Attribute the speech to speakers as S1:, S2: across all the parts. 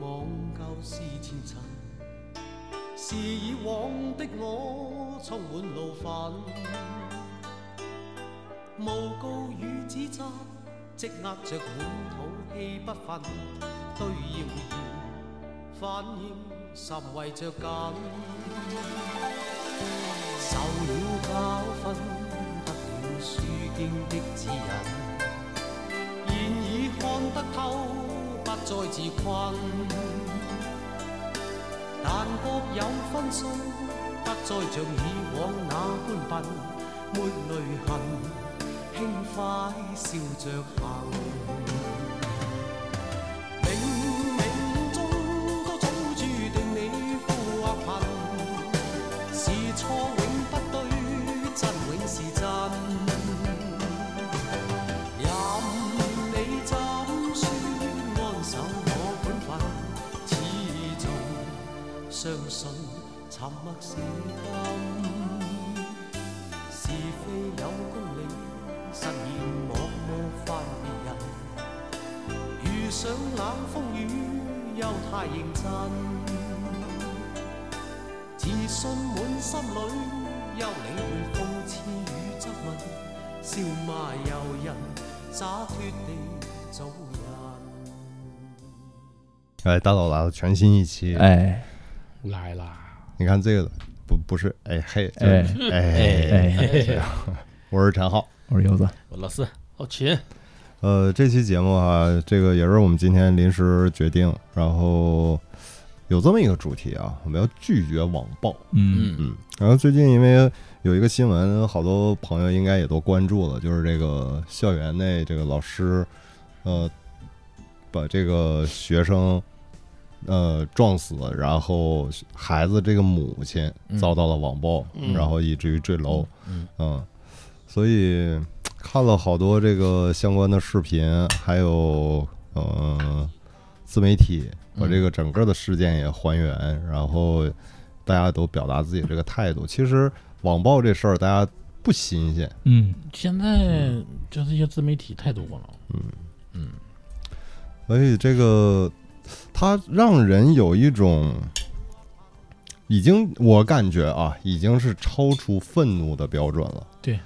S1: 浪旧事前尘，是以往的我充滿怒憤，诬告與指責積壓着滿肚氣不憤，對謠言反應甚為着緊，受了教訓，得了書經的指引。現已看得透，不再自困。但各有分數，不再像以往那般笨，沒淚痕，輕快笑着行。冥冥中都早注定你富或貧，是錯永不對，真永是真。任你怎算，安守我本分，始終相信沉默是金。是非有公理，實現莫魔翻別人。遇上冷風雨，又太認真。自信滿心裏，休理會諷刺與質問，笑罵由人，灑脱地做人。
S2: 哎，大佬来了，全新一期。，
S3: 哎
S4: 来啦！
S2: 你看这个不不是哎嘿，
S3: 哎
S2: 就是
S3: 哎
S2: 哎，
S3: 哎，
S2: 我是陈浩。
S3: 我是柚子，
S4: 我老四，好勤，
S2: 呃，这期节目哈、这个也是我们今天临时决定，然后有这么一个主题啊，我们要拒绝网暴。
S3: 嗯，
S2: 嗯，然后最近因为有一个新闻，好多朋友应该也都关注了，就是这个校园内这个老师，呃，把这个学生呃撞死，然后孩子这个母亲遭到了网暴，
S4: 嗯
S2: 然后以至于坠楼，
S4: 嗯
S2: 所以看了好多这个相关的视频，还有呃自媒体把这个整个的事件也还原，然后大家都表达自己这个态度。其实网暴这事儿大家不新鲜，
S3: 嗯，
S4: 现在就这些自媒体太多了，
S2: 所以这个它让人有一种已经我感觉啊，已经是超出愤怒的标准了。
S4: 对，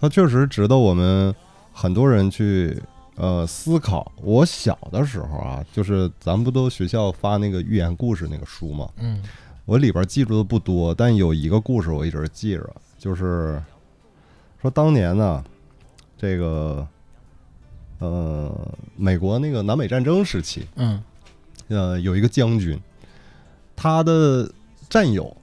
S2: 它确实值得我们很多人去呃思考。我小的时候啊，就是咱们不都学校发那个寓言故事那个书吗？
S4: 嗯，
S2: 我里边记住的不多，但有一个故事我一直记着，就是说当年呢，这个呃，美国那个南北战争时期，
S4: 嗯，
S2: 呃，有一个将军，他的战友，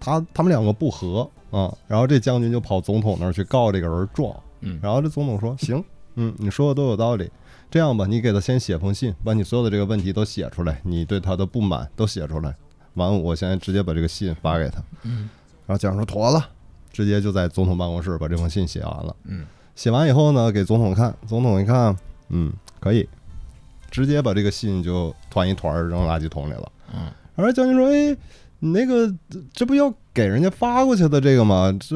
S2: 他他们两个不和啊、然后这将军就跑总统那儿去告这个人状，
S4: 嗯
S2: 然后这总统说行，嗯，你说的都有道理，这样吧，你给他先写封信，把你所有的这个问题都写出来，你对他的不满都写出来，完，我现在直接把这个信发给他，
S4: 嗯，
S2: 然后将军说妥了，直接就在总统办公室把这封信写完了，
S4: 嗯，
S2: 写完以后呢，给总统看，总统一看，嗯，可以，直接把这个信就团一团儿扔垃圾桶里了。
S4: 嗯，
S2: 然后将军说：“哎，你那个这这不要给人家发过去的这个吗？这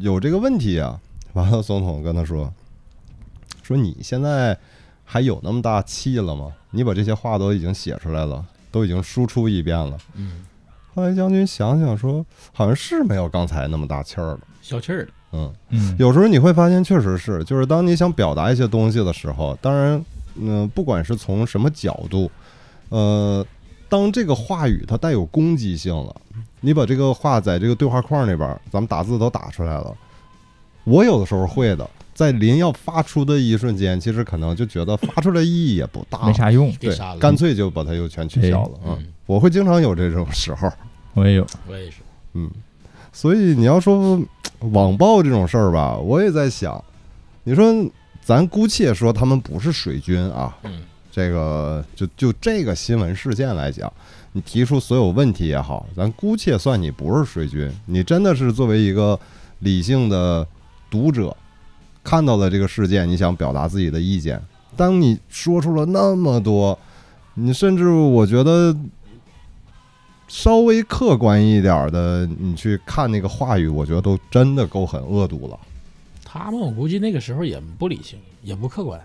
S2: 有这个问题啊。”完了，总统跟他说：“说你现在还有那么大气了吗？你把这些话都已经写出来了，都已经输出一遍了。”
S4: 嗯。
S2: 后来将军想想说：“好像是没有刚才那么大气儿了。
S4: 消气儿了，”
S2: 嗯。
S3: 嗯，
S2: 有时候你会发现，确实是，就是当你想表达一些东西的时候，当然，嗯、不管是从什么角度，呃，当这个话语它带有攻击性了，你把这个话在这个对话框里边儿，咱们打字都打出来了。我有的时候会的，在临要发出的一瞬间，其实可能就觉得发出来意义也不
S5: 啊
S2: 大，
S3: 没啥哎用，
S4: 给
S2: 对
S4: 杀了，
S2: 干脆就把它又全取消了。嗯，
S4: 嗯，
S2: 我会经常有这种时候。
S3: 我也有，
S4: 我也是，
S2: 嗯，所以你要说网暴这种事儿吧，我也在想，你说咱姑且说他们不是水军啊，
S4: 嗯，
S2: 这个就就这个新闻事件来讲，你提出所有问题也好，咱姑且算你不是水军，你真的是作为一个理性的读者，看到了这个事件，你想表达自己的意见，当你说出了那么多，你甚至我觉得稍微客观一点儿的，你去看那个话语，我觉得都真的够很恶毒了。
S4: 他们我估计那个时候也不理性，也不客观，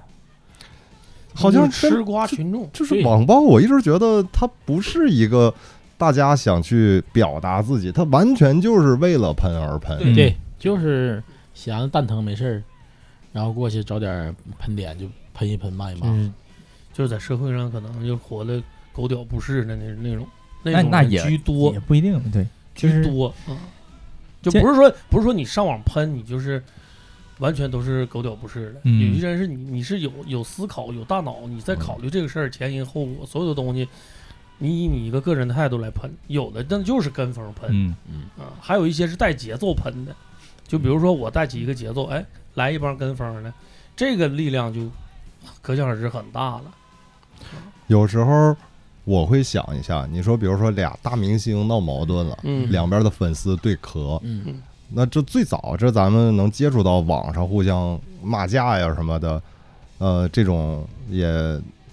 S2: 好像真
S3: 吃瓜群众，
S2: 就是网暴，我一直觉得它不是一个大家想去表达自己，它完全就是为了喷而喷。
S4: 对
S3: 嗯，
S4: 就是闲着蛋疼没事儿，然后过去找点儿喷点就喷一喷骂一骂。
S3: 嗯，
S5: 就是在社会上可能就活的狗屌不是的那那种
S3: 那
S5: 那种
S3: 那
S5: 人
S3: 也
S5: 居多
S3: 也不一定，对，就
S5: 居
S3: 是
S5: 多啊，就
S3: 见
S5: 不是说不是说你上网喷你就是完全都是狗屌不是的，
S3: 嗯
S5: 有些人是你你是有有思考有大脑，你在考虑这个事儿前因后果所有的东西，你以你一个个人的态度来喷，有的那就是跟风喷，
S3: 嗯
S5: 啊，还有一些是带节奏喷的，就比如说我带起一个节奏，哎，来一帮跟风的，这个力量就可想而知很大了。
S2: 有时候我会想一下，你说比如说俩大明星闹矛盾了，
S5: 嗯
S2: 两边的粉丝对磕，
S4: 嗯
S2: 那这最早这咱们能接触到网上互相骂架呀什么的，呃，这种也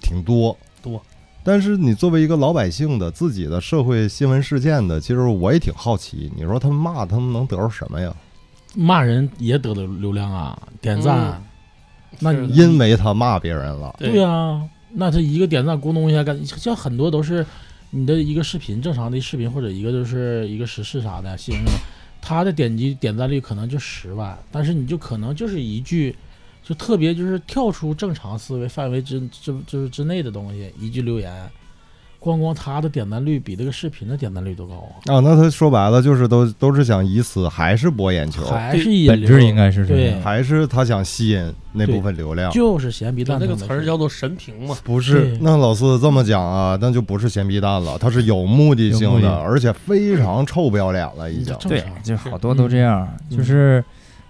S2: 挺多
S5: 多。
S2: 但是你作为一个老百姓的自己的社会新闻事件的，其实我也挺好奇，你说他们骂他们能得着什么呀？
S4: 骂人也得了流量啊，点赞啊，那
S5: 是的
S4: 你
S2: 因为他骂别人了，
S5: 对
S4: 对呀、那这一个点赞咕咚一下，感像很多都是你的呃一个视频，正常的视频或者一个就是一个时事啥的新闻什么，它的点击点赞率可能就十万，但是你就可能就是一句，就特别就是跳出正常思维范围之之就是之内的东西，一句留言，光光它的点赞率比这个视频的点赞率都高啊，
S2: 啊，那他说白了就是都都是想以此还是博眼球，
S4: 还是引
S3: 本
S4: 流
S3: 质应该是这
S4: 对
S3: 样，
S2: 还是他想吸引那部分流量。
S4: 就是闲逼蛋
S5: 那
S4: 疼
S5: 个
S4: 的
S5: 词儿叫做神评嘛，
S2: 不是
S4: 对，
S2: 那老四这么讲啊，那就不是闲逼蛋了，他是有目的
S3: 有
S2: 性
S3: 目
S2: 的，
S3: 的
S2: 而且非常臭不要脸了，已经。
S4: 正
S3: 对
S5: 嗯
S4: 常，
S3: 就好多都这样，就是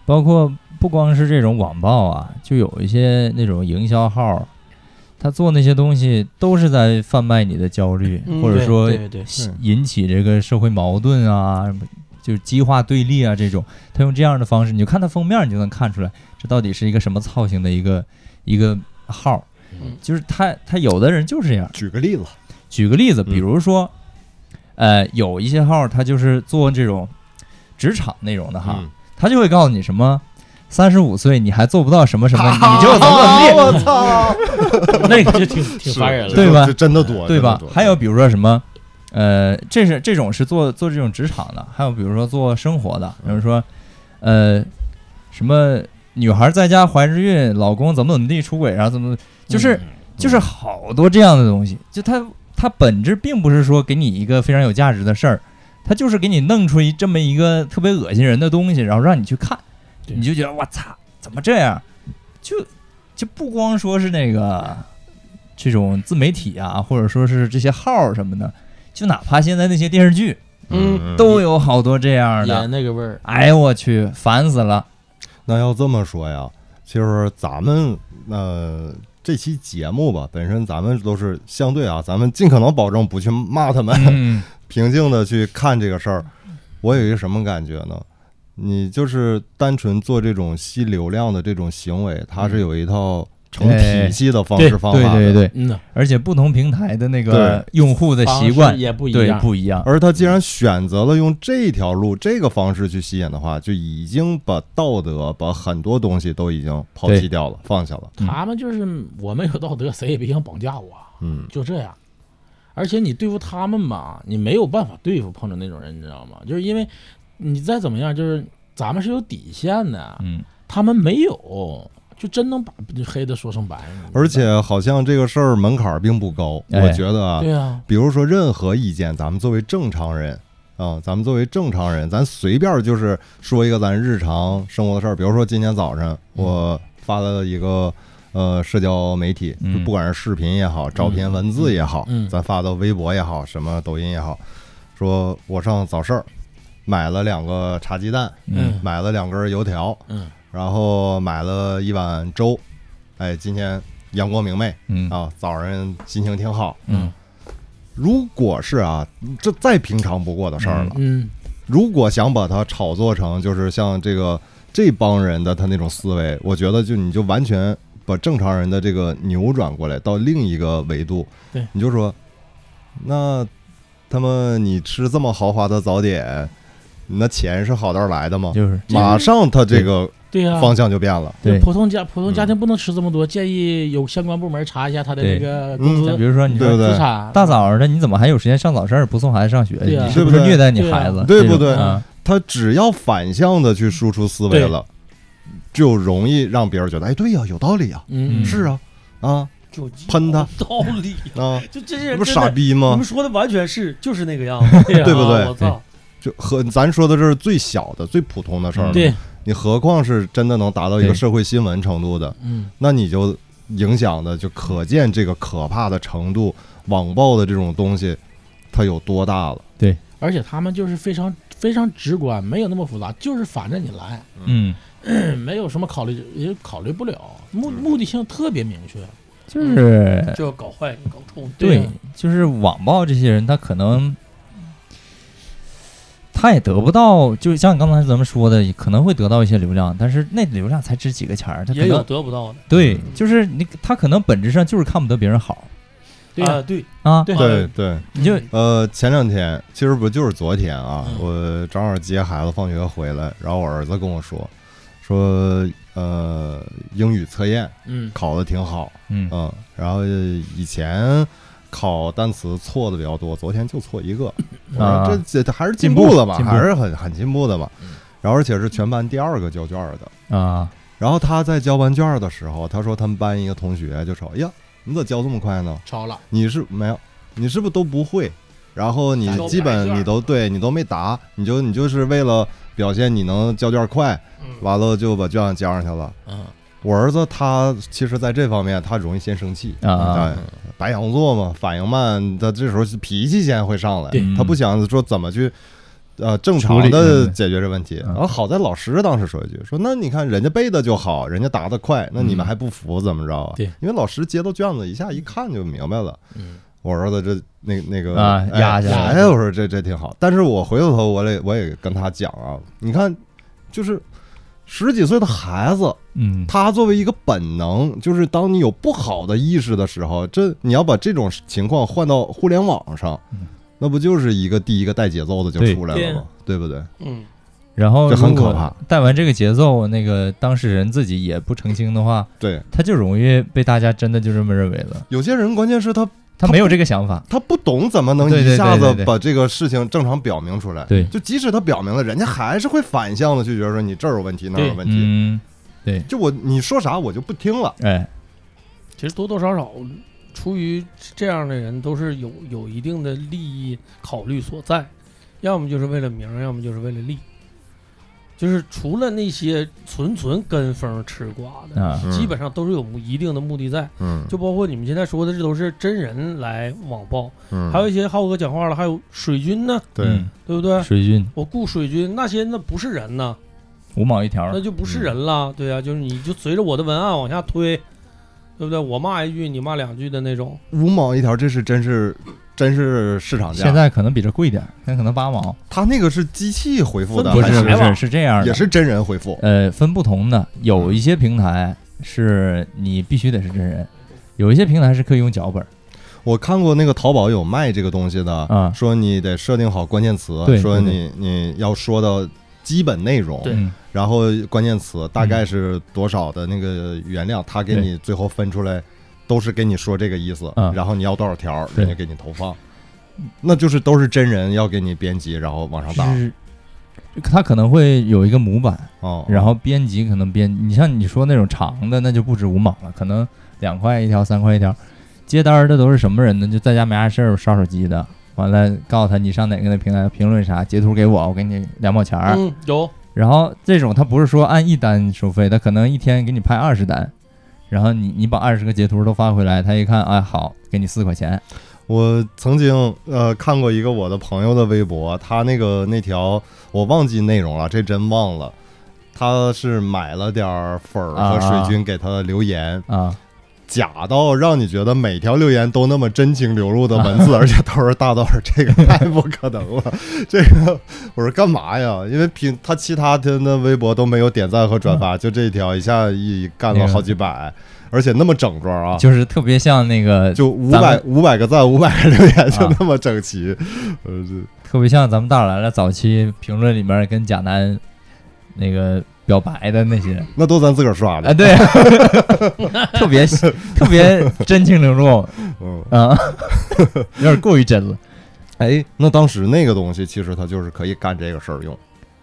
S3: 包括不光是这种网暴啊，就有一些那种营销号，他做那些东西都是在贩卖你的焦虑，
S5: 嗯
S3: 或者
S4: 对
S3: 说
S4: 对对
S3: 吸
S2: 嗯
S3: 引起这个社会矛盾啊，什么就是激化对立啊这种。他用这样的方式，你就看他封面，你就能看出来这到底是一个什么造型的一个一个号
S5: 嗯。
S3: 就是他他有的人就是这样。
S2: 举个例子，
S3: 举个例子，
S2: 嗯
S3: 比如说，呃，有一些号他就是做这种职场内容的哈，
S2: 嗯
S3: 他就会告诉你什么。三十五岁你还做不到什么什 么，你就怎么怎么
S2: 我操，
S4: 那 个就挺挺烦人了。
S3: 对吧
S2: 这真的多，
S3: 地，对吧
S2: 真的？多
S3: 还有比如说什么，呃，这是这种是做做这种职场的，还有比如说做生活的，
S2: 嗯
S3: 比如说，呃，什么女孩在家怀着孕，老公怎么怎么地出轨，啊然后怎么，就是
S2: 嗯
S3: 就是好多这样的东西，就它它本质并不是说给你一个非常有价值的事儿，它就是给你弄出一这么一个特别恶心人的东西，然后让你去看，
S4: 对
S3: 你就觉得我操，怎么这样？就就不光说是那个这种自媒体啊，或者说是这些号儿什么的，就哪怕现在那些电视剧
S5: 嗯
S3: 都有好多这样
S4: 演
S3: 的，
S4: 那个味儿，
S3: 哎呦我去，烦死了！
S2: 那要这么说呀，就是咱们呃这期节目吧，本身咱们都是相对啊，咱们尽可能保证不去骂他们，
S3: 嗯，
S2: 平静的去看这个事儿。我有一个什么感觉呢？你就是单纯做这种吸流量的这种行为，它是有一套成体系的方式方法
S3: 嗯哎对
S2: 的，
S3: 对对，
S4: 嗯呐，
S3: 而且不同平台的那个用户的习
S4: 方
S3: 惯
S4: 式也不一
S3: 对
S4: 样，
S3: 不一样，
S2: 而他既然选择了用这条路、这个方式去吸引的话，就已经把道德、把很多东西都已经抛弃
S3: 对
S2: 掉了、放下了。
S4: 他们就是我没有道德，谁也别想绑架我，
S2: 嗯，
S4: 就这样。而且你对付他们吧，你没有办法对付碰着那种人，你知道吗？就是因为你再怎么样，就是咱们是有底线的，
S3: 嗯，
S4: 他们没有，就真能把黑的说成白。你知道吗
S2: 而且好像这个事儿门槛儿并不高，
S3: 哎
S2: 我觉得啊，
S4: 对啊，
S2: 比如说任何意见，咱们作为正常人啊、咱们作为正常人，咱随便就是说一个咱日常生活的事儿，比如说今天早上
S4: 嗯
S2: 我发了一个。呃，社交媒体，
S3: 嗯
S2: 就不管是视频也好，照片、文字也好，
S4: 嗯嗯
S2: 咱发到微博也好，什么抖音也好，说我上早市儿买了两个茶鸡蛋，
S3: 嗯
S2: 买了两根油条，
S4: 嗯，
S2: 然后买了一碗粥，哎，今天阳光明媚
S3: 嗯
S2: 啊，早上心情挺好，
S3: 嗯
S2: 如果是啊，这再平常不过的事儿了。
S4: 嗯，
S2: 如果想把它炒作成就是像这个这帮人的他那种思维，我觉得就你就完全把正常人的这个扭转过来到另一个维度。
S4: 对，
S2: 你就说，那他们你吃这么豪华的早点，你那钱是好道来的吗？
S3: 就是
S4: 这个
S2: 马上他这个
S4: 对呀、
S2: 方向就变了。
S3: 对。
S4: 普通家普通家
S2: 嗯
S4: 庭不能吃这么多，建议有相关部门查一下他的那个工
S2: 嗯
S3: 像
S4: 资
S3: 比如说你
S2: 对
S3: 说
S2: 不对
S4: 资？产。
S3: 大早上的，你怎么还有时间上早市儿不送孩子上学？
S4: 对啊
S3: 你是不是
S2: 对不对
S3: 虐待你孩子？
S2: 对啊对不
S3: 这种
S2: 对
S3: 啊
S2: 他只要反向的去输出思维了，就容易让别人觉得，哎，对呀、有道理呀、
S4: 嗯
S3: 嗯
S2: 是啊，啊
S5: 就
S2: 喷他
S5: 有道理，
S2: 啊，
S5: 就这些
S2: 这
S5: 人
S2: 不
S5: 真
S2: 傻
S5: 的，
S2: 逼
S5: 你
S2: 吗
S5: 们？说的完全是就是那个样 子，
S4: 对呀
S2: 对不对
S5: 啊我操，
S2: 就和咱说的这是最小的、最普通的事儿，
S4: 嗯对，
S2: 你何况是真的能达到一个
S3: 对
S2: 社会新闻程度的，
S4: 嗯，
S2: 那你就影响的就可见这个可怕的程度，网暴的这种东西，它有多大了。
S4: 而且他们就是非常非常直观，没有那么复杂，就是反正你来，
S3: 嗯，
S4: 没有什么考虑，也考虑不了，目目的性特别明确。
S3: 就是
S5: 就要搞坏你，搞臭你。
S3: 对
S4: 啊，
S3: 就是网暴这些人，他可能他也得不到，就像刚才咱们说的，可能会得到一些流量，但是那流量才值几个钱儿，他可
S5: 也有
S3: 能
S5: 得不到
S3: 对，就是你他可能本质上就是看不得别人好
S4: 对
S5: 的
S4: 呀
S5: 啊，对，
S3: 啊，
S4: 对
S2: 对对，
S3: 你就
S2: 呃，前两天其实不就是昨天啊，我正好接孩子放学回来，然后我儿子跟我说，说呃英语测验
S4: 嗯
S2: 考的挺好，
S3: 嗯
S2: 嗯，然后以前考单词错的比较多，昨天就错一个，我
S3: 啊
S2: 说这这还是进
S3: 进步
S2: 了嘛，
S3: 进步嗯
S2: 还是很很进步的嘛，然后而且是全班第二个交卷的。
S3: 啊，
S2: 然后他在交完卷的时候，他说他们班一个同学就说：“哎呀，你咋交这么快呢？
S4: 超了，
S2: 你是没有，你是不是都不会？然后你基本你都对你都没答，你就你就是为了表现你能交卷快，完了就把卷交上去了。
S4: 嗯，
S2: 我儿子他其实在这方面他容易先生气
S3: 啊
S2: 哎白羊座嘛，反应慢，他这时候脾气先会上来
S4: 对，
S2: 他不想说怎么去。呃，正
S3: 嗯处
S2: 常
S3: 理
S2: 的
S3: 嗯
S2: 解决这问题。
S3: 嗯
S2: 然后好在老师当时说一句，说那你看人家背的就好，人家答的快，那你们
S3: 嗯
S2: 还不服怎么着啊？
S4: 对
S2: 因为老师接到卷子一下一看就明白了。
S4: 嗯，
S2: 我儿子这那那个
S3: 啊
S2: 哎
S3: 压下来
S2: 哎，我说这这挺好。但是我回过头我也我也跟他讲啊，你看，就是十几岁的孩子，
S3: 嗯，
S2: 他作为一个本能，就是当你有不好的意识的时候，这你要把这种情况换到互联网上
S3: 嗯，
S2: 那不就是一个第一个带节奏的就
S3: 对
S2: 出来了吗？对不对？
S5: 嗯，
S3: 然后
S2: 这很
S3: 如果
S2: 可怕
S3: 带完这个节奏，那个当事人自己也不澄清的话，
S2: 对，
S3: 他就容易被大家真的就这么认为了，
S2: 有些人关键是他
S3: 他没有这个想法，
S2: 他不懂怎么能
S3: 对对
S2: 一下
S3: 对
S2: 子
S3: 对对
S2: 把这个事情正常表明出来。
S3: 对
S2: 就即使他表明了，人家还是会反向的去觉得说你这儿有问题，那儿有问题。
S3: 嗯，
S2: 就我你说啥我就不听了。
S3: 哎，
S5: 其实多多少少，出于这样的人都是有有一定的利益考虑所在，要么就是为了名儿，要么就是为了利。就是除了那些纯纯跟风吃瓜的，
S3: 啊，
S5: 基本上都是有一定的目的在。
S2: 嗯，
S5: 就包括你们现在说的，这都是真人来网暴，
S2: 嗯
S5: 还有一些浩哥讲话了，还有水军呢，
S2: 对
S3: 嗯，
S5: 对不对？
S3: 水军
S5: 我雇水军那些那不是人呐，
S3: 五毛一条
S5: 那
S3: 儿，嗯
S5: 就不是人了。对呀、就是你就随着我的文案往下推，对不对？我骂一句，你骂两句的那种。
S2: 五毛一条，这是真是真是市场价。
S3: 现在可能比这贵点儿，现在可能八毛，
S2: 他那个是机器回复的，
S3: 不
S5: 分
S2: 还
S3: 是
S5: 是
S3: 不
S5: 还
S3: 是
S5: 往
S3: 是这样的，
S2: 也是真人回复？
S3: 呃分不同的，有一些平台是你必须得是真人，有一些平台是可以用脚本儿，
S2: 我看过那个淘宝有卖这个东西的，
S3: 啊
S2: 说你得设定好关键词，
S3: 对嗯
S2: 说
S3: 对
S2: 你你要说的基本内容，
S5: 对
S3: 嗯
S2: 然后关键词大概是多少的那个原量，他给你最后分出来，都是给你说这个意思，
S3: 嗯
S2: 然后你要多少条，
S3: 对
S2: 人家给你投放，那就是都是真人要给你编辑，然后往上打
S3: 是。他可能会有一个模板，
S2: 哦，
S3: 然后编辑可能编，你像你说那种长的，那就不止五毛了，可能两块一条、三块一条。接单儿的都是什么人呢？就在家没啥事儿刷手机的，完了告诉他你上哪个那平台评论啥，截图给我，我给你两毛钱儿。
S5: 嗯，有
S3: 然后这种他不是说按一单收费，他可能一天给你拍二十单，然后你你把二十个截图都发回来，他一看，哎，好，给你四块钱。
S2: 我曾经呃看过一个我的朋友的微博，他那个那条我忘记内容了，这真忘了。他是买了点儿粉儿和
S3: 啊
S2: 水军给他留言，
S3: 啊
S2: 假到让你觉得每条留言都那么真情流露的文字，而且都是大段儿，这个 太不可能了。 这个我说干嘛呀？因为平他其他的那微博都没有点赞和转
S3: 嗯
S2: 发，就这一条一下一干了好几百，而且那么整装啊，
S3: 就是特别像那个，
S2: 就五
S3: 咱
S2: 百
S3: 们
S2: 五百个赞，五百个留言，就
S3: 啊
S2: 那么整齐。呃，这
S3: 特别像咱们大佬来了早期评论里面跟贾南那个表白的那些，
S2: 那都咱自个儿刷
S3: 啊，
S2: 的。
S3: 对， 特别特别真情流露
S2: 嗯，
S3: 啊，有点过于真了
S2: 哎，那当时那个东西其实它就是可以干这个事儿用。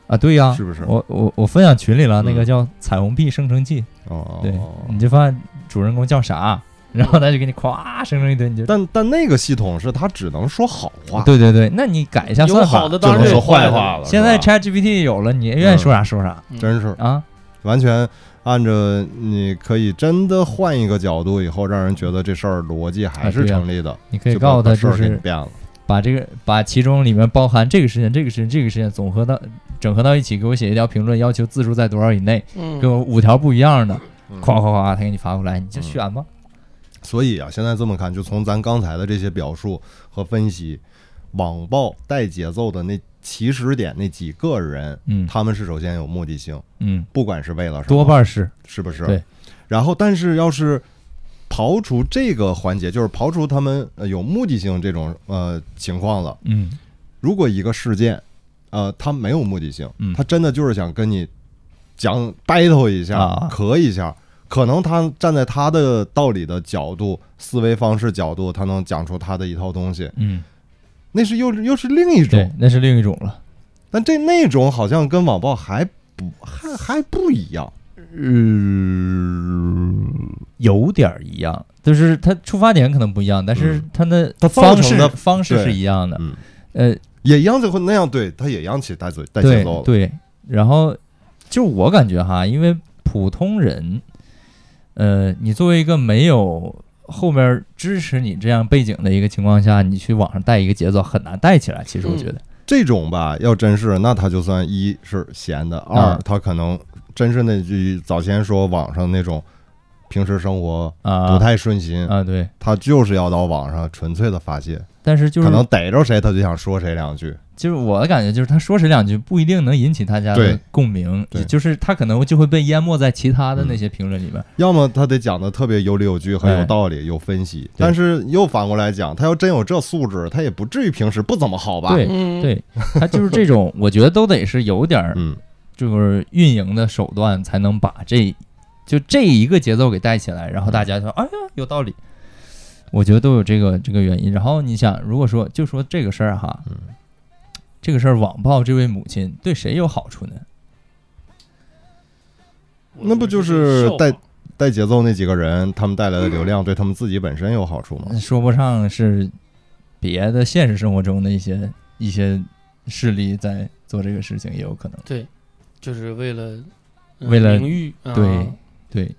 S3: 啊！对呀、
S2: 是不是
S3: 我我我分享群里了，那个
S2: 嗯
S3: 叫《彩虹屁生成记》，
S2: 哦，嗯
S3: 对，你就发现主人公叫啥，然后他就给你夸生成一堆，你就
S2: 但但那个系统是它只能说好话，
S3: 对对对，那你改一下
S5: 有
S3: 算
S5: 好
S3: 法。
S5: 的
S2: 只
S5: 当然
S2: 能
S5: 有
S2: 啊说
S5: 坏
S2: 坏
S5: 的
S2: 话了。
S3: 现在
S2: 是吧嗯
S3: ChatGPT 有了，你愿意说啥说啥
S2: 真是
S3: 啊！
S2: 完全按着你可以真的换一个角度，以后让人觉得这事儿逻辑还
S3: 啊
S2: 是
S3: 对呀
S2: 成立的，
S3: 你可以
S2: 就
S3: 告诉
S2: 把
S3: 他，
S2: 事
S3: 就
S2: 儿给你
S3: 是
S2: 变了。
S3: 把这个把其中里面包含这个事件、这个事件、这个事件总合到整合到一起，给我写一条评论，要求字数在多少以内，
S5: 嗯
S3: 给，我五条不一样的，
S2: 嗯
S3: 夸夸夸，他给你发过来，你就啊选吧。
S2: 所以啊，现在这么看，就从咱刚才的这些表述和分析，网暴带节奏的那起始点那几个人，
S3: 嗯
S2: 他们是首先有目的性，
S3: 嗯，
S2: 不管是为了什么，
S3: 多半是
S2: 是不是？
S3: 对。
S2: 然后，但是要是刨除这个环节，就是刨除他们呃有目的性这种呃情况了，
S3: 嗯
S2: 如果一个事件，呃，他没有目的性
S3: 嗯，
S2: 他真的就是想跟你讲 battle 一下，
S3: 啊
S2: 咳一下。可能他站在他的道理的角度、思维方式角度，他能讲出他的一套东西，
S3: 嗯，
S2: 那是又又是另一
S3: 对
S2: 种。，
S3: 那是另一种了。
S2: 但这那种好像跟网暴还不还还不一样。
S3: 嗯，有点儿一样，就是它出发点可能不一样，但是
S2: 嗯
S3: 它的
S2: 它造
S3: 方
S2: 成
S3: 式
S2: 的
S3: 方式是
S2: 对
S3: 一样的。
S2: 嗯，
S3: 呃，
S2: 也一样就会那样，对他也一样起带嘴带节
S3: 对
S2: 奏了。
S3: 对，然后就我感觉哈，因为普通人，呃，你作为一个没有后面支持你这样背景的一个情况下，你去网上带一个节奏很难带起来。其实我觉得，
S2: 这种吧，要真是那他就算一是闲的，二
S3: 啊
S2: 他可能真是那句早前说网上那种平时生活
S3: 啊，
S2: 嗯不太顺心，
S3: 啊，对，
S2: 他就是要到网上纯粹的发泄，
S3: 但是就是
S2: 可能逮着谁他就想说谁两句。
S3: 就是我的感觉就是他说谁两句不一定能引起大家的
S2: 对
S3: 共鸣，
S2: 对嗯
S3: 就是他可能就会被淹没在其他的那些评论里面。
S2: 要么他得讲的特别有理有据，
S3: 哎
S2: 很有道理，有分析。但是又反过来讲，他要真有这素质，他也不至于平时不怎么好吧？
S3: 对
S5: 嗯，
S3: 对他就是这种，我觉得都得是有点儿
S2: 嗯，
S3: 就是运营的手段才能把这就这一个节奏给带起来，然
S2: 嗯
S3: 后大家说，哎呀，有道理。我觉得都有这个这个原因。然后你想，如果说就说这个事儿哈，
S2: 嗯
S3: 这个事儿网暴这位母亲对谁有好处呢？
S2: 那不就是带带节奏那几个人，他们带来的流量对他们自己本身有好处吗？
S3: 说不上是别的现实生活中的一些一些势力在做这个事情，也有可能。
S5: 对，就是为了嗯
S3: 为了
S5: 名誉，啊
S3: 对对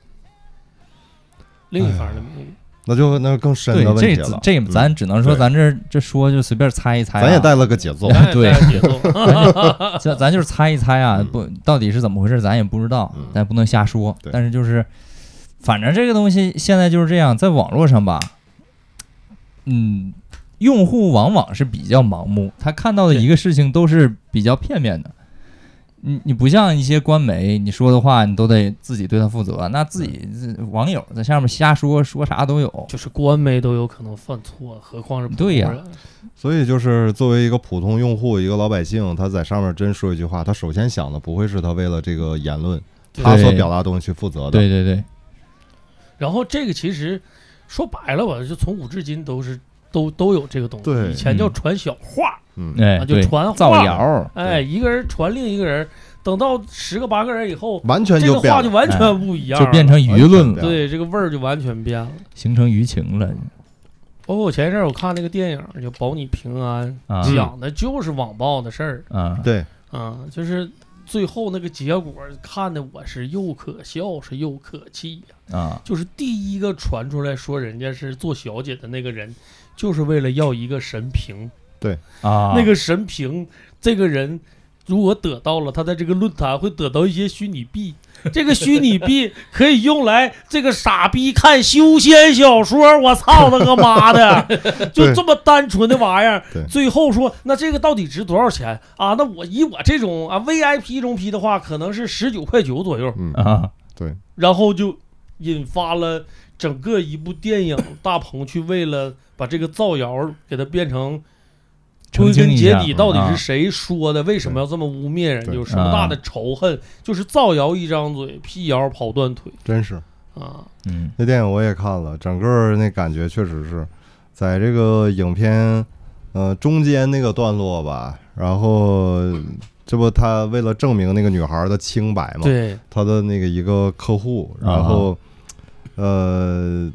S5: 另一方的名誉，那
S2: 那就那更深
S3: 对
S2: 的，问
S3: 这
S2: 题了。
S3: 这
S2: 嗯
S3: 咱只能说
S2: 对
S3: 咱这这说就随便猜一猜啊，
S2: 咱也带了个节奏，
S3: 哎 对
S5: 带节奏，
S3: 咱咱就是猜一猜啊
S2: 嗯，
S3: 不到底是怎么回事，咱也不知道
S2: 嗯，
S3: 咱不能瞎说。
S2: 对
S3: 但是就是，反正这个东西现在就是这样，在网络上吧，嗯，用户往往是比较盲目，他看到的
S5: 对
S3: 一个事情都是比较片面的。你你不像一些官媒，你说的话你都得自己对他负责，那自
S2: 嗯
S3: 己这网友在下面瞎说，说啥都有。
S5: 就是官媒都有可能犯错，何况是普通
S3: 对呀
S5: 人
S2: 所以就是作为一个普通用户，一个老百姓，他在上面真说一句话，他首先想的不会是他为了这个言论
S5: 对
S2: 他所表达的东西去负责的。
S3: 对对对，
S5: 然后这个其实说白了吧，就从古至今都是都都有这个东西。
S2: 对
S5: 以前叫
S3: 嗯
S5: 传小话，
S2: 嗯，
S3: 哎
S5: 啊，就
S3: 对，
S5: 传
S3: 造
S5: 话
S3: 谣儿，
S5: 哎，一个人传另一个人，等到十个八个人以后，
S2: 完全
S5: 这个
S2: 变
S5: 话
S2: 了，
S5: 就完全不一样了，
S3: 哎就变成舆论
S2: 完全
S3: 了，
S2: 变了
S5: 对这个味儿就完全变了。
S3: 形成舆情了
S5: 包括我前一阵儿我看那个电影叫《保你平安
S3: 啊》，
S5: 讲的就是网暴的事儿
S3: 啊，
S2: 对，
S5: 啊，就是最后那个结果看的我是又可笑是又可气呀。
S3: 啊，
S5: 就是第一个传出来说人家是做小姐的那个人，就是为了要一个神评，
S3: 啊，
S5: 那个神评，这个人如果得到了，他在这个论坛会得到一些虚拟 币，这个虚拟币可以用来这个傻逼看修仙小说。我操他个妈 的，就
S2: 对
S5: 这么单纯的玩意儿
S2: 对。
S5: 最后说，那这个到底值多少钱啊？那我以我这种啊 VIP 中 P 的话，可能是十九块九左右。
S2: 嗯，
S3: 啊，
S2: 对，
S5: 然后就引发了整个一部电影，大鹏去为了把这个造谣给它变成。
S3: 澄
S5: 归
S3: 清
S5: 根
S3: 一
S5: 结
S3: 下
S5: 底，到底
S3: 啊
S5: 是谁说的？为什么要这么污蔑人？
S2: 对
S5: 有什么大的仇恨？就是造谣一张嘴，辟谣跑断腿
S2: 真是
S5: 啊！
S3: 嗯
S2: 那电影我也看了，整个那感觉确实是在这个影片呃中间那个段落吧，然后这不他为了证明那个女孩的清白嘛，
S5: 对，
S2: 他的那个一个客户，
S3: 啊
S2: 然后呃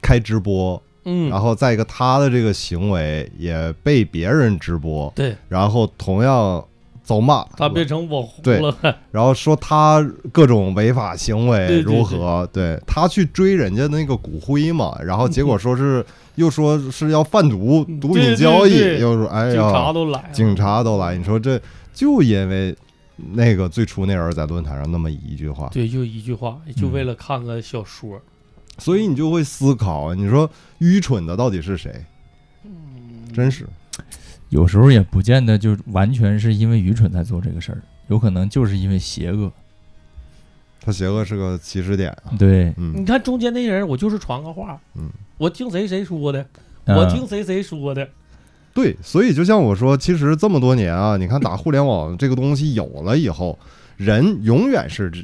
S2: 开直播，
S5: 嗯，
S2: 然后再一个他的这个行为也被别人直播，
S5: 对
S2: 然后同样遭骂，
S5: 他变成网红
S2: 对哎
S5: 了，
S2: 然后说他各种违法行为
S5: 对对
S2: 如何？对他去追人家那个骨灰嘛，然后结果说是又说是要贩毒、
S5: 嗯
S2: 毒品交易，
S5: 对对对
S2: 又说哎
S5: 警察
S2: 呀，
S5: 都来了。
S2: 警察都来，你说这就因为那个最初那人在论坛上那么一句话，
S5: 对，就一句话，就
S3: 嗯
S5: 为了看个小说。
S2: 所以你就会思考，你说愚蠢的到底是谁？真是，
S3: 有时候也不见得就完全是因为愚蠢才做这个事儿，有可能就是因为邪恶。
S2: 他邪恶是个起始点啊，
S3: 对，
S2: 嗯
S5: 你看中间那人，我就是传个话，
S2: 嗯，
S5: 我听谁谁说的，
S3: 嗯
S5: 我听谁谁说的，
S2: 对，所以就像我说，其实这么多年啊，你看打互联网这个东西有了以后，人永远是这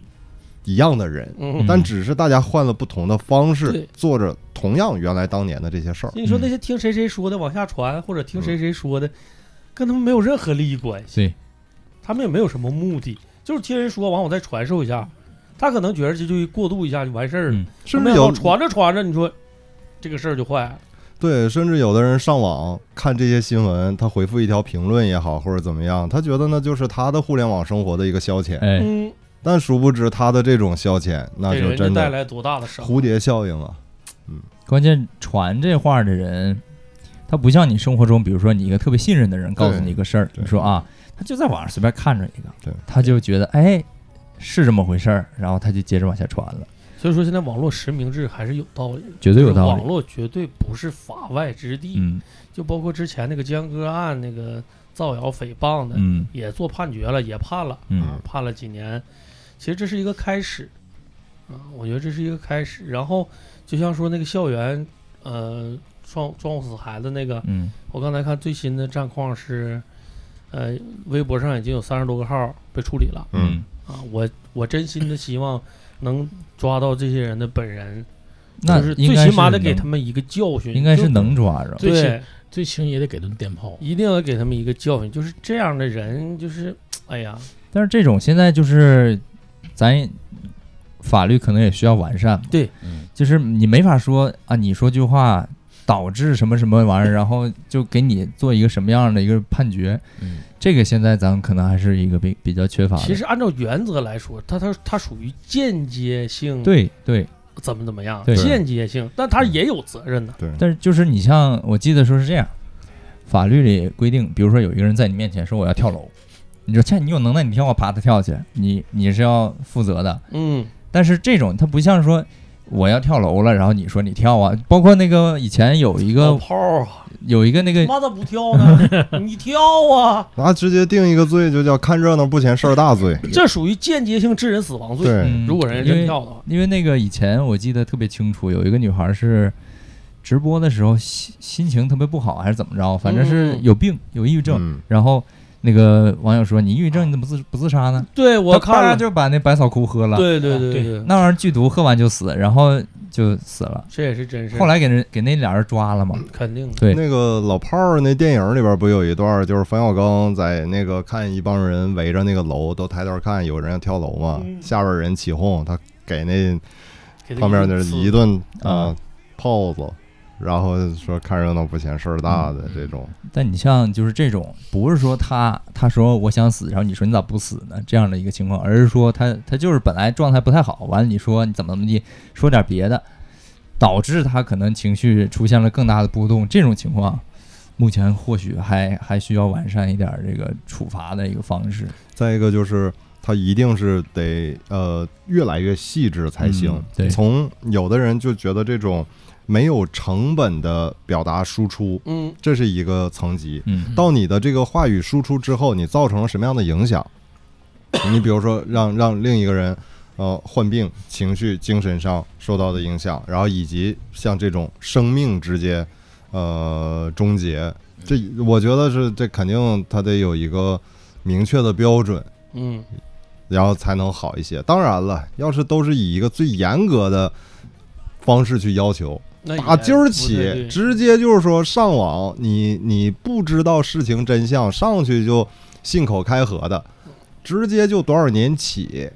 S2: 一样的人，
S5: 嗯，
S2: 但只是大家换了不同的方式
S5: 对，
S2: 做着同样原来当年的这些事儿。
S5: 你说
S3: 嗯
S5: 那些听谁谁说的往下传，或者听谁谁说的，跟他们没有任何利益关系，
S3: 对，
S5: 他们也没有什么目的，就是听人说完我再传授一下，他可能觉得这就过渡一下就完事儿了
S3: 嗯，
S2: 甚
S5: 没
S2: 至
S5: 想到
S2: 有
S5: 传着传着，你说这个事儿就坏了，
S2: 对，甚至有的人上网看这些新闻，他回复一条评论也好，或者怎么样，他觉得那就是他的互联网生活的一个消遣。
S3: 哎，
S5: 嗯，
S2: 但殊不知，他的这种消遣那
S5: 给
S2: 就
S5: 人家
S2: 真
S5: 带
S2: 的
S5: 来多大的伤害，
S2: 蝴蝶效应啊！
S3: 关键传这话的人，他不像你生活中，比如说你一个特别信任的人告诉你一个事儿，
S2: 对
S3: 你说啊，他就在网上随便看着一个，
S2: 对
S3: 他就觉得哎是这么回事儿，然后他就接着往下传了，
S5: 所以说现在网络实名制还是有道理的，
S3: 绝对有道
S5: 网
S3: 理。
S5: 络绝对不是法外之地，
S3: 嗯
S5: 就包括之前那个江歌案那个造谣诽谤的，
S3: 嗯
S5: 也做判决了，也判了。
S3: 嗯
S5: 判了几年，其实这是一个开始，啊，我觉得这是一个开始。然后就像说那个校园，呃，撞撞死孩子那个，
S3: 嗯
S5: 我刚才看最新的战况是，呃，微博上已经有三十多个号被处理了
S2: 嗯，
S5: 啊。我我真心的希望能抓到这些人的本人，
S3: 那
S5: 就是
S3: 应
S5: 最
S3: 该
S5: 起
S3: 是
S5: 码得给
S3: 能
S5: 他们一个教训，
S3: 应该是
S5: 就
S3: 能抓着。
S4: 最
S5: 对
S4: 起，最轻也得给顿电炮。
S5: 一定要给他们一个教训，就是这样的人，就是哎呀，
S3: 但是这种现在就是咱也法律可能也需要完善嘛，
S4: 嗯，
S3: 就是你没法说啊，你说句话导致什么什么玩意儿，然后就给你做一个什么样的一个判决，
S4: 嗯
S3: 这个现在咱们可能还是一个比比较缺乏的。
S5: 其实按照原则来说，他他他属于间接性
S3: 对对，
S5: 怎么怎么样，
S3: 对
S5: 间接性，但他也有责任的。
S2: 对，
S3: 但是就是你像我记得说是这样，法律里规定，比如说有一个人在你面前说我要跳楼，你说切，你有能耐你跳，我爬他跳去，你你是要负责的。
S5: 嗯，
S3: 但是这种他不像说我要跳楼了，然后你说你跳啊，包括那个以前有一
S5: 老
S3: 个
S5: 炮儿啊，
S3: 有一个那个
S5: 妈咋不跳呢？你跳啊！
S2: 那直接定一个罪就叫看热闹不嫌事儿大罪。
S5: 这属于间接性致人死亡罪。
S2: 对，
S3: 嗯
S5: 如果人
S3: 因
S5: 家真
S3: 为
S5: 跳的话，
S3: 因为那个以前我记得特别清楚，有一个女孩是直播的时候心心情特别不好，还是怎么着，反正是
S5: 嗯
S3: 有病有抑郁症。
S2: 嗯，
S3: 然后那个网友说：“你抑郁症你怎么自不自杀呢？”
S5: 对我
S3: 她啪
S5: 看了，
S3: 就把那百草枯喝了，啊
S5: 对对对
S4: 对
S5: 对，
S3: 那玩意儿剧毒喝完就死，然后就死了。
S5: 这也是真事。
S3: 后来给人给那俩人抓了嘛，
S5: 肯定的，
S3: 对，
S2: 那个老炮儿那电影里边不有一段，就是冯小刚在那个看一帮人围着那个楼，都抬头看有人要跳楼嘛，
S5: 嗯
S2: 下边人起哄，他给那
S5: 给他
S2: 旁边的
S5: 个
S2: 人
S5: 刺
S2: 一顿啊
S3: 啊
S2: 炮子，然后说看热闹不嫌事儿大的这种，
S3: 但你像就是这种，不是说他他说我想死，然后你说你咋不死呢这样的一个情况，而是说他他就是本来状态不太好，完了你说你怎么怎么地，说点别的，导致他可能情绪出现了更大的波动，这种情况目前或许还还需要完善一点儿这个处罚的一个方式。
S2: 再一个就是，它一定是得呃越来越细致才行。
S3: 嗯对
S2: 从有的人就觉得这种没有成本的表达输出，
S5: 嗯，
S2: 这是一个层级。
S3: 嗯
S2: 到你的这个话语输出之后，你造成了什么样的影响？你比如说让让另一个人呃患病、情绪、精神上受到的影响，然后以及像这种生命直接呃终结，这我觉得是这肯定他得有一个明确的标准，
S5: 嗯，
S2: 然后才能好一些。当然了，要是都是以一个最严格的方式去要求，
S5: 那
S2: 打
S5: 也
S2: 今儿
S5: 不
S2: 起，
S5: 对
S2: 直接就是说上网，你你不知道事情真相，上去就信口开河的，直接就多少年起，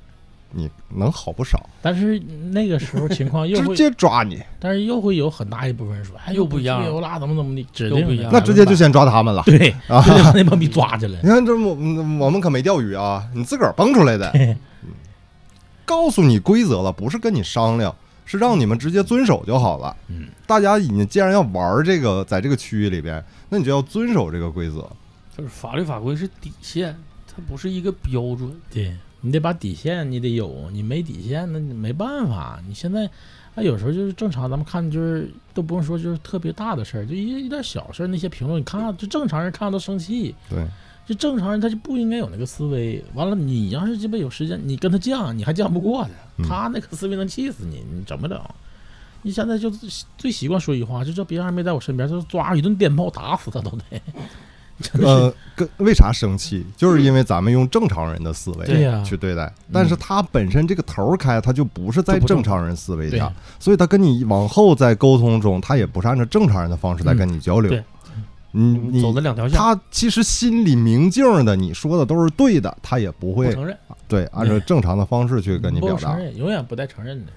S2: 你能好不少，
S4: 但是那个时候情况又
S2: 直
S4: 会，
S2: 接抓你，
S4: 但是又会有很大一部分人说，哎，
S5: 又不一样
S4: 自由啦，怎么怎么的，指
S5: 又
S4: 定
S5: 不一
S4: 的
S5: 样
S2: 那直接就先抓他们 了。
S4: 对，
S2: 啊
S4: 就得把那帮逼抓起来
S2: 你。看这我嗯我们可没钓鱼啊，你自个儿蹦出来的，嗯告诉你规则了，不是跟你商量，是让你们直接遵守就好了。
S4: 嗯，
S2: 大家已经既然要玩这个，在这个区域里边，那你就要遵守这个规则。
S5: 就是法律法规是底线，它不是一个标准。
S4: 对你得把底线你得有，你没底线那你没办法。你现在啊，有时候就是正常，咱们看就是都不用说，就是特别大的事儿，就一一点小事儿，那些评论你看，就正常人看到都生气。
S2: 对，
S4: 就正常人他就不应该有那个思维。完了，你要是鸡巴有时间，你跟他犟，你还犟不过
S2: 嗯
S4: 他，他那个思维能气死你，你整不了。你现在就最习惯说一句话，就这别人还没在我身边，就抓一顿电炮打死他都得。真的
S2: 呃，跟为啥生气？就是因为咱们用正常人的思
S4: 对
S2: 维
S4: 呀嗯
S2: 去对待，但是他本身这个头儿开，他就不是在
S4: 就不正
S2: 正常人思维
S4: 对
S2: 下，所以他跟你往后在沟通中，他也不是按照正常人的方式在跟你交流
S4: 嗯对。嗯
S2: 你
S5: 你走
S2: 你
S5: 的两条线，
S2: 他其实心里明镜的，你说的都是对的，他也不
S5: 不
S2: 会
S5: 承认，
S2: 对按照正常的方式去跟你
S4: 不
S2: 表
S4: 承
S2: 达。
S4: 认，永远不带承认的。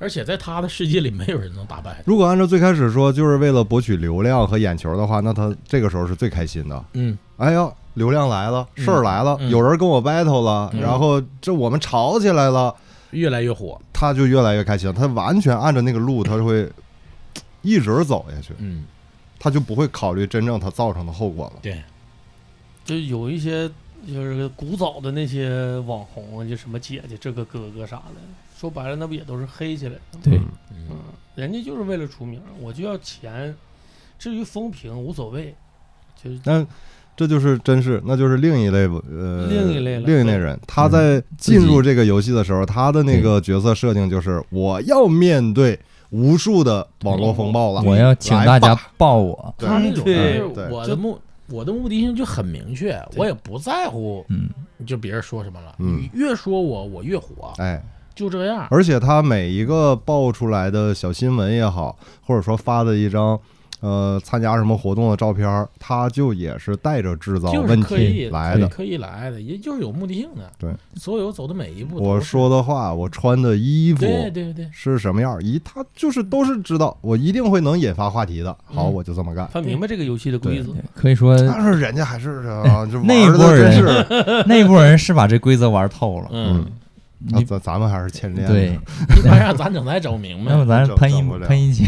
S4: 而且在他的世界里，没有人能打败他。
S2: 如果按照最开始说，就是为了博取流量和眼球的话，那他这个时候是最开心的。
S4: 嗯，
S2: 哎呀，流量来了，
S4: 嗯
S2: 事儿来了，
S4: 嗯
S2: 有人跟我 battle 了，
S4: 嗯
S2: 然后这我们吵起来了，
S4: 越来越火。
S2: 他就越来越开心，他完全按照那个路，他就会嘖一直走下去，
S4: 嗯，
S2: 他就不会考虑真正他造成的后果了。
S4: 对，
S5: 就有一些就是古早的那些网红啊，就什么姐姐、这个哥哥啥的，说白了那不也都是黑起来的吗？
S3: 对
S2: 嗯
S5: 嗯，人家就是为了出名，我就要钱，至于风评无所谓，就是
S2: 但这就是真是，那就是另一类呃，
S5: 另一类了
S2: 另一类人。他在进入这个游戏的时候，他的那个角色设定就是我要面对无数的网络风暴了，
S3: 嗯我要请大
S2: 来
S3: 家
S2: 吧
S3: 抱我。
S2: 对
S4: 他那种
S5: 对
S4: 就是我
S5: 对
S4: 的目我的目的性就很明确，我也不在乎
S3: 嗯，
S4: 就别人说什么了。
S2: 嗯
S4: 你越说我，我越火，
S2: 哎，
S4: 就这样。
S2: 而且他每一个爆出来的小新闻也好，或者说发的一张呃参加什么活动的照片儿，他就也是带着制造
S4: 就是
S2: 问
S4: 刻意
S2: 题来的。
S4: 刻意来的，也就是有目的性的。
S2: 对，
S4: 所有走的每一步都是，
S2: 我说的话，我穿的衣服
S4: 对对对，
S2: 是什么样儿，一他就是都是知道，我一定会能引发话题的。好，
S4: 嗯
S2: 我就这么干。
S5: 他明白这个游戏的规则
S3: 对。可以 说
S2: 但是人家还是 啊，这
S3: 那一
S2: 玩
S3: 波
S2: 的真
S3: 人
S2: 是，
S3: 那波人是把这规则玩透了。
S2: 嗯，那
S3: 你
S2: 咱咱们还是欠练。
S3: 对，，
S4: 你把让咱整才整 不明
S3: 要
S4: 白。
S3: 不咱
S2: 整
S3: 喷一
S2: 整不了
S3: 喷 一期？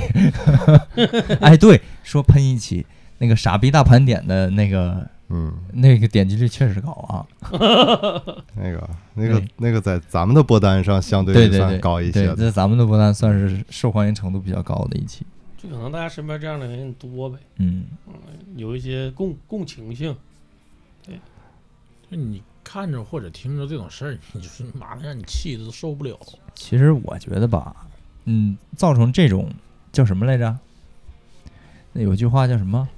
S3: 哎，对，说喷一期，那个傻逼大盘点的那个
S2: 嗯，
S3: 那个点击率确实高啊，
S2: 那个那个
S3: 对
S2: 那个在咱们的播单上相
S3: 对对
S2: 算
S3: 对，
S2: 高一
S3: 对
S2: 些的。
S3: 这咱们的播单算是受欢迎程度比较高的一期。
S5: 就可能大家身边这样的人多呗，
S3: 嗯，
S5: 有一些共共情性，
S4: 就你看着或者听着这种事儿，你就是妈的让你气的都受不了。
S3: 其实我觉得吧，嗯，造成这种叫什么来着？那有句话叫什么？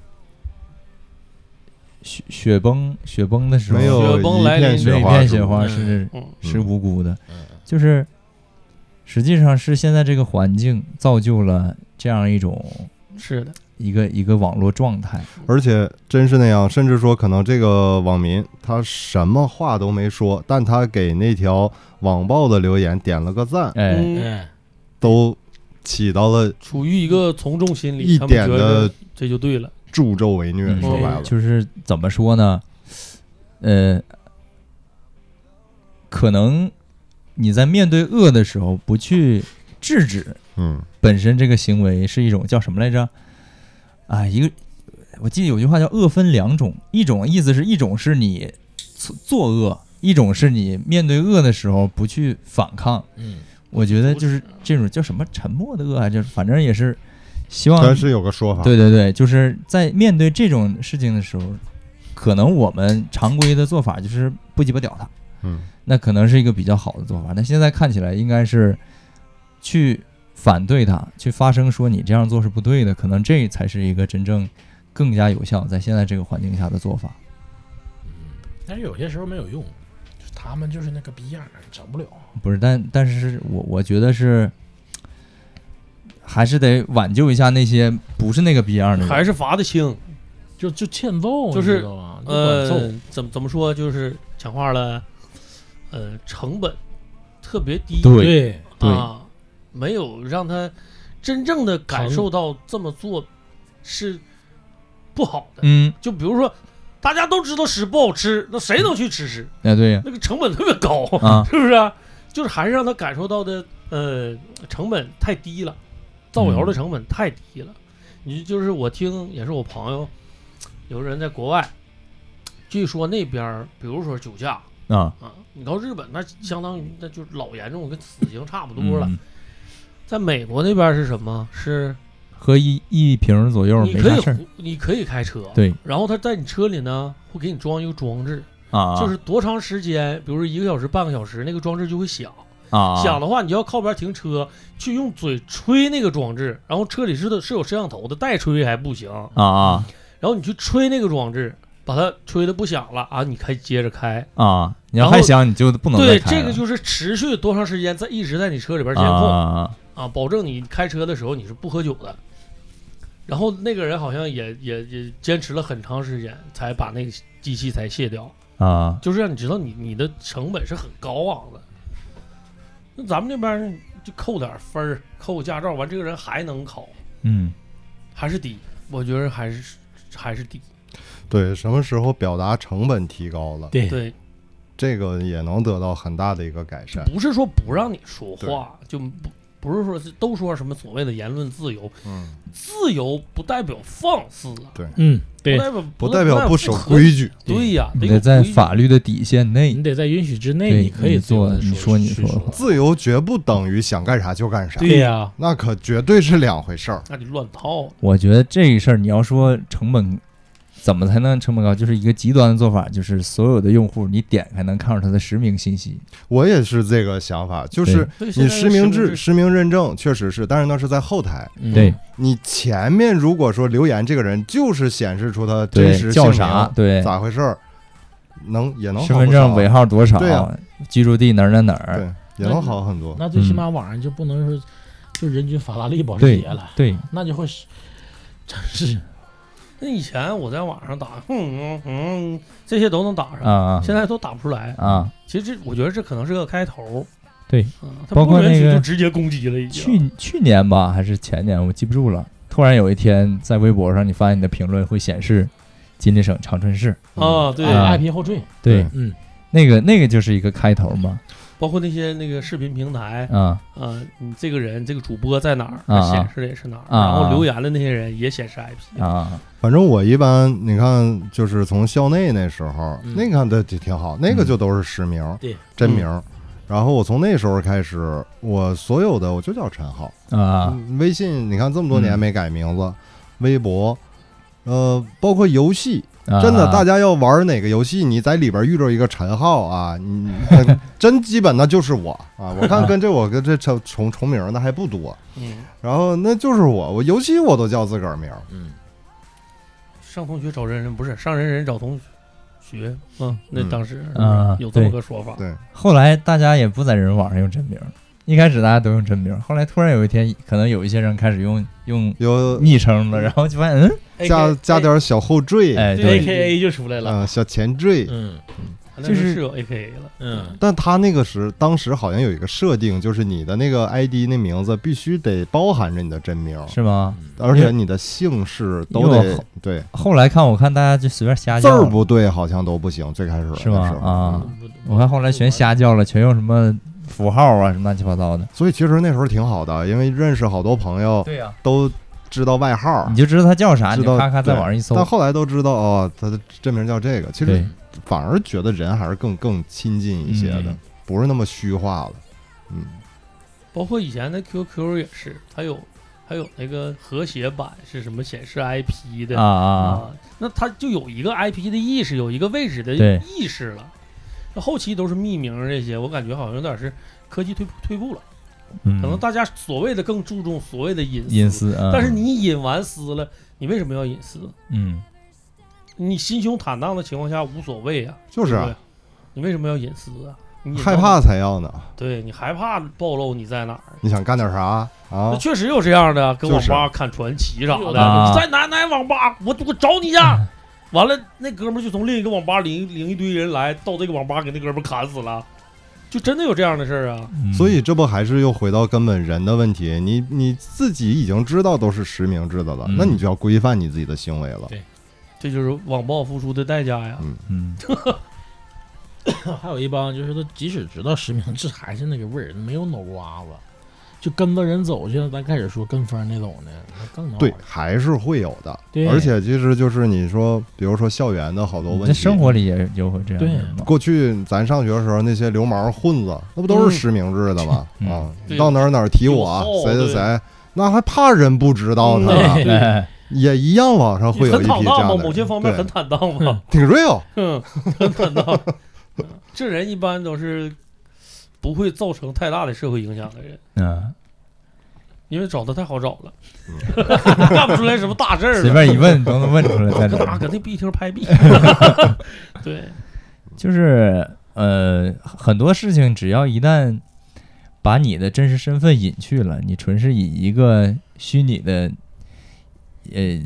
S3: 雪雪崩雪崩的时候，
S2: 没有
S5: 雪崩
S2: 一
S5: 来
S2: 片
S5: 临
S2: 雪
S3: 每
S2: 花
S3: 片
S2: 处
S3: 雪花
S4: 嗯
S3: 是
S5: 嗯，
S3: 是无辜的，
S4: 嗯，
S3: 就是实际上是现在这个环境造就了这样一种
S5: 是的，
S3: 一个一个网络状态。
S2: 而且真是那样，甚至说可能这个网民他什么话都没说，但他给那条网暴的留言点了个赞，
S3: 哎，
S5: 嗯，
S4: 哎，
S2: 都起到了
S5: 处于一个从众心理，
S2: 一
S5: 他们觉
S2: 点
S5: 得
S2: 的
S5: 这就对了，
S2: 助纣为虐。
S3: 嗯
S2: 说白了，
S3: 就是怎么说呢？呃，可能你在面对恶的时候不去制止，
S2: 嗯，
S3: 本身这个行为是一种叫什么来着？啊，一个我记得有句话叫“恶分两种”，一种意思是一种是你作作恶，一种是你面对恶的时候不去反抗。
S4: 嗯，
S3: 我觉得就是这种叫什么沉默的恶啊，就是反正也是希望
S2: 但是有个说法，
S3: 嗯对对对，就是在面对这种事情的时候，可能我们常规的做法就是不鸡巴屌他，
S2: 嗯，
S3: 那可能是一个比较好的做法。那现在看起来应该是去反对他，去发声说你这样做是不对的，可能这才是一个真正更加有效在现在这个环境下的做法。
S4: 但是有些时候没有用，就是他们就是那个逼样儿，整不了。
S3: 不是，但但是我我觉得是。还是得挽救一下那些不是那个逼样的人，
S5: 还是罚的轻。
S4: 就就欠揍，
S5: 就是
S4: 你知道吧？就管
S5: 呃
S4: 揍，，
S5: 怎么怎么说，就是讲话了，呃，成本特别低，
S3: 对
S4: 对，
S3: 对
S5: 啊，没有让他真正的感受到这么做是不好的。
S3: 嗯，
S5: 就比如说，大家都知道屎不好吃，那谁能去吃屎？
S3: 哎对呀，
S5: 那个成本特别高，
S3: 啊
S5: 是不是、啊？就是还是让他感受到的，呃，成本太低了，造谣的成本太低
S3: 嗯
S5: 了。你就是我听，也是我朋友，有人在国外，据说那边儿比如说酒驾
S3: 啊，
S5: 啊，你到日本那相当于那就老严重，跟死刑差不多了。
S3: 嗯
S5: 在美国那边是什么？是
S3: 喝一一瓶左右
S5: 你
S3: 没
S5: 可
S3: 啥
S5: 以
S3: 事儿
S5: 胡你可以开车，
S3: 对
S5: 然后他在你车里呢会给你装一个装置，
S3: 啊，
S5: 就是多长时间，比如说一个小时、半个小时，那个装置就会响。
S3: 啊
S5: 响的话，你就要靠边停车，去用嘴吹那个装置，然后车里是的是有摄像头的，代吹还不行，
S3: 啊啊
S5: 然后你去吹那个装置，把它吹的不响了啊，你开接着开。
S3: 啊！你要
S5: 然后
S3: 还想，你就不能
S5: 对，
S3: 再开
S5: 这个
S3: 了
S5: 就是持续多长时间在一直在你车里边监控啊
S3: 啊
S5: 保证你开车的时候你是不喝酒的。然后那个人好像也也也坚持了很长时间，才把那个机器才卸掉。
S3: 啊啊
S5: 就是让你知道你你的成本是很高昂的。那咱们这边儿就扣点儿分儿，扣个驾照，完这个人还能考，
S3: 嗯
S5: 还是低，我觉得还是还是低。
S2: 对，什么时候表达成本提高了，
S4: 对
S5: 对，
S2: 这个也能得到很大的一个改善。
S5: 不是说啊不让你说话，就不不是说是都说什么所谓的言论自由，
S2: 嗯，
S5: 自由不代表放肆啊，
S4: 嗯，
S5: 不
S4: 对，
S5: 代表
S2: 不代表
S5: 不
S2: 不守规矩。
S5: 矩。对呀、
S3: 你
S5: 有
S3: 得在
S5: 规矩
S3: 法律的底线内
S4: 你得在允许之内，
S3: 对
S4: 可以
S3: 你
S4: 自由
S3: 做
S4: 地
S3: 你
S4: 说
S3: 说你
S4: 去
S3: 说的话
S2: 自由绝不等于想干啥就干啥，
S4: 对呀，
S2: 那可绝对是两回事儿。
S5: 那你乱套，
S3: 我觉得这个事儿，你要说成本怎么才能成本高，就是一个极端的做法，就是所有的用户你点开能看到他的实名信息。
S2: 我也是这个想法，就是
S5: 对现
S2: 你
S5: 在
S2: 实名制、实名认证确实是，但是那是在后台。
S4: 嗯
S3: 对
S2: 你前面如果说留言这个人就是显示出他真
S3: 对，
S2: 实
S3: 叫
S2: 姓
S3: 啥？
S2: 名
S3: 对，
S2: 咋回事儿，能也能好
S3: 身份
S2: 不
S3: 证
S2: 少
S3: 尾号多少
S2: 对呀？
S3: 居住地哪儿哪儿哪儿？
S2: 对也能好很多。
S4: 那最起码网上就不能说就人均法拉利、保时
S3: 嗯对
S4: 捷了，
S3: 对，
S4: 那就会是真 是
S5: 那以前我在网上打，嗯嗯嗯，这些都能打上，
S3: 啊
S5: 现在都打不出来。
S3: 啊！
S5: 其实这我觉得这可能是个开头。
S3: 对
S5: 嗯，他
S3: 包括
S5: 不允许
S3: 那个
S5: 就直接攻击了，已经。
S3: 去去年吧，还是前年，我记不住了。突然有一天，在微博上，你发现你的评论会显示吉林省长春市，
S2: 嗯哦
S5: 啊，对，
S3: 啊
S4: IP 后缀，
S3: 对，
S4: 嗯，
S3: 那个那个就是一个开头嘛，
S5: 包括那些那个视频平台，
S3: 啊
S5: 啊，你这个人这个主播在哪儿，
S3: 啊
S5: 它显示的也是哪儿，
S3: 啊
S5: 然后留言的那些人也显示 IP。
S3: 啊，
S2: 反正我一般，你看，就是从校内那时候，
S4: 嗯
S2: 那看的就挺好，
S3: 嗯
S2: 那个就都是实名，
S4: 对
S2: 真名。然后我从那时候开始，我所有的我就叫陈浩。
S3: 啊，
S2: 微信你看这么多年
S3: 嗯
S2: 没改名字，微博，呃，包括游戏，
S3: 啊
S2: 真的，大
S3: 家
S2: 家要玩哪个游戏，你在里边遇着一个陈浩啊，你 呃真基本那就是我啊。我看跟这我跟这重重重名的还不多，
S5: 嗯，
S2: 然后那就是我，我游戏我都叫自个儿名。
S4: 嗯，
S5: 上同学找人人不是上人人找同学，嗯，那
S2: 嗯
S5: 当时
S3: 啊
S5: 有这么
S3: 对
S5: 个说法。
S2: 对
S3: 后来大家也不在人网上用真名，一开始大家都用真名，后来突然有一天，可能有一些人开始用用
S2: 有
S3: 昵称了，然后就发现，嗯，
S5: 哎
S2: 加加点小后缀，
S3: 哎，对，
S4: 对，AKA 就出来了，
S2: 嗯，小前缀。
S4: 嗯
S5: 啊那
S3: 就是
S5: 是有 AKA 了。
S4: 嗯，
S2: 但他那个时当时好像有一个设定，就是你的那个 ID 那名字必须得包含着你的真名，
S3: 是吗？
S2: 而且你的姓氏都
S3: 因为
S2: 得
S3: 我
S2: 对，
S3: 后来看我看大家就随便瞎
S2: 字
S3: 叫
S2: 儿
S3: 了，
S2: 不对好像都不行。最开始的
S3: 是吗
S2: 时候
S3: 啊
S2: 嗯
S3: 我看后来全瞎叫了，全用什么符号啊，什么乱七八糟的。
S2: 所以其实那时候挺好的，因为认识好多朋友
S3: 对呀、
S2: 都知道外号儿
S3: 你，就知道他叫啥，
S2: 知
S3: 你
S2: 道
S3: 就咔咔在
S2: 对
S3: 网上一搜
S2: 但，后来都知道哦，他的真名叫这个，其实
S3: 对，
S2: 反而觉得人还是更更亲近一些的
S3: 嗯，
S2: 不是那么虚化了。嗯，
S5: 包括以前的 QQ 也是，它有还有那个和谐版是什么显示 IP 的
S3: 啊啊，
S5: 啊，那它就有一个 IP 的意识，有一个位置的
S3: 对
S5: 意识了。那后期都是匿名这些，我感觉好像有点是科技退步退步了，
S3: 嗯
S5: 可能大家所谓的更注重所谓的隐私。
S3: 隐私，嗯
S5: 但是你隐完私了，你为什么要隐私？
S3: 嗯，
S5: 你心胸坦荡的情况下无所谓啊，
S2: 就是
S5: 对
S2: 啊
S5: 不对你为什么要隐私啊？你隐
S2: 害
S5: 到
S2: 怕才要呢。
S5: 对你害怕暴露你在哪儿？
S2: 你想干点啥
S5: 那
S2: 啊？
S5: 确实有这样的，跟
S2: 就
S5: 网
S2: 是
S5: 吧看传奇啥
S4: 有
S5: 的，
S4: 的
S3: 啊
S5: 在哪哪网吧，我我找你去。
S2: 啊
S5: 完了，那哥们儿就从另一个网吧领领一堆人来到这个网吧，给那哥们儿砍死了，就真的有这样的事儿啊！
S3: 嗯
S2: 所以这不还是又回到根本人的问题？你你自己已经知道都是实名制的了，
S3: 嗯
S2: 那你就要规范你自己的行为了。
S5: 这就是网暴付出的代价呀。
S3: 嗯
S4: 还有一帮就是他即使知道实名制还是那个味儿，没有脑瓜子，就跟着人走。现在咱开始说跟风那种的，那更闹
S2: 对
S4: 玩，
S2: 还是会有的。
S4: 对
S2: 而且其实就是你说，比如说校园的好多问
S3: 在
S2: 题，
S3: 嗯生活里也有这样的
S4: 对
S3: 人吗？
S2: 过去咱上学的时候，那些流氓混子，那不都是
S5: 嗯
S2: 实名制的吗？
S3: 嗯
S2: 啊，
S5: 对
S2: 到哪儿哪儿提
S5: 有
S2: 我
S5: 号，
S2: 谁谁
S5: 对
S2: 谁，那还怕人不知道他
S4: 嗯
S2: 呀？
S4: 对
S3: 哎，
S2: 也一样，网上嗯会有
S5: 很
S2: 一批
S5: 坦
S2: 这
S5: 荡
S2: 样
S5: 吗？
S2: 的
S5: 某
S2: 人，
S5: 些方面
S2: 对
S5: 很坦荡吗？
S2: 挺 real。
S5: 嗯，很坦荡。 嗯这人一般都是不会造成太大的社会影响的人，
S3: 嗯，
S5: 因为找的太好找了，
S2: 嗯
S5: 干不出来什么大事儿
S3: 随
S5: 了。
S3: 便一问都能问出来，在这
S5: 搁哪
S3: 儿
S5: 搁那壁厅拍壁？对，
S3: 就是呃，很多事情只要一旦把你的真实身份隐去了，你纯是以一个虚拟的，呃，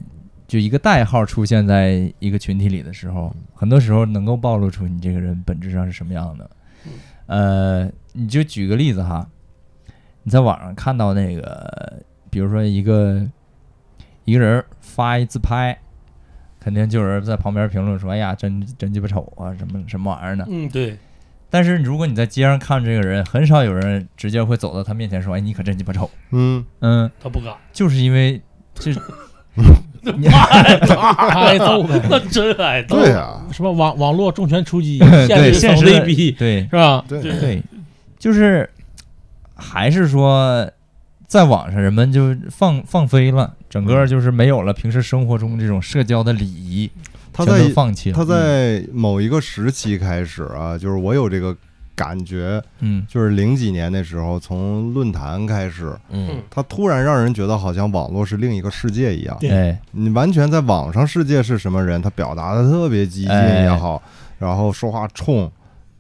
S3: 就一个代号出现在一个群体里的时候，很多时候能够暴露出你这个人本质上是什么样的。呃，你就举个例子哈，你在网上看到那个，比如说一个一个人发一自拍，肯定就有人在旁边评论说：“哎呀，真真鸡巴丑啊，什么什么玩意儿呢
S5: 嗯，对。？”
S3: 但是如果你在街上看这个人，很少有人直接会走到他面前说：“哎，你可真鸡巴丑。
S2: 嗯，”
S3: 嗯，
S5: 他不敢，
S3: 就是因为这，你
S4: 挨揍呗，
S5: 那 真挨揍。
S2: 对呀，
S4: 什么网网络重拳出击，
S3: 对
S4: 现
S3: 现实
S4: 实扫
S3: 的
S4: 地逼，
S3: 对
S4: 是吧？
S2: 对，
S3: 对，就是还是说，在网上人们就放放飞了，整个就是没有了平时生活中这种社交的礼仪，
S2: 他
S3: 全
S2: 在
S3: 都放弃了。
S2: 他在某一个时期开始啊，就是我有这个感觉，
S3: 嗯
S2: 就是零几年那时候，从论坛开始，
S5: 嗯
S2: 他突然让人觉得好像网络是另一个世界一样。
S4: 对
S3: 哎
S2: 你完全在网上世界是什么人，他表达的特别激进也好，然后说话冲，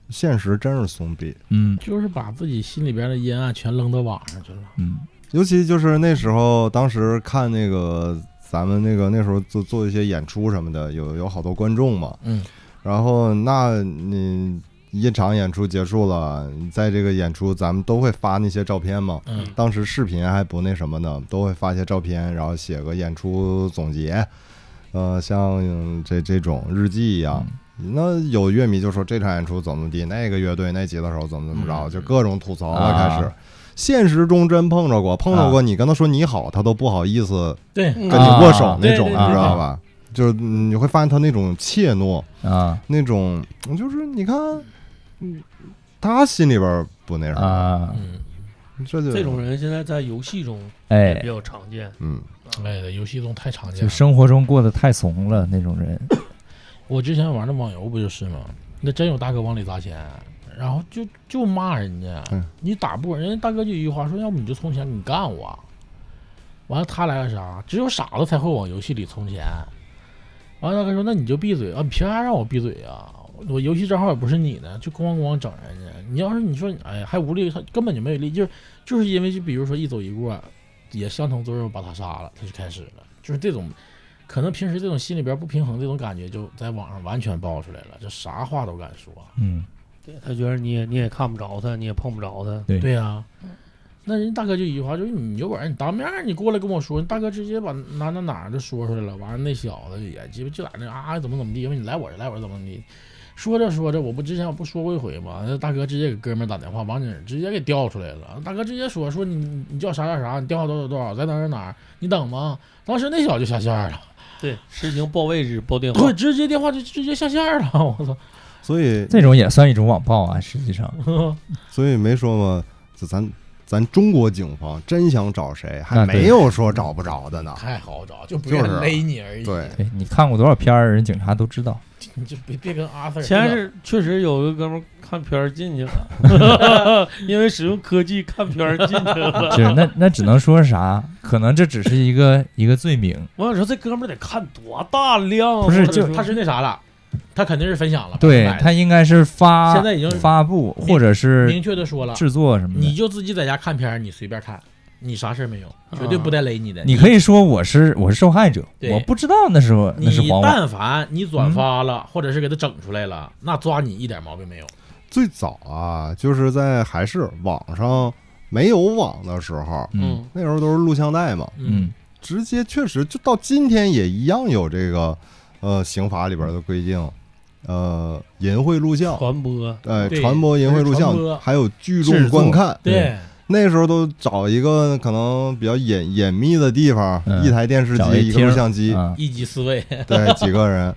S2: 现实真是怂逼。
S3: 嗯
S4: 就是把自己心里边的阴暗全扔到网上去了。
S3: 嗯
S2: 尤其就是那时候，当时看那个咱们那个那时候做做一些演出什么的，有有好多观众嘛，
S4: 嗯，
S2: 然后那你一场演出结束了，你在这个演出咱们都会发那些照片嘛，
S4: 嗯
S2: 当时视频还不那什么呢，都会发一些照片，然后写个演出总结，呃，像嗯这这种日记一样。
S4: 嗯
S2: 那有乐迷就说这场演出怎么地，那个乐队那吉他手怎么怎么着，
S4: 嗯
S2: 就各种吐槽了。
S3: 啊
S2: 开始，现实中真碰着过，碰着过，你跟他说你好，他都不好意思
S4: 对，
S2: 跟你握手
S3: 啊
S2: 那种，
S5: 对对
S2: 你
S3: 对
S2: 知道吧？就是嗯你会发现他那种怯懦，
S3: 啊
S2: 那种就是你看，嗯他心里边不那什么，
S3: 啊
S4: 嗯，
S2: 这就
S5: 这种人现在在游戏中也
S3: 哎
S5: 比，较常见。
S2: 嗯。
S4: 哎，游戏中太常见
S3: 就
S4: 了。
S3: 生活中过得太怂了那种人，
S4: 我之前玩的网游不就是吗？那真有大哥往里砸钱，然后就就骂人家
S2: 嗯，
S4: 你打不过人家大哥就一句话说，要不你就充钱，你干我。完了他来个啥？只有傻子才会往游戏里充钱。完了大哥说，那你就闭嘴啊！你凭啥让我闭嘴啊？我游戏账号也不是你的，就咣咣整人家。你要是你说，哎呀，还无力，他根本就没有力，就是就是因为就比如说一走一过，也相同作用把他杀了，他就开始了，就是这种可能平时这种心里边不平衡这种感觉，就在网上完全爆出来了，就啥话都敢说。
S3: 嗯，
S5: 对他觉得你也你也看不着他，你也碰不着他。
S3: 对
S4: 对呀、那人大哥就一句话，就是你有本事你当面儿你过来跟我说，你大哥直接把哪哪哪儿就说出来了，完了那小子也鸡巴就在那啊怎么怎么地，因为你来我这儿来我这儿怎么怎么地，说着说着，我不之前我不说过一回吗？那大哥直接给哥们儿打电话，王景直接给调出来了。大哥直接说说你你叫啥啥啥，你电话多少多少，在哪儿哪儿哪儿，你等吗？当时那小子就下线了，
S5: 对，实行报位置、报电话
S4: 对，，直接电话就直接下线了。我操！
S2: 所以
S3: 这种也算一种网暴啊，实际上
S2: 所以没说嘛，这咱咱中国警方真想找谁，还
S3: 那啊对
S2: 没有说找不着的
S5: 哎
S2: 呢。
S4: 太好找，就不
S2: 就是
S4: 愿
S2: 啊
S4: 勒你而已。
S2: 对，
S3: 对你看过多少片儿，人警察都知 道。
S4: 你就别别跟阿 Sir
S5: 前
S4: 真的
S5: 是确实有个哥们儿看片儿进去 了，因为使用科技看片儿进去了。
S3: 就是那那只能说啥？可能这只是一 个一个罪名，
S5: 我想说这哥们儿得看多大量啊，
S3: 不是
S5: 我
S3: 就
S5: 说
S4: 他是那啥了，他肯定是分享了。
S3: 对
S4: 买的
S3: 他应该是发
S4: 现在已经
S3: 发布或者是
S4: 明确的说了，
S3: 制作什么
S4: 你
S3: 的。
S4: 就自己在家看片儿，你随便看，你啥事儿没有，绝对不
S5: 嗯
S4: 带勒你的。
S3: 你可以说我是我是受害者，
S4: 对
S3: 我不知道那时候那
S4: 你
S3: 是黄嗯网，
S4: 但凡你转发了，或者是给他整出来了，那抓你一点毛病没有。
S2: 最早啊，就是在还是网上没有网的时候，
S3: 嗯
S5: 嗯，
S2: 那时候都是录像带嘛，
S3: 嗯，
S2: 直接确实就到今天也一样有这个呃刑法里边的规定，呃淫秽录像。
S5: 传播
S2: 呃，
S4: 对
S2: 传播淫秽录
S4: 传播
S2: 像，还有聚
S3: 制
S2: 众
S3: 作
S2: 观看，
S4: 对，
S2: 那时候都找一个可能比较隐隐秘的地方，
S3: 嗯
S2: 一台电视机
S3: 找，一
S2: 一个
S3: 厅
S2: 录像机，
S3: 啊，
S4: 一级思维，
S2: 对，几个人，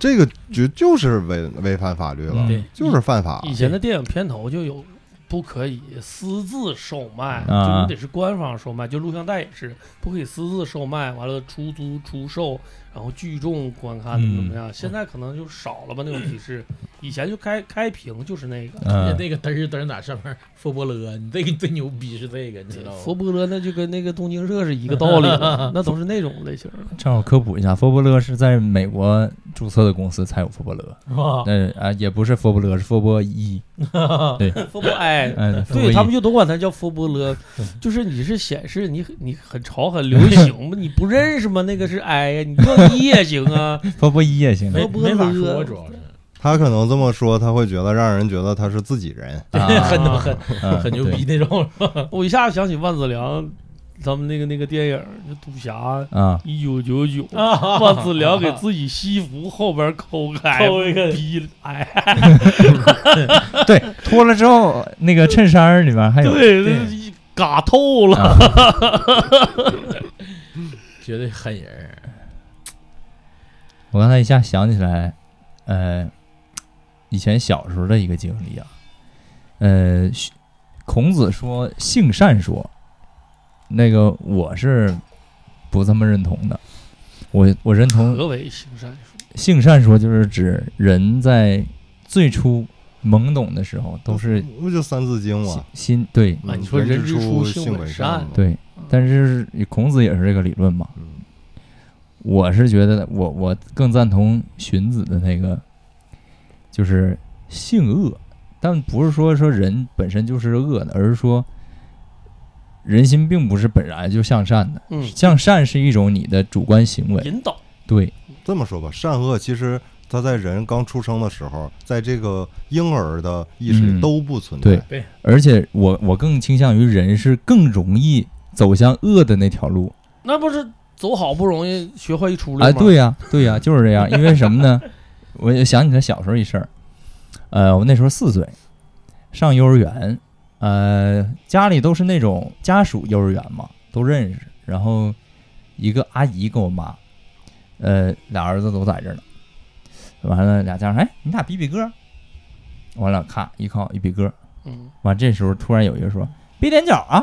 S2: 这个就就是违违反法律了，
S3: 嗯
S4: 对
S2: 就是犯法。
S5: 以前的电影片头就有。不可以私自售卖，
S3: 啊
S5: 就你得是官方售卖，就录像带也是不可以私自售卖。完了出租出售，然后聚众观看怎么怎么
S3: 嗯
S5: 样？现在可能就少了吧那种提示，以前就开开屏就是那个，
S3: 嗯，
S4: 那个嘚儿嘚儿在上面佛波勒，你这个最牛逼是这个，你知道
S5: 佛
S4: 吗？
S5: 波勒那就跟那个东京热是一个道理 了，那都是那种类型的。
S3: 正好科普一下，佛伯勒是在美国注册的公司才有佛伯勒，
S4: 哇
S3: 那啊也不是佛伯勒，是佛伯一，
S5: 佛波哎，
S3: 嗯，佛伯
S5: 对他们
S3: 一
S5: 就都管它叫佛波勒，就是你是显示你很你很潮很流行吗？你不认识吗？那个是哎呀，你叫一也行啊。
S3: 佛伯一也行
S4: 没
S5: 佛波
S4: 没
S5: 勒
S4: 法说，主要是
S2: 他可能这么说，他会觉得让人觉得他是自己人。
S3: 啊
S4: 很很
S3: 嗯
S4: 很牛
S3: 对
S4: 逼那种。
S5: 我一下子想起万梓良，咱们那个那个电影就赌侠。
S3: 啊，
S5: 一九九九，万梓良给自己西服后边抠开，
S4: 抠一个
S5: 逼哎，
S3: 对，脱了之后那个衬衫儿里面还有
S5: 对，
S4: 对
S5: 那一嘎透了。
S3: 啊，
S4: 绝对狠人儿，
S3: 我刚才一下想起来，呃，以前小时候的一个经历啊，呃，学孔子说性善说，那个我是不这么认同的，我我认同
S5: 何为行善术？
S3: 性善说就是指人在最初懵懂的时候都是
S2: 不就《三字经》
S3: 心
S2: 吗？嗯
S3: 心对
S5: 啊你说
S2: 人
S5: 人之初
S2: 初，
S5: 性
S2: 性
S5: 本
S2: 本
S5: 善
S2: 嘛。
S3: 对，但是孔子也是这个理论嘛，
S2: 嗯，
S3: 我是觉得我我更赞同荀子的那个，就是性恶，但不是说说人本身就是恶的，而是说人心并不是本来就向善的，
S5: 嗯，
S3: 向善是一种你的主观行为，
S5: 引导。
S3: 对，
S2: 这么说吧，善恶其实他在人刚出生的时候，在这个婴儿的意识
S3: 嗯
S2: 里都不存在。
S3: 对而且我我更倾向于人是更容易走向恶的那条路，
S5: 那不是走好不容易学坏一出溜
S3: 哎，
S5: 吗？
S3: 对呀、对呀、就是这样，因为什么呢？我就想起来小时候一事儿，呃，我那时候四岁，上幼儿园，呃，家里都是那种家属幼儿园嘛，都认识。然后一个阿姨跟我妈，呃，俩儿子都在这儿呢。完了，俩家长，哎，你俩比比个儿。完了，咔一靠一比个儿。
S5: 嗯，
S3: 完，这时候突然有一个说别踮脚啊！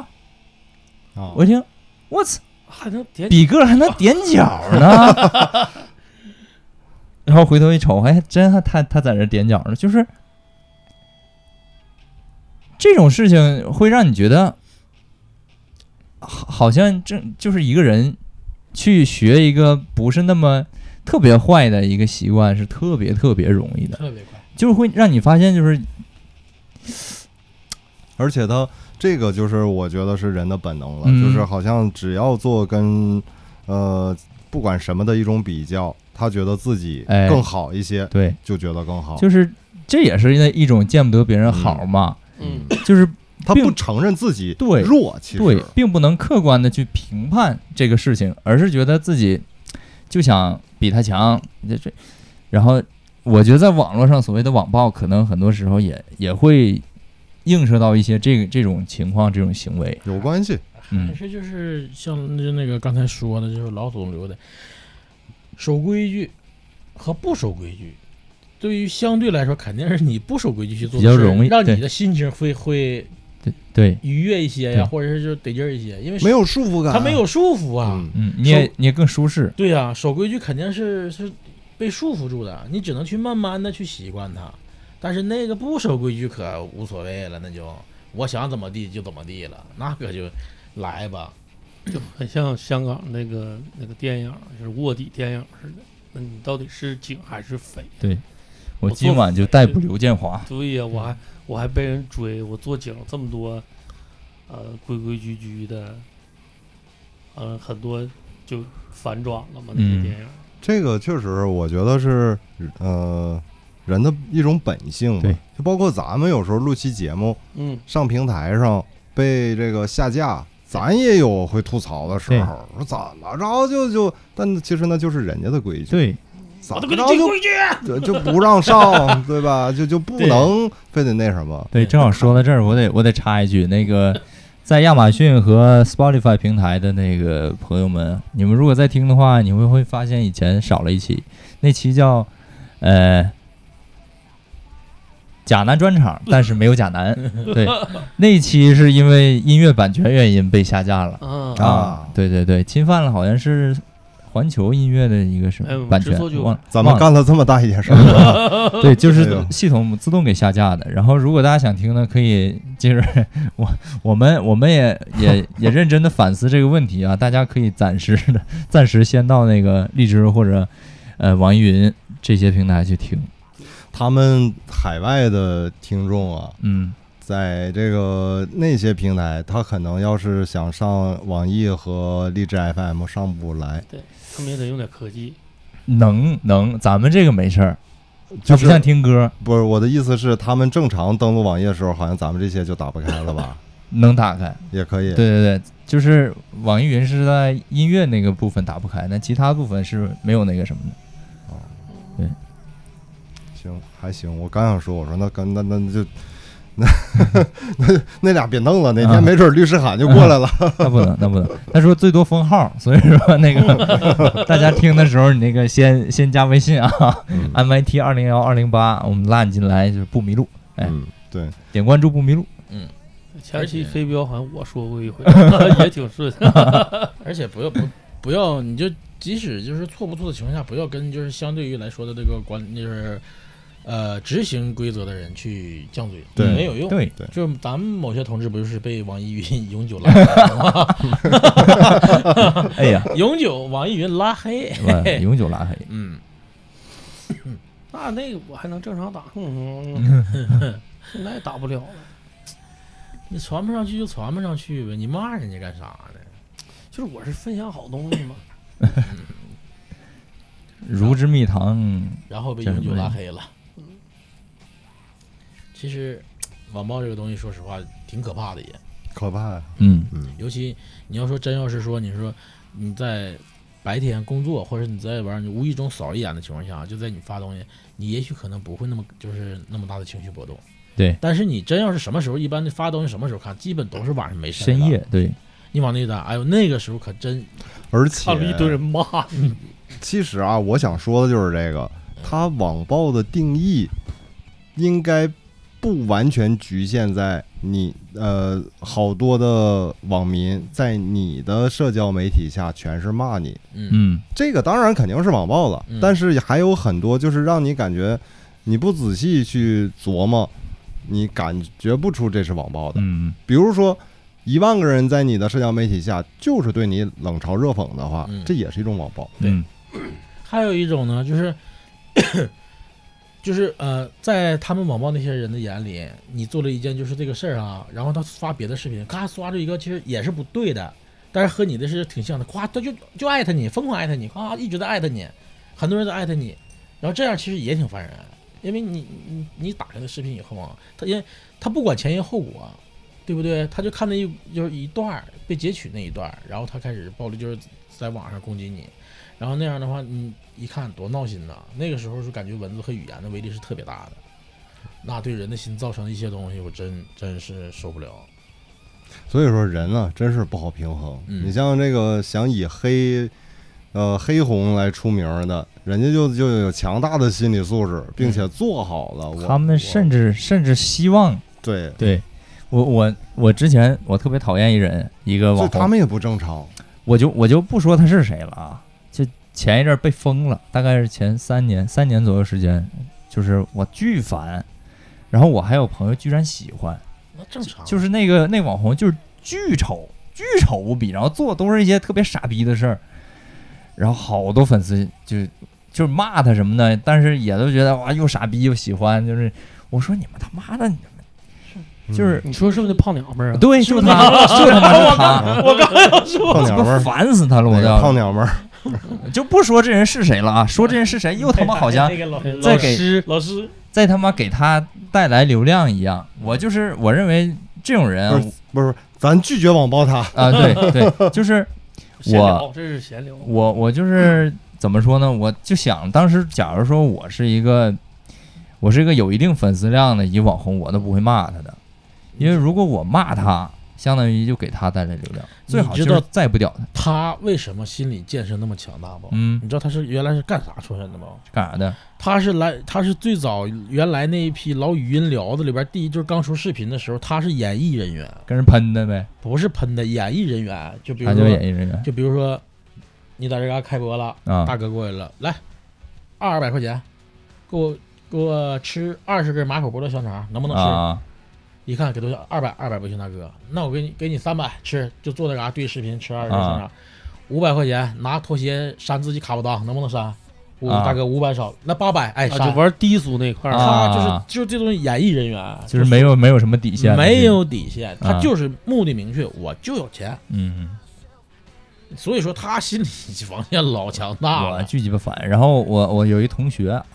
S2: 啊，
S3: 我一听，我操！
S5: 还能 点
S3: 比个还能点脚呢。 然后回头一瞅，哎，真还他他在这点脚呢，就是这种事情会让你觉得，好好像这就是一个人去学一个不是那么特别坏的一个习惯，是特别特别容易的，
S4: 特别快。
S3: 就是会让你发现，就是
S2: 而且他这个就是我觉得是人的本能了，
S3: 嗯
S2: 就是好像只要做跟呃不管什么的一种比较，他觉得自己
S3: 哎
S2: 更好一些，
S3: 对，
S2: 就觉得更好。
S3: 就是这也是一种见不得别人好嘛，
S5: 嗯，
S3: 就是
S2: 他
S3: 并
S2: 不承认自己
S3: 对
S2: 弱，其实
S3: 对，并不能客观的去评判这个事情，而是觉得自己就想比他强，这这，然后我觉得在网络上所谓的网暴，可能很多时候也也会映射到一些这个这种情况、这种行为。
S2: 有关系，
S3: 嗯
S4: 但，是就是像那那个刚才说的，就是老总留的，守规矩和不守规矩，对于相对来说，肯定是你不守规矩去做
S3: 比较
S4: 的事儿
S3: 容易
S4: 让
S3: 对
S4: 你的心情会会
S3: 对对，
S4: 愉悦一些呀，
S3: 对
S4: 或者是就得劲儿一些，因为
S2: 没有束缚感啊，
S4: 他没有束缚啊。
S2: 嗯，
S3: 嗯，你也你也更舒适。
S4: 对呀、守规矩肯定是是被束缚住的，你只能去慢慢的去习惯它。但是那个不守规矩可无所谓了，那就我想怎么地就怎么地了，那可就来吧。
S5: 就很像香港那个那个电影，就是卧底电影似的。那你到底是警还是匪？
S3: 我
S5: 我
S3: 今
S5: 做
S3: 晚就逮捕刘建华。
S5: 对呀、啊我还我还被人追，我做警这么多，呃，规规矩矩的，呃，很多就反转了嘛。那
S3: 嗯
S5: 些电影，
S2: 这个确实，我觉得是呃人的一种本性吧
S3: 对，
S2: 就包括咱们有时候录期节目
S5: 嗯，
S2: 上平台上被这个下架。咱也有会吐槽的时候，说怎么着就就，但其实那就是人家的规矩，
S3: 对，
S2: 怎么着就
S5: 矩。
S2: 对就不让上，对吧？ 就就不
S3: 对
S2: 能非得那什么，
S3: 对，正好说到这儿，我得我得插一句，那 个在亚马逊和 Spotify 平台的那个朋友们，你们如果在听的话，你们会发现以前少了一期，那期叫呃假男专场，但是没有假 男。对，那期是因为音乐版权原因被下架了
S5: 啊，
S2: 啊
S3: 对对对，侵犯了好像是环球音乐的一个什
S5: 哎
S3: 么
S5: 我们
S3: 版
S5: 知
S3: 权，
S5: 错就
S3: 忘了
S2: 咱们
S3: 忘了
S2: 干了这么大一件事儿，
S3: 对，就
S2: 哎
S3: 是
S2: 呦
S3: 系统自动给下架的。然后，如果大家想听呢，可以接着我我们我们也也也认真的反思这个问题啊。大家可以暂时的暂时先到那个荔枝或者呃网易云这些平台去听。
S2: 他们海外的听众啊，
S3: 嗯，
S2: 在这个那些平台，他可能要是想上网易和荔枝 FM 上不来，
S5: 他们也得用点科技。
S3: 能能，咱们这个没事儿，它
S2: 就
S3: 不像
S2: 是
S3: 听歌
S2: 不是我的意思是，他们正常登录网页的时候，好像咱们这些就打不开了吧？
S3: 能打开。
S2: 也可以
S3: 对，对对，就是网易云是在音乐那个部分打不开，那其他部分是没有那个什么的。
S2: 行还行。我刚想说，我说那跟那那就。那那那俩别弄了，哪
S3: 啊
S2: 天没准律师函就过来了。
S3: 那不能，那不能。他说最多封号，所以说那个大家听的时候，你那个先先加微信啊
S2: 嗯
S3: ，MIT 二零幺二零八，我们拉你进来就是不迷路，哎
S2: 嗯，对，
S3: 点关注不迷路。
S5: 前期
S4: 而且
S5: 飞镖好像我说过一回， 也挺顺。
S4: 而且不要不不要，你就即使就是错不错的情况下，不要跟就是相对于来说的这个管就是呃执行规则的人去犟嘴，
S2: 对
S4: 没有用。
S3: 对，
S4: 就是咱们某些同志不就是被网易云 永久拉 黑吗？
S3: 哎 呀，
S4: 永久网易云拉黑。
S3: 完了永久拉黑。
S4: 嗯，啊
S5: 那那个我还能正常打，嗯，现在打不了了。
S4: 你传不上去就传不上去呗，你骂人家干啥呢？
S5: 就是我是分享好东西嘛，
S3: 如之蜜糖，
S4: 然后被
S3: 这是
S4: 永久
S3: 不是
S4: 拉黑了。其实，网暴这个东西，说实话挺可怕的也。
S2: 可怕呀。
S3: 嗯，
S2: 嗯，
S4: 尤其你要说真要是说你说你在白天工作，或者你在玩儿，你无意中扫一眼的情况下，就在你发东西，你也许可能不会那么就是那么大的情绪波动。
S3: 对，
S4: 但是你真要是什么时候，一般的发东西什么时候看，基本都是晚上没事儿
S3: 深
S4: 干
S3: 夜，对，
S4: 你往那一打，哎呦，那个时候可真
S2: 而且
S5: 看了一堆人骂你，
S2: 其实啊，我想说的就是这个，它网暴的定义应该不完全局限在你呃好多的网民在你的社交媒体下全是骂你，
S4: 嗯
S3: 嗯，
S2: 这个当然肯定是网暴了，
S4: 嗯
S2: 但是还有很多就是让你感觉你不仔细去琢磨，你感觉不出这是网暴的。
S3: 嗯，
S2: 比如说，一万个人在你的社交媒体下就是对你冷嘲热讽的话
S4: 嗯，
S2: 这也是一种网暴。
S4: 对
S3: 嗯，
S4: 还有一种呢，就是。 就是呃，在他们网暴那些人的眼里，你做了一件就是这个事儿啊，然后他发别的视频，咔刷着一个其实也是不对的，但是和你的是挺像的，夸他就就艾特你，疯狂艾特你，夸一直在艾特你，很多人在艾特你，然后这样其实也挺烦人，因为你你你打开那视频以后啊，他因为他不管前因后果，对不对？他就看那一就是一段儿被截取那一段儿，然后他开始暴力就是在网上攻击你，然后那样的话，你一看多闹心呐！那个时候是感觉文字和语言的威力是特别大的，那对人的心造成的一些东西，我真真是受不了。
S2: 所以说人啊，真是不好平衡。
S4: 嗯
S2: 你像这个想以黑，呃黑红来出名的，人家就就有强大的心理素质，并且做好了。我
S3: 他们甚
S2: 至
S3: 至甚至希望，
S2: 对，
S3: 对我我我之前我特别讨厌一人一
S2: 所
S3: 个网
S2: 以他
S3: 红，
S2: 们也不正常。
S3: 我就我就不说他是谁了啊，就前一阵儿被封了，大概是前三年三年左右时间，就是我巨烦，然后我还有朋友居然喜欢。
S2: 哦
S4: 那正常，
S3: 就是那个那网红就是巨丑，巨丑无比，然后做的都是一些特别傻逼的事儿，然后好多粉丝就就是骂他什么的，但是也都觉得哇又傻逼又喜欢，就是我说你们他妈的你们就是、
S5: 你说是不是那胖娘们
S2: 嗯
S5: 儿啊？
S3: 对，就他，就他妈是他。
S2: 我刚要说胖嗯
S3: 这
S2: 鸟
S3: 不
S2: 妹儿，
S3: 烦死他了！我
S2: 那个
S3: 要
S2: 胖鸟妹儿，
S3: 就不说这人是谁了啊，说这人是谁又他妈好 像
S6: 那个老
S5: 哎
S3: 再
S6: 老
S3: 给
S6: 师老师
S3: 再他妈给他带来流量一样。我就是我认为这种人啊
S2: 不是，咱拒绝网暴他。
S3: 啊，对对，就是
S5: 闲聊，这是闲聊。
S3: 我我就是怎么说呢？我就想，当时假如说我是一个，我是一个有一定粉丝量的一个网红，我都不会骂他的，因为如果我骂他，相当于就给他带来流量，
S4: 你
S3: 最好就
S4: 知
S3: 是
S4: 道
S3: 再不屌他。
S4: 他为什么心理建设那么强大不？
S3: 嗯，
S4: 你知道他是原来是干啥出身的吗？
S3: 干啥的？
S4: 他是来，他是最早原来那一批老语音聊的里边第一，就是刚出视频的时候，他是演艺人员，
S3: 跟人喷的呗，
S4: 不是喷的演艺人员。就比如
S3: 他就是
S4: 说，
S3: 演艺人员
S4: 就比如说，你在这嘎开播了，
S3: 啊
S4: 大哥过来了，来二百块钱，给我给我吃二十根马可波罗香肠，能不能吃？
S3: 啊！
S4: 一看给多少？二百，二百不行，大哥，那我给你给你三百吃，就坐那嘎对视频吃二十根
S3: 啊
S4: 香肠，五百块钱拿拖鞋扇自己卡巴裆，能不能扇？我、
S3: 啊
S4: 大哥五百少，那八百哎
S5: 啊，
S4: 扇。
S5: 就玩低俗那块儿
S3: 啊
S4: 他
S5: 了，
S4: 就是就是这种演艺人员，
S3: 就是没有没有什么底线的，
S4: 没有底线，
S3: 啊
S4: 他就是目的明确，我就有钱，
S3: 嗯，
S4: 所以说他心理防线老强大
S3: 我
S4: 了。
S3: 巨鸡巴烦。然后我我有一同学啊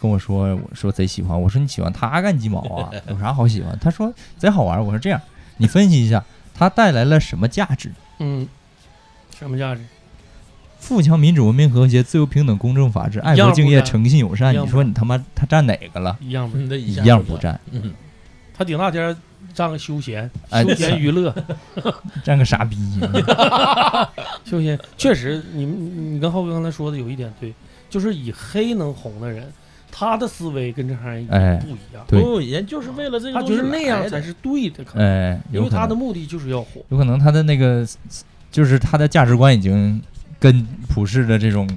S3: 跟我说，我说贼喜欢，我说你喜欢他干鸡毛 啊？有啥好喜欢？他说贼好玩儿。我说这样，你分析一下，他带来了什么价值？
S5: 嗯，什么价值？
S3: 富强、民主、文明、和谐、自由、平等、公正、法治、爱
S5: 一样
S3: 国
S5: 不
S3: 敬业、
S5: 占
S3: 诚信、友善。
S5: 一样
S3: 你
S5: 不
S3: 说你他妈他占哪个了？
S5: 一样不是？
S4: 你的
S3: 一
S4: 一
S3: 样不，占，
S4: 嗯，
S5: 他顶大尖占个休闲，
S3: 哎
S5: 休闲娱乐，
S3: 占个傻逼！
S5: 休闲确实，你们你跟浩哥刚才说的有一点对，就是以黑能红的人，他的思维跟这行人
S3: 哎
S5: 不一样，
S3: 对
S4: 不，人就是为了这个
S5: 他
S4: 东
S5: 觉
S4: 西
S5: 得那样
S4: 来的
S5: 才是对的，可能
S3: 哎，
S5: 因
S3: 有
S5: 为
S3: 可
S5: 他的
S3: 能，
S5: 目的就是要火。
S3: 有可能他的那个就是他的价值观已经跟普世的这种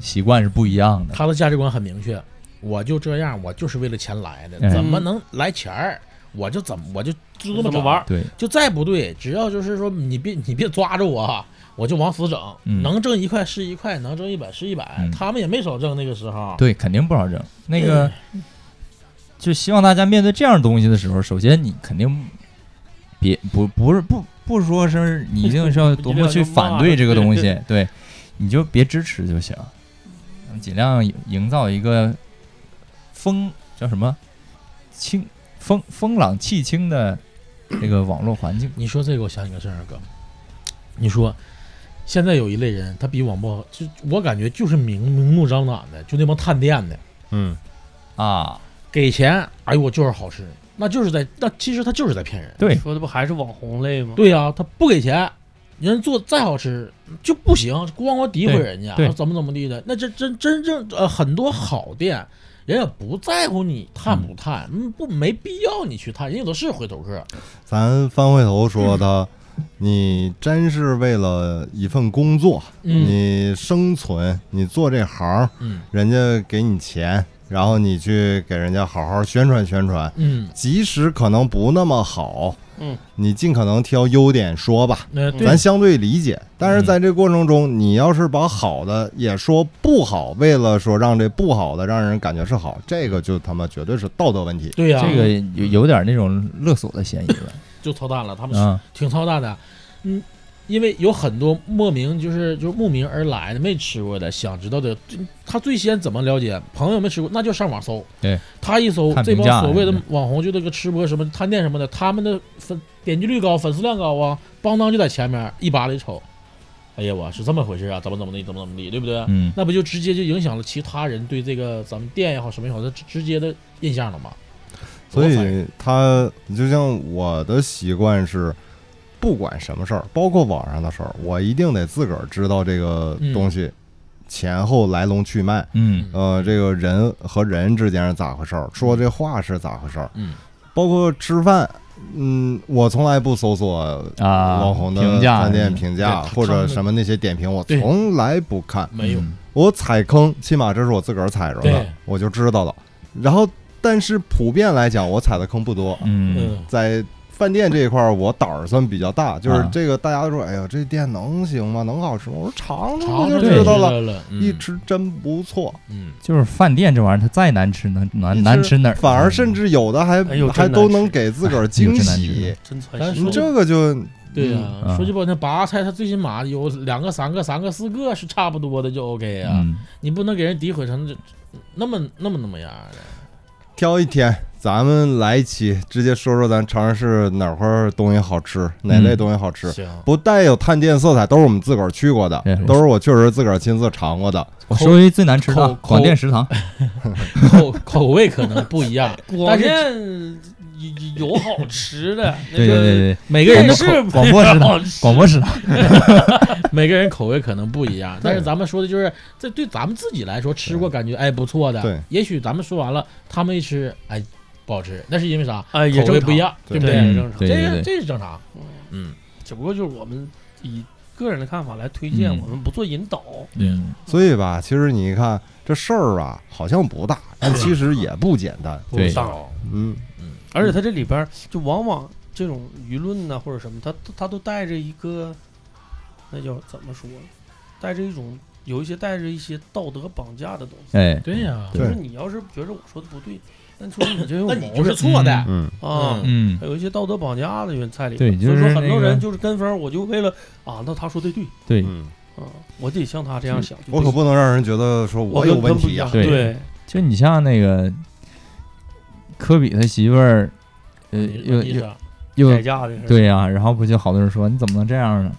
S3: 习惯是不一样的。
S4: 他的价值观很明确，我就这样，我就是为了钱来的，
S3: 哎
S4: 怎么能来钱儿，我就怎么我就就这
S5: 怎么
S4: 整
S5: 玩儿，
S3: 对，
S4: 就再不对，只要就是说你别你别抓着我啊，我就往死整，
S3: 嗯
S4: 能挣一块是一块，能挣一百是一百，
S3: 嗯
S4: 他们也没少挣那个时候。
S3: 对，肯定不好整。那个，就希望大家面对这样东西的时候，首先你肯定别不不是不不说是你一定是要多么去反对这个东西，对，你就别支持就行，尽量营造一个风叫什么清风风朗气清的这个网络环境。
S4: 你说这个，我想起个事儿，啊哥，你说现在有一类人，他比网暴，就我感觉就是明明目张胆的，就那帮探店的，
S2: 嗯，
S3: 啊，
S4: 给钱，哎呦我就是好吃，那就是在那其实他就是在骗人。
S3: 对
S5: 说的不还是网红类吗？
S4: 对呀、他不给钱，人做再好吃就不行，光光诋毁人家，
S3: 对对
S4: 怎么怎么地的。那这真真正呃很多好店，人也不在乎你探不探，嗯不没必要你去探，人家都是回头客。
S2: 咱翻回头说他，你真是为了一份工作，
S4: 嗯
S2: 你生存，你做这行，
S4: 嗯
S2: 人家给你钱，然后你去给人家好好宣传宣传，
S4: 嗯，
S2: 即使可能不那么好，
S5: 嗯，
S2: 你尽可能挑优点说吧，
S4: 那、嗯呃对
S2: 咱相对理解。但是在这过程中，你要是把好的也说不好，为了说让这不好的让人感觉是好，这个就他妈绝对是道德问题。
S4: 对呀、
S3: 这个有有点那种勒索的嫌疑了
S4: 就操蛋了，他们是
S3: 啊，
S4: 挺操蛋的。嗯，因为有很多莫名就是就是慕名而来的没吃过的，想知道的，就他最先怎么了解？朋友没吃过，那就上网搜。
S3: 对，
S4: 他一搜
S3: 看
S4: 这
S3: 评
S4: 帮
S3: 价
S4: 所谓的
S3: 是
S4: 网红，就这个吃播什么探店什么的，他们的粉点击率高，粉丝量高啊，邦当就在前面，一巴拉一瞅，哎呀，我是这么回事啊，怎么怎么地，怎么怎么地，对不对？
S3: 嗯
S4: 那不就直接就影响了其他人对这个咱们店也好什么也好，他直直接的印象了嘛？
S2: 所
S4: 多烦人
S2: 以他就像我的习惯是，不管什么事儿，包括网上的事儿，我一定得自个儿知道这个东西前后来龙去脉，
S3: 嗯
S2: 呃，这个人和人之间是咋回事儿，说这话是咋回事儿，
S4: 嗯
S2: 包括吃饭。嗯，我从来不搜索
S3: 啊
S2: 网红的
S3: 评价
S2: 饭店
S3: 嗯
S2: 评价
S4: 对他
S2: 或
S4: 他
S2: 者
S4: 们的
S2: 什么那些点评，我
S4: 对
S2: 从来不看。
S4: 没有，
S3: 嗯
S2: 我踩坑，起码这是我自个儿踩着的
S4: 对，
S2: 我就知道了。然后，但是普遍来讲，我踩的坑不多。
S3: 嗯
S4: 嗯，
S2: 在饭店这一块儿，我胆儿算比较大，就是
S3: 啊
S2: 这个大家都说，哎呀，这店能行吗？能好吃吗？我说尝尝
S4: 尝
S2: 不
S4: 尝
S2: 就
S4: 嗯就
S2: 知道了。
S4: 了，嗯
S2: 一吃真不错，
S4: 嗯，
S3: 就是饭店这玩意儿，它再难吃能
S2: 一
S3: 难
S2: 吃
S3: 难吃哪儿？嗯
S2: 反而甚至有的还
S5: 哎呦真
S2: 还
S5: 难
S2: 都
S5: 吃
S2: 能给自个儿
S3: 哎
S2: 惊
S3: 呦真难
S2: 喜
S3: 吃。
S5: 真
S4: 咱
S5: 传
S4: 说
S5: 说。，
S2: 这个就
S4: 对呀、
S3: 嗯
S4: 说句不好听，拔菜它最起码有两个、三个、三个、四个是差不多的就 OK 呀、
S3: 嗯
S4: 你不能给人诋毁成这那么那么那么样的。
S2: 挑一天，咱们来一期，直接说说咱长安市哪块儿东西好吃，哪类
S3: 嗯
S2: 东西好吃。
S4: 行，
S2: 不带有探店色彩，都是我们自个儿去过的
S3: 对，
S2: 哎都是我确实自个儿亲自尝过的。
S3: 我说一最难吃的
S4: 口
S3: 广电食堂，
S4: 口口味可能不一样
S5: 广
S4: 但是
S5: 电有有好吃的，那
S3: 对对
S5: 个
S3: 对对，
S4: 每
S5: 每
S4: 个人的口
S5: 是
S3: 广播食 堂，广播食堂，
S4: 每个人口味可能不一样，但是咱们说的就是这对咱们自己来说吃过感觉哎不错的，
S2: 对
S4: 也许咱们说完了，他们一吃哎不好吃，那是因为啥？
S5: 啊，也
S4: 口味
S5: 正
S4: 不一，样，
S2: 对
S4: 不
S5: 对也
S4: 对？
S5: 正常
S3: 对
S4: 这
S3: 对
S4: 是
S3: 对，
S4: 这是正常，嗯，
S5: 只不过就是我们以个人的看法来推荐，
S3: 嗯
S5: 我们不做引导。
S3: 嗯
S2: 所以吧，其实你看这事儿啊，好像不大，但其实也不简单。
S3: 对
S5: 当然，
S2: 嗯，
S5: 而且它这里边儿就往往这种舆论呐、或者什么，它都它都带着一个，那叫怎么说，带着一种有一些带着一些道德绑架的东西。
S3: 哎，
S4: 对呀，
S5: 就是
S2: 对
S5: 你要是觉得我说的不对，那说明你就有
S4: 那
S5: 毛
S4: 你
S5: 病
S4: 就是错的，
S2: 嗯，
S5: 啊。
S3: 嗯
S5: 还有一些道德绑架的原在里
S3: 对
S5: 边，
S3: 就是
S5: 所以说很多
S3: 那个
S5: 人就是跟风，我就为了啊，那他说的对
S3: 对，
S2: 嗯，
S5: 啊，我得像他这样想。
S2: 我可不能让人觉得说
S5: 我
S2: 我有问题啊呀、
S5: 呀，
S3: 对
S5: 对，
S3: 就你像那个科比他媳妇儿，呃，
S4: 你
S3: 又
S4: 你
S3: 又
S4: 啥？
S5: 改
S3: 又
S5: 嫁的事儿，
S3: 对呀、然后不就好多人说你怎么能这样呢？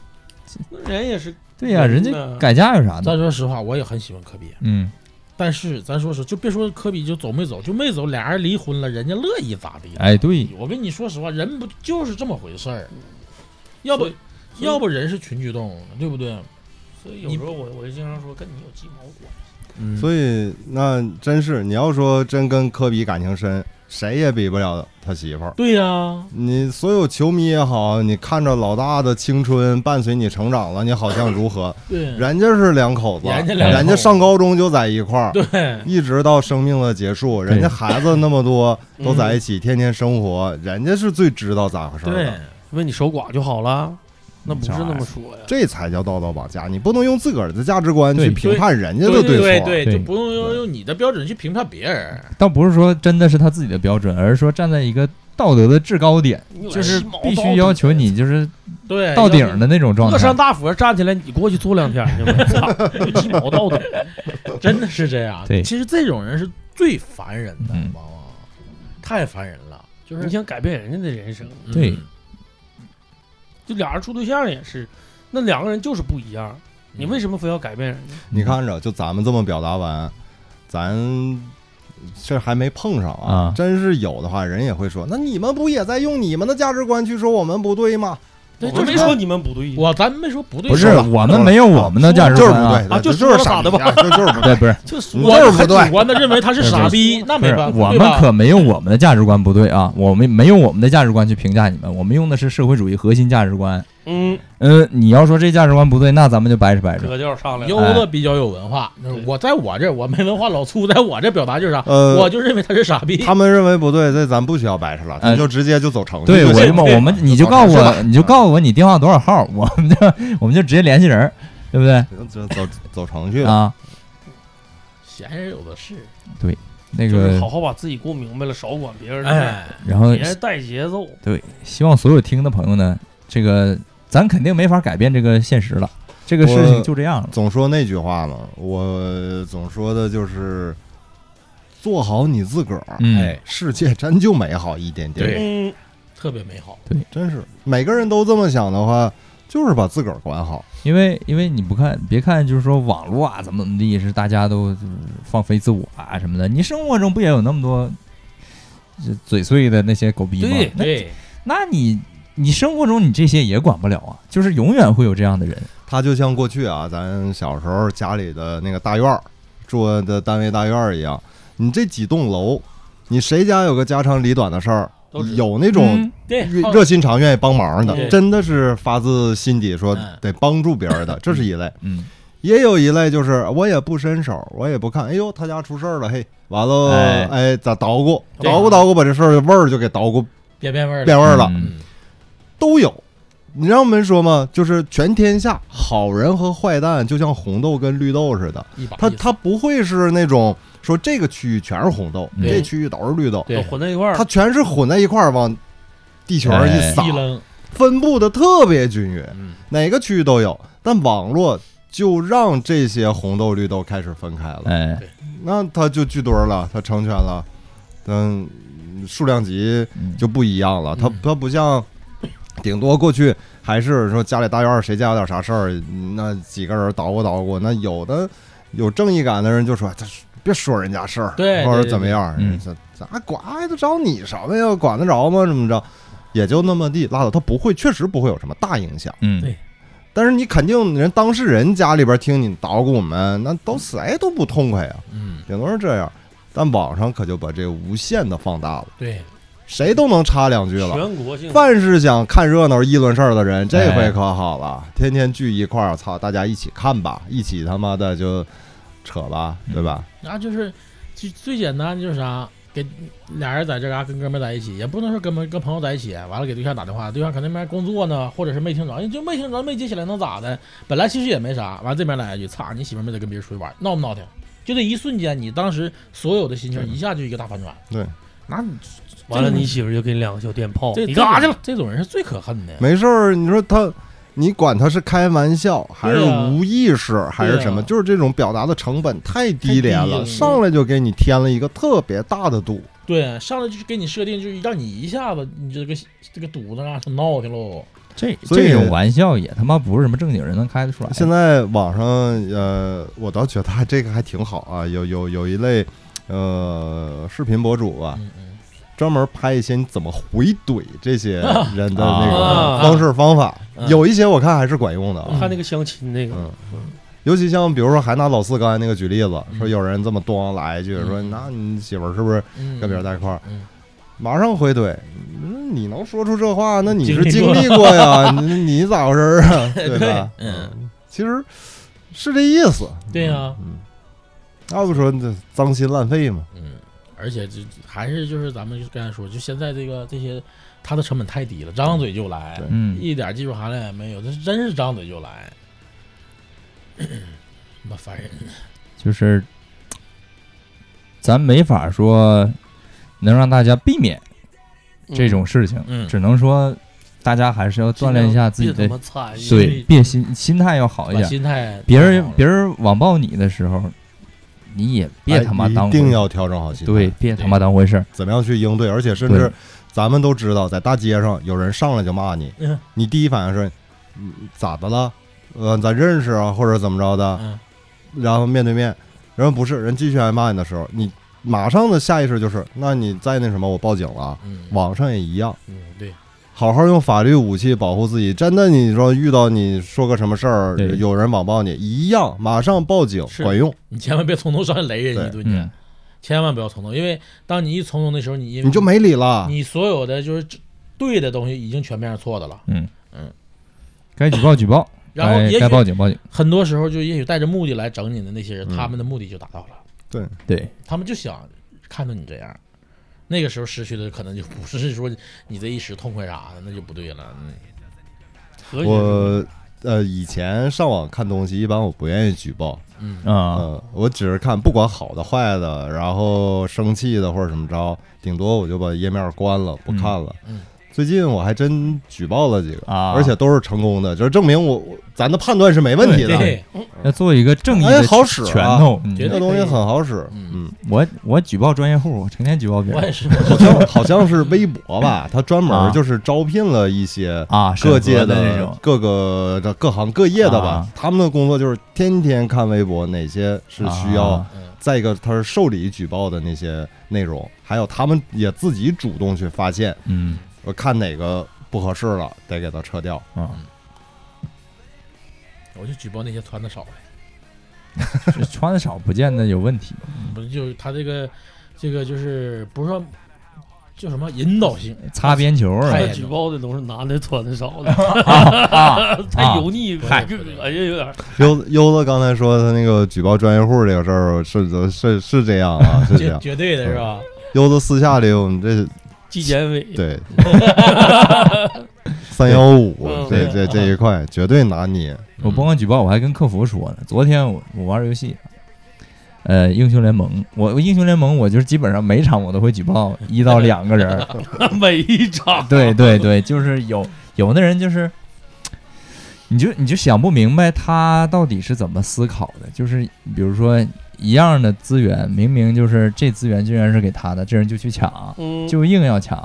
S5: 那人也是
S3: 对呀、
S5: 嗯
S3: 人家
S5: 呢
S3: 改嫁有啥
S4: 咱
S3: 的？
S4: 说实话，我也很喜欢科比，
S3: 嗯，
S4: 但是咱说实，就别说科比就走没走，就没走，俩人离婚了，人家乐意咋地？
S3: 哎，，对，
S4: 我跟你说实话，人不就是这么回事儿？要不
S5: 所以所以
S4: 要不人是群居动物，对不对？
S5: 所以有时候我我就经常说，跟你有鸡毛关系。
S4: 嗯
S2: 所以那真是，你要说真跟科比感情深，谁也比不了他媳妇儿。
S4: 对呀、
S2: 你所有球迷也好，你看着老大的青春伴随你成长了，你好像如何？
S4: 对
S2: 人家是两口子，
S4: 嗯人家
S3: 两口子
S2: 人家上高中就在一块儿，
S4: 对，
S2: 一直到生命的结束，人家孩子那么多
S5: 嗯
S2: 都在一起，天天生活，人家是最知道咋回事儿
S4: 嗯对
S2: 的，，
S5: 问你守寡就好了，那不是
S3: 啥玩意
S5: 那
S3: 儿
S5: 么说呀。
S2: 这才叫道德绑架。你不能用自个儿的价值观
S3: 对
S2: 去评判人家的
S4: 对
S2: 错，
S4: 对
S3: 对
S4: 就不用用用你的标准去评判别人。
S3: 倒不是说真的是他自己的标准，而是说站在一个道德的制高点，
S5: 你有
S3: 就是
S5: 鸡毛
S3: 必
S5: 道
S3: 须
S5: 德
S3: 要求你就是
S4: 对，
S3: 到顶儿的那种状
S5: 乐
S3: 态
S5: 山。大佛站起来，你过去坐两天去吧。操 有鸡毛道德。
S4: 要不真的是这 样。
S3: 对
S4: 其实这种人是最烦人的，
S3: 嗯
S4: 往往太烦人了。就是
S5: 你想改变人家的人生，
S4: 嗯
S3: 对
S5: 就俩人处对象也是，那两个人就是不一样。你为什么非要改变人家？
S2: 你看着，就咱们这么表达完，咱。这还没碰上
S3: 啊
S2: 真是有的话，人也会说，那你们不也在用你们的价值观去说我们不对吗？
S4: 对，
S5: 我
S4: 就
S5: 没
S4: 是
S5: 说你们不对，
S4: 我咱没说不对，
S3: 不是
S2: 说了
S3: 我们没有我们的价值
S2: 就是
S3: 观
S2: 不
S3: 啊
S2: 对，对
S5: 啊就
S2: 就是
S5: 说
S2: 傻
S5: 了咋的吧
S2: 逼啊就就是不对
S3: 对，不是
S5: 就
S2: 你
S5: 说
S4: 我
S2: 就是不对
S4: 很主观的认为他是傻逼，那
S3: 不
S4: 没
S3: 是
S4: 办，法，
S3: 我
S4: 对
S3: 们
S4: 吧
S3: 可没有我们的价值观不对啊，我们没有我们的价值观去评价你们，我们用的是社会主义核心价值观。
S5: 嗯，
S3: 嗯，你要说这价值观不对，那咱们就掰扯掰扯。
S5: 格调上来了。
S4: 优
S2: 哎
S4: 子比较有文化，
S5: 对
S4: 我在我这我没文化，老粗在我这表达就是啥，
S2: 呃
S4: 我就认为他是傻逼。
S2: 他们认为不对，这咱不需要掰扯了，咱
S3: 呃
S2: 就直接就走程序
S3: 对
S2: 就
S3: 我
S2: 行
S3: 就
S2: 了。
S3: 嘛，我们你就
S2: 走
S3: 告
S2: 程
S3: 诉
S2: 序吧
S3: 我，你就告诉我你电话多少号，我们就我们就直接联系人儿，对不对
S2: 走走走程序了。
S3: 啊？
S4: 闲人有的是，
S3: 那
S5: 就是
S3: 个
S5: 好，好把自己过明白了，少管别人的事儿，
S4: 哎，
S3: 然后
S5: 别带节奏。
S3: 对，希望所有听的朋友呢，这个咱肯定没法改变这个现实了，这个事情就这样了。
S2: 总说那句话嘛，我总说的就是做好你自个儿，
S3: 嗯
S4: 哎，，
S2: 世界真就美好一点点。
S4: 对
S5: 嗯，
S4: 特别美好。
S2: 真是每个人都这么想的话，就是把自个儿管好。
S3: 因为因为你不看，别看就是说网络啊怎么怎么地，是大家都就是放飞自我啊什么的。你生活中不也有那么多这嘴碎的那些狗逼吗
S5: 对？
S3: 那
S4: 对，
S3: 那你你生活中你这些也管不了啊，就是永远会有这样的人。
S2: 它就像过去啊，咱小时候家里的那个大院儿，住的单位大院儿一样，你这几栋楼，你谁家有个家长里短的事儿
S5: 都，知道
S2: 有那种
S4: 对
S2: 热热心肠愿意帮忙的，
S4: 嗯对
S2: 真的是发自心底说
S4: 嗯
S2: 得帮助别人的，这是一类。
S3: 嗯，
S2: 也有一类就是我也不伸手，我也不看，哎呦，他家出事儿了，嘿，完喽，
S3: 哎
S2: 哎，咋捣鼓
S4: 对啊
S2: 捣鼓捣鼓，把这事儿味儿就给捣鼓
S4: 变变味儿了，
S2: 变味儿了，
S3: 嗯
S4: 嗯，
S2: 都有。你让我们说嘛，就是全天下好人和坏蛋，就像红豆跟绿豆似的，
S4: 一把
S2: 他
S4: 意思
S2: 他不会是那种说这个区域全是红豆，
S3: 对
S2: 这区域都是绿豆，
S4: 对
S5: 混在一块儿
S2: 它，全是混在一块儿往地球上一撒，
S4: 一扔，
S2: 分布的特别均匀，
S4: 嗯，
S2: 哪个区域都有。但网络就让这些红豆绿豆开始分开了，
S3: 哎，
S2: 那它就聚堆儿了，它成全了，嗯，数量级
S3: 嗯
S2: 就不一样了。它
S4: 嗯
S2: 它不像，顶多过去还是说家里大院儿谁家有点啥事儿，那几个人捣鼓捣鼓。那有的有正义感的人就说，这是别说人家事儿，
S4: 对
S2: 或
S4: 对
S2: 者
S4: 对
S2: 怎么样
S3: 嗯，
S2: 这咋管得着你什么呀？管得着吗？怎么着？也就那么地拉倒，它不会，确实不会有什么大影响。
S3: 嗯
S4: 对，
S2: 但是你肯定人当事人家里边听你捣鼓我们，那都谁都不痛快呀、啊
S4: 嗯，
S2: 顶多是这样。但网上可就把这无限的放大了，
S4: 对，
S2: 谁都能插两句了。
S5: 全国性的
S2: 凡是想看热闹、议论事儿的人，这
S4: 哎
S2: 回可好了，天天聚一块儿，操，大家一起看吧，一起他妈的就扯吧，对吧？
S4: 然后就是最最简单就是啥，给俩人在这嘎跟哥们儿在一起，也不能说哥们儿跟朋友在一起，完了给对象打电话，对象可能那边工作呢，或者是没听着，哎就没听着没接起来能咋的？本来其实也没啥，完这边来一句，操，你媳妇儿没得跟别人出去玩，闹不闹挺？就这一瞬间，你当时所有的心情
S2: 对
S4: 一下就一个大反转。
S2: 对，
S4: 那你
S5: 完了，你媳妇儿就给你两个小电炮，
S4: 这
S5: 你干啥去了？
S4: 了？这种人是最可恨的。
S2: 没事儿，你说他，你管他是开玩笑还是
S4: 对啊
S2: 无意识还是什么，
S4: 对啊
S2: 就是这种表达的成本太低廉
S4: 太低
S2: 了，
S4: 了
S2: 上来就给你添了一个特别大的度。
S4: 对，啊上来就是给你设定，就是让你一下子你这个这个犊子啊，闹去喽。
S3: 这
S2: 所以
S3: 这种玩笑也他妈不是什么正经人能开得出来的。
S2: 现在网上呃，我倒觉得还这个还挺好啊，有有有一类呃视频博主吧，
S4: 嗯嗯，
S2: 专门拍一些你怎么回怼这些人的那 个
S5: 啊
S2: 方式方法，
S4: 嗯
S2: 有一些我看还是管用的啊。
S5: 看那个相亲那个，
S2: 嗯，尤其像比如说还拿老四刚才那个举例子，
S4: 嗯
S2: 说有人这么咣来一句，
S4: 嗯
S2: 说那你媳妇儿是不是
S4: 嗯
S2: 跟别人在一块儿
S4: 嗯？
S2: 马上回怼，嗯你能说出这话，那你是经
S4: 经
S2: 历
S4: 历
S2: 过呀？ 你你咋回事儿 啊？对吧？
S4: 对嗯，
S2: 其实是这意思。
S4: 对呀
S2: 嗯，要不说这脏心烂肺嘛。
S4: 嗯，而且这还是就是咱们就刚才说，就现在这个这些，它的成本太低了，张嘴就来，
S2: 对
S3: 嗯，
S4: 一点技术含量也没有，这真是张嘴就来，他妈烦人！
S3: 就是咱没法说能让大家避免这种事情，
S4: 嗯
S3: 只能说大家还是要锻炼一下自己
S5: 别
S3: 的
S5: 他妈参与
S3: 对，别心心态要好一
S4: 把
S3: 点。
S4: 心态，
S3: 别人别人网暴你的时候，你也别
S2: 哎
S3: 他妈
S2: 一
S3: 当回
S2: 定要调整好心态。
S3: 对，，别他妈当回事儿。
S2: 怎么样去应对？而且甚至
S3: 对
S2: 咱们都知道，在大街上有人上来就骂你，
S4: 嗯
S2: 你第一反应是，嗯，咋的了？呃，咱认识啊，或者怎么着的？
S4: 嗯，
S2: 然后面对面，人不是人继续挨骂你的时候，你马上的下意识就是，那你再那什么，我报警了啊。
S4: 嗯，
S2: 网上也一样，
S4: 嗯，对，
S2: 好好用法律武器保护自己。真的，你说遇到你说个什么事儿，
S3: 对
S2: 有人网暴你，一样马上报警，
S5: 是
S2: 管用，
S4: 你千万别冲动上来雷人家一顿去，
S3: 嗯，
S4: 千万不要冲动，因为当你一冲动的时候，你因为
S2: 你就没理了。
S4: 你所有的就是对的东西已经全变成错的了。
S3: 嗯该举报举报，
S4: 嗯 然后
S3: 该
S4: 也
S3: 该
S4: 许
S3: 报警报警。
S4: 很多时候就也许带着目的来整你的那些人，
S2: 嗯
S4: 他们的目的就达到了，
S3: 对，
S4: 他们就想看到你这样。那个时候失去的可能就不是说你这一时痛快啥的，那就不对了。嗯
S5: 和谐
S2: 我呃以前上网看东西，一般我不愿意举报，
S4: 嗯
S3: 啊，
S2: 嗯，我只是看，不管好的坏的，然后生气的或者怎么着，顶多我就把页面关了，不看了。
S4: 嗯嗯
S2: 最近我还真举报了几个，
S3: 啊，
S2: 而且都是成功的，就是证明我我咱的判断是没问题的。
S4: 对，
S3: 要做一个正义
S2: 哎
S3: 的
S2: 好使啊
S3: 拳头。嗯
S4: 绝
S2: 这
S4: 对
S2: 东西很好使，
S4: 嗯
S2: 嗯，
S3: 我我举报专业户，我成天举报别
S4: 我也
S3: 人
S4: 是，
S2: 好像好像是微博吧，他专
S3: 啊
S2: 门就是招聘了一些
S3: 啊，审
S2: 各
S3: 核
S2: 界
S3: 的那
S2: 的
S3: 种
S2: 各个的各行各业的吧
S3: 啊，
S2: 他们的工作就是天天看微博，哪些是需要
S3: 啊。
S4: 嗯
S2: 再一个，他是受理举报的那些内容，还有他们也自己主动去发现，
S3: 嗯
S2: 我看哪个不合适了，得给他撤掉。
S3: 啊，
S4: 我就举报那些穿的少的，
S3: 这穿的少不见得有 问题。
S4: 不是就是他这个这个就是不是说叫什么引导性，
S3: 擦边球啊儿
S5: 他
S4: 太
S5: 举报的都是男的穿的少的，
S3: 啊
S5: 太油腻，
S4: 嗨
S5: 就恶哎心有点儿。
S2: 优优子刚才说他那个举报专业户这个事儿是是是这样啊，是这
S4: 绝
S2: 样。
S4: 绝对的是吧？
S2: 优子私下里我们这
S5: 纪检委，
S2: 对三幺五
S5: 嗯
S2: 这这这一块绝对拿捏。
S3: 我不光举报，我还跟客服说呢。昨天我我玩儿游戏，呃，英雄联盟，我我英雄联盟，我就是基本上每场我都会举报一到两个人儿。
S5: 每一场
S3: 对对对，就是有有的人就是，你就你就想不明白他到底是怎么思考的。就是比如说一样的资源，明明就是这资源竟然是给他的，这人就去抢，
S5: 嗯，
S3: 就硬要抢，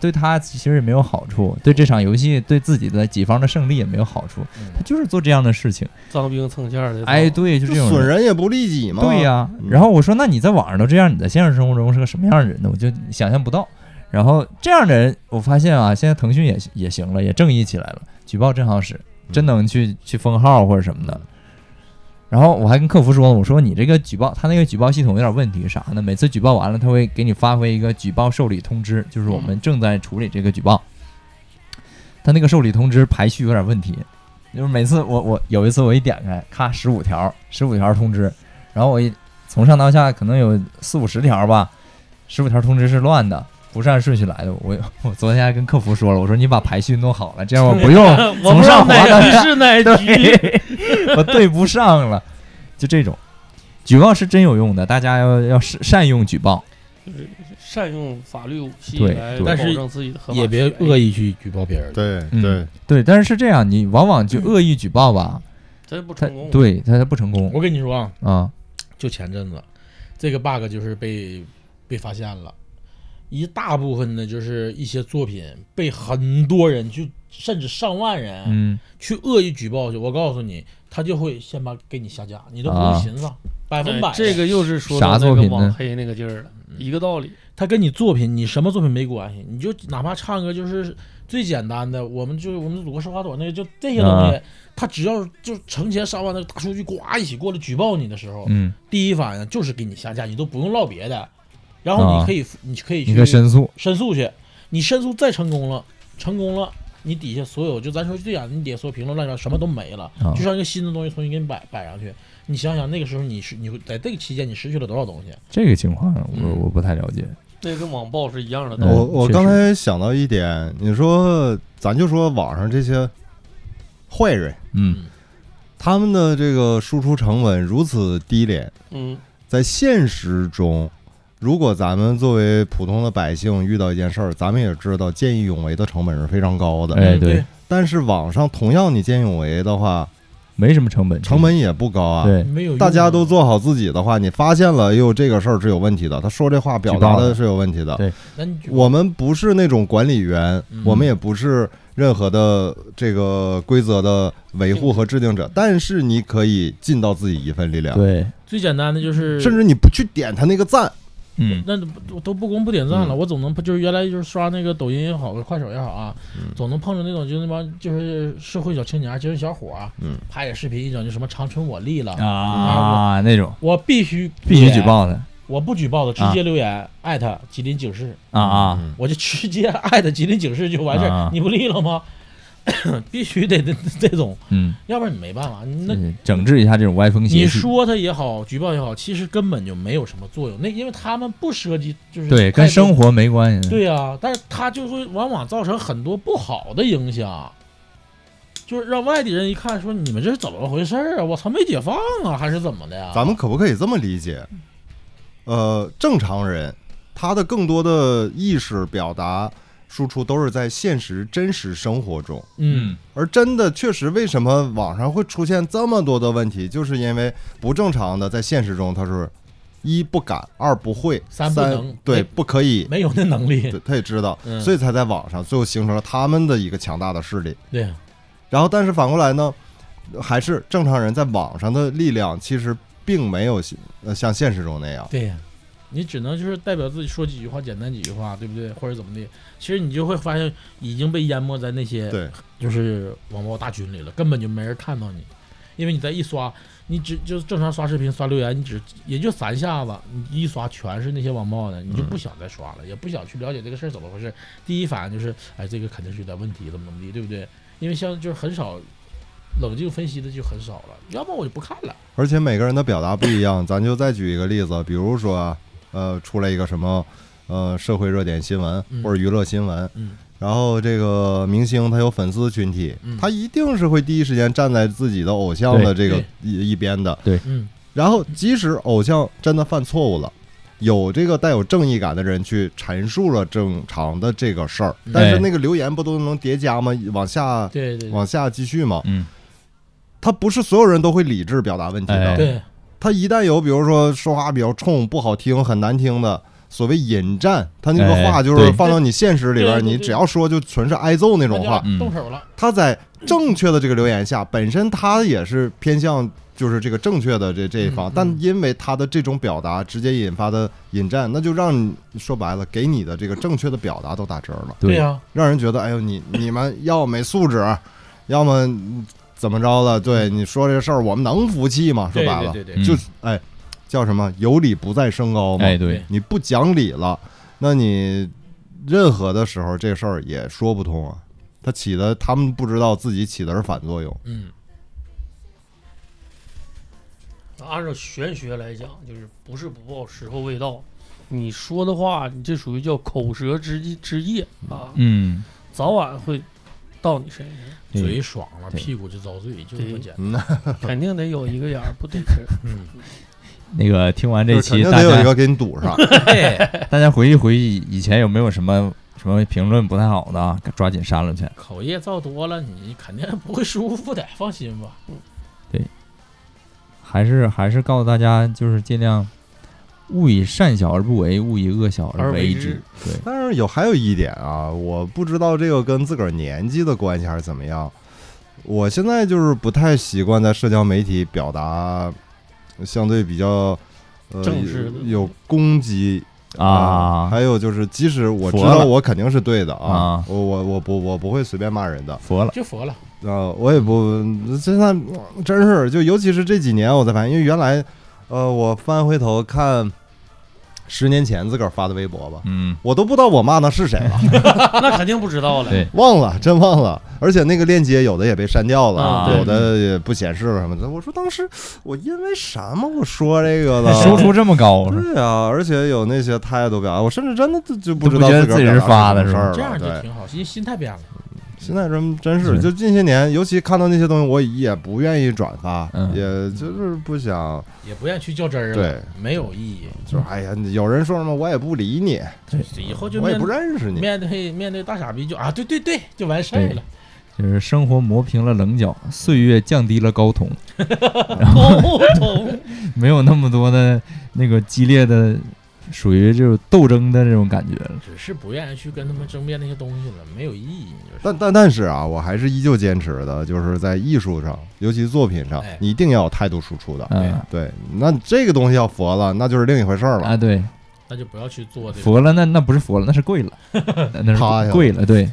S3: 对他其实也没有好处，对这场游戏对自己的己方的胜利也没有好处。他就是做这样的事情。
S5: 脏兵蹭馅儿的。
S3: 哎，，对，就
S2: 就
S3: 这种
S2: 损
S3: 人。
S2: 人也不利己嘛。
S3: 对呀、
S2: 嗯
S3: 然后我说，那你在网上都这样，你在现实生活中是个什么样的人呢？我就想象不到。然后这样的人，我发现啊，现在腾讯也也行了，也正义起来了，举报真好使，真能去去封号或者什么的。然后我还跟客服说呢，我说你这个举报，他那个举报系统有点问题，啥呢？每次举报完了，他会给你发回一个举报受理通知，就是我们正在处理这个举报。他那个受理通知排序有点问题，就是每次我我有一次我一点开，咔十五条，十五条通知，然后我一从上到下可能有四五十条吧，十五条通知是乱的，不是按顺序来的。我 我昨天还跟客服说了，我说你把排序弄好了，这样我不用
S5: 我
S3: 从
S5: 不知道
S3: 上
S5: 哪
S3: 滑到
S5: 局
S3: 下，
S5: 是哪局，
S3: 对，我对不上了，就这种。举报是真有用的，大家要要善善用举报。
S5: 善用法律武器
S3: 对
S5: 来
S3: 对
S5: 保
S4: 但是
S5: 证自己的合法
S4: 也别
S5: 权益
S4: 恶意去举报别人，
S2: 对
S3: 嗯
S2: 对，
S3: 对，但是是这样，你往往就恶意举报吧，
S5: 真不
S3: 他
S5: 成功。，
S3: 对他他不成功
S4: 我跟你说啊，
S3: 啊
S4: 就前阵子，这个 bug 就是被被发现了，一大部分呢就是一些作品被很多人去，甚至上万人、
S3: 嗯
S4: 去恶意举报去。我告诉你，他就会先把给你下架，你都不
S3: 啊哎
S4: 用寻思，百分百的。
S5: 这个又是说
S3: 啥
S5: 到
S3: 作
S5: 那个
S3: 品呢
S5: 网黑那个劲儿了，一个道理。
S4: 他跟你作品，你什么作品没关系，你就哪怕唱歌就是最简单的，我们就是我们祖国是花朵那个就这些东
S3: 啊
S4: 西，他只要就成千上万的大数据呱一起过来举报你的时候，
S3: 嗯，
S4: 第一反应就是给你下架，你都不用唠别的，然后
S3: 啊
S4: 你可以、你可以
S3: 你可
S4: 去
S3: 以申诉
S4: 申诉去，你申诉再成功了，成功了，你底下所有就咱说这样，你底下所有评论乱七八糟什么都没了，
S3: 啊
S4: 就像一个新的东西重新给你摆摆上去。你想想那个时候你是你会在这个期间你失去了多少东西？
S3: 这个情况我，我
S4: 嗯
S3: 不太了解。
S5: 那跟网暴是一样的道
S3: 嗯
S5: 理。
S2: 我我
S3: 确实
S2: 刚才想到一点，你说咱就说网上这些坏人，
S3: 嗯
S2: 他们的这个输出成本如此低廉，
S5: 嗯，
S2: 在现实中，如果咱们作为普通的百姓遇到一件事儿，咱们也知道见义勇为的成本是非常高的。
S3: 哎
S4: 嗯
S3: 对，
S2: 但是网上同样你见义勇为的话，
S3: 没什么成本，
S2: 成本也不高啊。
S3: 对，
S4: 没有用
S2: 大家都做好自己的话，你发现了，哟，这个事儿是有问题的，他说这话表达的是有问题的。
S3: 对
S4: 那你举报
S2: 我们不是那种管理员，
S4: 嗯
S2: 我们也不是任何的这个规则的维护和制定者，但是你可以尽到自己一份力量，
S3: 对，
S4: 最简单的就是
S2: 甚至你不去点他那个赞，
S3: 嗯
S4: 那都都不公不点赞了，
S2: 嗯
S4: 我总能就是原来就是刷那个抖音也好，快手也好啊，
S2: 嗯
S4: 总能碰着那种就是那帮就是社会小青年，就是小伙儿，啊
S2: 嗯
S4: 拍点视频一整就什么长春我立了，
S3: 啊那种
S4: 我必须
S3: 必须
S4: 留言
S3: 举，报的
S4: 我不举报的直接留言艾特、吉林警示，
S3: 啊啊，
S4: 我就直接艾特吉林警示就完事儿，
S3: 啊
S4: 你不立了吗？ 必须得得这种，
S3: 嗯，
S4: 要不然你没办法。那
S3: 嗯整治一下这种歪风邪
S4: 你
S3: 气。
S4: 说他也好，举报也好，其实根本就没有什么作用。那因为他们不涉及，就是
S3: 对，
S4: 太多
S3: 跟生活没关系。
S4: 对呀、啊但是它就会往往造成很多不好的影响，就是让外地人一看说你们这是怎么回事儿啊？我操，没解放啊，还是怎么的呀？
S2: 咱们可不可以这么理解？呃，正常人他的更多的意识表达输出都是在现实真实生活中。
S4: 嗯，
S2: 而真的确实，为什么网上会出现这么多的问题，就是因为不正常的在现实中它是一不敢，二不会，
S4: 三
S2: 三
S4: 不能
S2: 对
S4: 没
S2: 不可以，
S4: 没有那能力
S2: 对，他也知道，
S4: 嗯
S2: 所以才在网上最后形成了他们的一个强大的势力。
S4: 对，
S2: 然后，但是反过来呢，还是正常人在网上的力量其实并没有呃像现实中那样。
S4: 对呀、你只能就是代表自己说几句话，简单几句话，对不对？或者怎么的？其实你就会发现已经被淹没在那些
S2: 对
S4: 就是网暴大军里了，根本就没人看到你，因为你再一刷，你只就是正常刷视频、刷留言，你只也就三下子，你一刷全是那些网暴的，你就不想再刷了，也不想去了解这个事儿怎么回事。第一反应就是，哎，这个肯定是有点问题，怎么怎么地，对不对？因为像就是很少冷静分析的就很少了，要不然我就不看了。
S2: 而且每个人的表达不一样，咱就再举一个例子，比如说啊，呃，出来一个什么呃社会热点新闻
S4: 嗯
S2: 或者娱乐新闻，
S4: 嗯
S2: 然后这个明星他有粉丝群体，
S4: 嗯
S2: 他一定是会第一时间站在自己的偶像的这个
S4: 对
S2: 一一边的。
S4: 嗯，
S2: 然后，即使偶像真的犯错误了，有这个带有正义感的人去阐述了正常的这个事儿，
S4: 嗯
S2: 但是
S3: 哎
S2: 那个留言不都能叠加吗？往下
S4: 对对对
S2: 往下继续吗？
S3: 嗯，
S2: 他不是所有人都会理智表达问题
S3: 哎
S2: 的。
S4: 对，
S2: 他一旦有，比如说说话比较冲、不好听、很难听的。所谓引战，他那个
S3: 哎
S2: 话就是
S3: 对
S2: 放到你现实里
S4: 对
S2: 边，
S4: 对对
S2: 你只要说就纯是挨揍那种话
S4: 大。家动手了。
S2: 他在正确的这个留言
S4: 嗯
S2: 下，本身他也是偏向就是这个正确的这这一方，
S4: 嗯嗯
S2: 但因为他的这种表达直接引发的引战，那就让你说白了，给你的这个正确的表达都打折了，
S3: 对
S4: 呀、
S2: 让人觉得哎呦你你们要没素质，要么怎么着了？对你说这事儿，我们能服气吗？说
S4: 对
S2: 白了，
S4: 嗯对对
S3: 嗯
S4: 对，
S2: 就是哎叫什么有理不在声高嘛，
S3: 哎，对
S4: 对，
S2: 你不讲理了，那你任何的时候这事儿也说不通啊。他起的，他们不知道自己起的是反作用。
S4: 嗯，
S5: 按照玄学来讲，就是不是不报，时候未到。你说的话，你这属于叫口舌之之业啊，
S3: 嗯，
S5: 早晚会到你 身上，
S3: 对
S4: 嘴爽了，
S3: 对
S4: 屁股就遭罪，就这么简单。
S2: 嗯，
S5: 肯定得有一个眼儿不对吃。
S4: 嗯，
S3: 那个听完
S2: 就
S3: 这
S2: 是肯
S3: 期，
S2: 定
S3: 大
S2: 得有一
S3: 家
S2: 个给你堵上。
S3: 对大家回忆回忆以前有没有什么什么评论不太好的啊，抓紧删了去。
S4: 口业造多了，你肯定不会舒服的，放心吧。
S3: 还是还是告诉大家，就是尽量勿以善小而不为，勿以恶小
S5: 而为
S3: 为
S5: 之。
S3: 对，
S2: 但是有还有一点啊，我不知道这个跟自个儿年纪的关系还是怎么样。我现在就是不太习惯在社交媒体表达相对比较呃
S5: 正式的
S2: 有有攻击
S3: 啊，
S2: 还有就是即使我知
S3: 佛
S2: 道
S3: 了
S2: 我肯定是对的啊
S3: 啊，
S2: 我我我不我不会随便骂人的。
S3: 佛了，
S4: 就服了，
S2: 啊，我也不，现在真是就尤其是这几年我才发现，因为原来，呃，我翻回头看十年前自个儿发的微博吧，
S3: 嗯，
S2: 我都不知道我骂的是谁 了，
S5: 那肯定不知道了。
S3: 对
S2: 忘了，真忘了。而且那个链接有的也被删掉了，
S5: 啊
S2: 有的也不显示了什么的。我说当时我因为什么我说这个 了？
S3: 输出这么高，
S2: 对啊，而且有那些态度表达，我甚至真的就就不知
S3: 都不
S2: 道
S3: 觉得
S2: 个儿
S3: 自己
S2: 表
S3: 是
S2: 达
S3: 发的
S2: 什么
S3: 是
S2: 事
S3: 吗
S2: 儿了。
S4: 这样就
S2: 对
S4: 挺好，心心态变了。
S2: 现在真真是，
S3: 是
S2: 就近些年，尤其看到那些东西，我也不愿意转发，
S3: 嗯
S2: 也就是不想，
S4: 也不愿意去较真儿了，
S2: 对，
S4: 没有意义。
S2: 就是哎呀，有人说什么我也不理你，
S4: 这以后就
S2: 我也
S4: 面
S2: 不认识你。
S4: 面对面对大傻逼就啊，对对对，就完事儿了。
S3: 就是生活磨平了棱角，岁月降低了高筒，
S5: 沟通，
S3: 没有那么多的那个激烈的，属于就是斗争的这种感觉了。
S4: 只是不愿意去跟他们争辩那些东西了，没有意义。你说
S2: 但但但是啊，我还是依旧坚持的，就是在艺术上，尤其作品上
S4: 哎，
S2: 你一定要有态度输出的。
S3: 嗯
S2: 对，那这个东西要佛了，那就是另一回事儿了。
S3: 啊，对，
S4: 那就不要去做这个，
S3: 佛了那那不是佛了，那是跪了，那那
S2: 趴下
S3: 是
S2: 了
S3: 跪了，对，嗯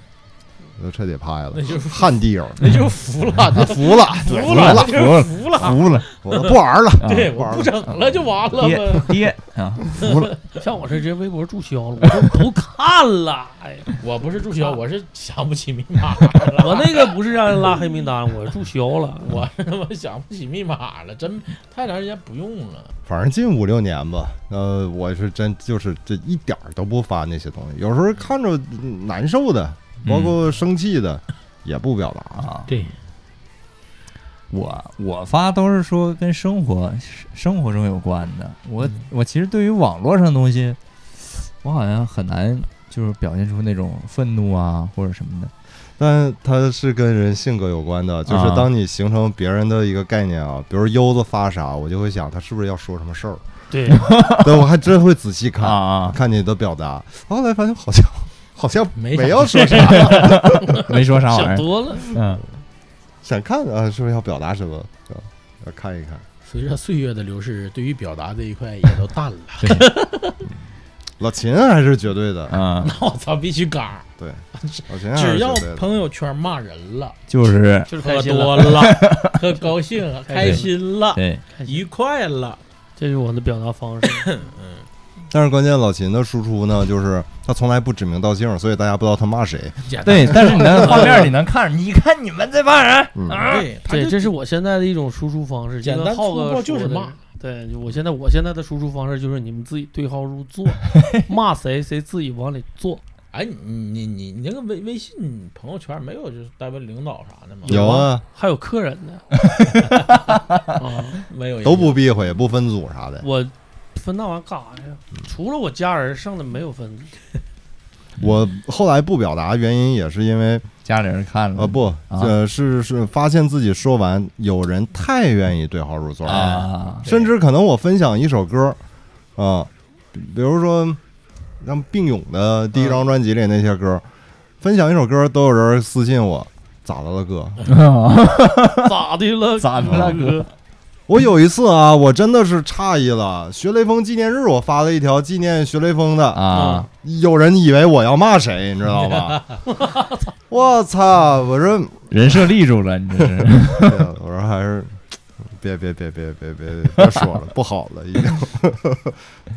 S2: 就彻底趴下了
S4: 那，就是
S2: 旱地 友，
S4: 那就服 了，那
S2: 服了，
S4: 服
S2: 对
S4: 了，那
S2: 了，
S4: 就是服了。
S3: 服了，
S2: 服了，不玩了，
S3: 啊
S4: 对，我不整了就完了呗。
S3: 爹爹啊，
S2: 服了。
S5: 像我这直接微博注销了，我都不看了。哎呀，
S4: 我不是注 销，我是想不起密码了。
S5: 我那个不是让人拉黑名单，我注销了。
S4: 我他妈想不起密码了，真太长时间不用了。
S2: 反正近五六年吧，呃，我是真就是这一点儿都不发那些东西，有时候看着嗯难受的，包
S3: 嗯
S2: 括生气的，也不表达。
S3: 啊，
S4: 对，
S3: 我我发都是说跟生活生活中有关的，我
S4: 嗯
S3: 我其实对于网络上的东西，我好像很难就是表现出那种愤怒啊或者什么的。
S2: 但它是跟人性格有关的，就是
S3: 啊
S2: 当你形成别人的一个概念啊，比如优子发啥，我就会想他是不是要说什么 事儿，
S5: 对，
S2: 对我还真会仔细看
S3: 啊
S2: 看你的表达，后来发现好像 好像
S4: 没啥
S2: 没要说啥，
S3: 啊，没说啥
S5: 想
S3: 玩意儿。
S5: 多了。
S3: 嗯，
S2: 想看啊是不是要表达什么，对吧要看一看。
S4: 随着岁月的流逝，对于表达这一块也都淡了。
S3: 对，
S2: 老秦还是绝对的，
S3: 啊，
S4: 我操，必须嘎儿！
S2: 对，老秦还是绝
S4: 只要
S2: 对的。
S4: 朋友圈骂人了，
S3: 就是
S5: 就是开
S4: 喝
S5: 心了，
S4: 多了，喝高兴了，开心了，
S3: 对，
S5: 开 心
S4: 愉快了，
S5: 这是我的表达方式。
S2: 但是关键老秦的输出呢，就是他从来不指名道姓，所以大家不知道他骂谁。
S4: 简单
S3: 对，但是你的画 面你能看，你看你们这帮人
S2: 嗯
S3: 啊，
S4: 对，他
S5: 对，
S4: 就
S5: 这是我现在的一种输出方式。
S4: 简单
S5: 因为浩
S4: 粗暴
S5: 哥
S4: 就是
S5: 说的
S4: 骂。
S5: 对，就我现在我现在的输出方式就是你们自己对号入 座，骂谁谁自己往里坐。
S4: 哎，你你你你那个微微信朋友圈没有就是单位领导啥的吗？
S2: 有啊，
S5: 还有客人呢，啊，
S4: 没有一个
S2: 都不避讳，不分组啥的。
S5: 我分那玩意儿干啥呀？除了我家人，剩的没有分。
S2: 我后来不表达，原因也是因为
S3: 家里人看了
S2: 呃不，
S3: 啊
S2: 呃是是发现自己说完，有人太愿意对号入座了，
S3: 啊，
S2: 甚至可能我分享一首歌，啊、比比如说像并勇的第一张专辑里那些歌，分享一首歌都有人私信我，咋的了哥？
S3: 嗯
S5: 咋的了？
S3: 咋的了哥？
S2: 我有一次啊，我真的是诧异了，学雷锋纪念日我发了一条纪念学雷锋的，
S3: 啊，
S2: 有人以为我要骂谁，你知道 吧？我操！我说，
S3: 人设立住了，你这是
S2: 哎呀我说还是。别别别别别别别说了，不好了已经。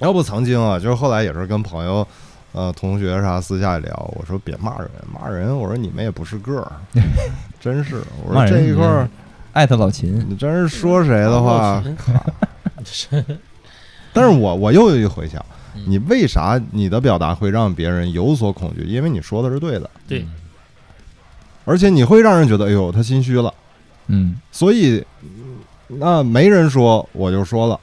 S2: 要不曾经啊，就是后来也是跟朋友、呃同学啥私下聊，我说别骂人，骂人，我说你们也不是个儿，真是。我
S3: 骂
S2: 说
S3: 人
S2: 这一块儿，
S3: 艾特老秦
S2: 你真是说谁的
S3: 啊
S2: 话，
S4: 是
S2: 但是我我又有一回想
S4: 嗯，
S2: 你为啥你的表达会让别人有所恐惧？因为你说的是对的，
S5: 对，
S3: 嗯
S2: 而且你会让人觉得，哎呦，他心虚了。
S3: 嗯，
S2: 所以，嗯那没人说我就说了，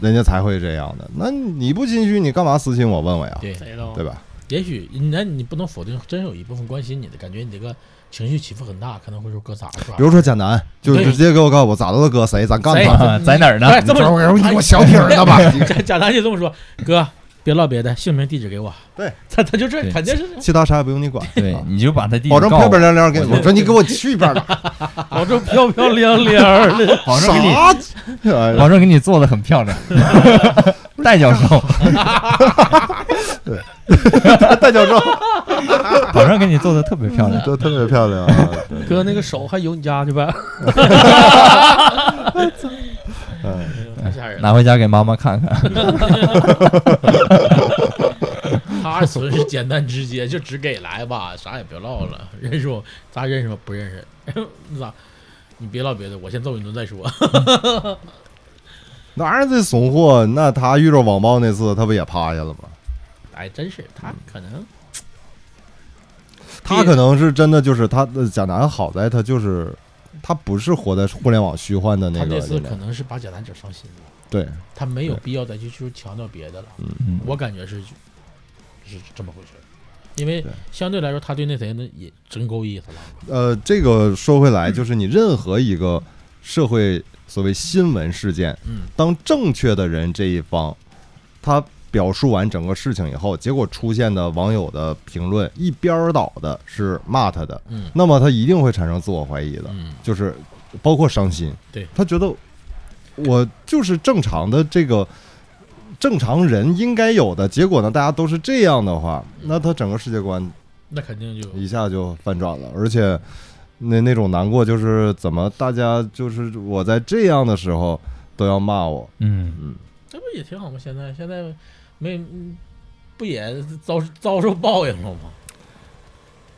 S2: 人家才会这样的。那你不心虚，你干嘛私信我问我呀？
S4: 对，
S5: 谁都
S2: 对吧？
S4: 也许那你不能否定，真有一部分关心你的，感觉你这个情绪起伏很大，可能会说哥咋了
S2: 比如说贾楠，就
S4: 对
S2: 直接给我告诉我咋的了，哥谁？咱干
S4: 谁
S2: 吧。
S3: 啊在哪儿呢？
S4: 哎，这么
S2: 我
S4: 说，
S2: 我小挺儿的吧？
S3: 哎
S4: 贾贾丹就这么说，哥别唠别的，姓名地址给我。
S2: 对，
S4: 他他就这
S3: 对，
S4: 肯定是
S2: 其他啥也不用你管，
S3: 对，你就把他地址
S2: 保证
S3: 告
S2: 漂漂
S3: 我
S2: 亮亮给你。我说你给我去一边儿吧，
S5: 保证漂漂亮亮的。
S3: 保证给你
S2: 啥？ 哎呀
S3: 保证给你做的很 漂亮，戴教授，
S2: 戴教 授，
S3: 保证给你做的特别漂亮。
S2: 嗯这特别漂亮啊！对
S5: 哥，那个手还游你家去呗？
S2: 嗯。
S4: 太吓人了。
S3: 拿回家给妈妈看看，
S4: 他损是简单直接，就只给来吧，啥也别唠了。认识我，咱认识吗？不认识。 你咋？你别唠别的，我先揍你一顿再说。
S2: 哪儿这怂货？那他遇着网暴那次，他不也趴下了吗？
S4: 哎，真是他可能
S2: 他可能是真的，就是他呃贾楠好在他就是他不是活在互联网虚幻嗯的那
S4: 他
S2: 个
S4: 这
S2: 里
S4: 次可
S2: 面，
S4: 能是把贾丹整伤心了，
S2: 对，
S4: 他没有
S2: 对
S4: 必要再去去强调别的了。
S3: 嗯
S4: 我感觉是是这么回事儿，因为
S2: 对
S4: 相对来说，他对那谁呢也真够意思了。
S2: 呃，这个说回来，就是你任何一个社会所谓新闻事件，
S4: 嗯，
S2: 当正确的人这一方他表述完整个事情以后，结果出现的网友的评论一边儿倒的是骂他的，
S4: 嗯
S2: 那么他一定会产生自我怀疑的，
S4: 嗯，
S2: 就是包括伤心，
S4: 对
S2: 他觉得我就是正常的这个正常人应该有的结果呢，大家都是这样的话，那他整个世界观
S4: 那肯定就
S2: 一下就翻转了，而且那那种难过就是怎么大家就是我在这样的时候都要骂我，
S3: 嗯，
S4: 这不也挺好吗？现在现在没嗯不也遭遭受报应了吗？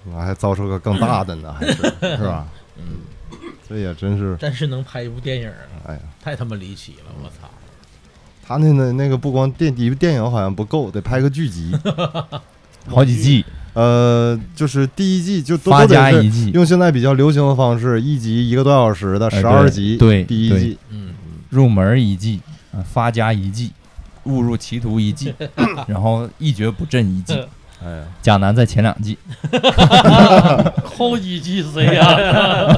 S2: 我还遭受个更大的呢， 还是是吧？
S4: 嗯，
S2: 这也真是，
S4: 但是能拍一部电影啊，
S2: 哎呀，
S4: 太他妈离奇了！我操，
S2: 他那那那个不光电一部电影好像不够，得拍个剧 集，
S3: 好几季，
S2: 呃，就是第一季就都
S3: 发
S2: 都得
S3: 家
S2: 是
S3: 一季，
S2: 用现在比较流行的方式，一集一个多小时的
S3: 嗯哎
S2: 十二
S3: 对
S2: 集，
S3: 对
S2: 第一
S3: 对
S2: 季，
S4: 嗯，
S3: 呃入门一季，啊发家一季，误入歧途 一季，然后一蹶不振一季。
S2: 哎呀，
S3: 贾南在前两季，
S5: 后几季谁呀？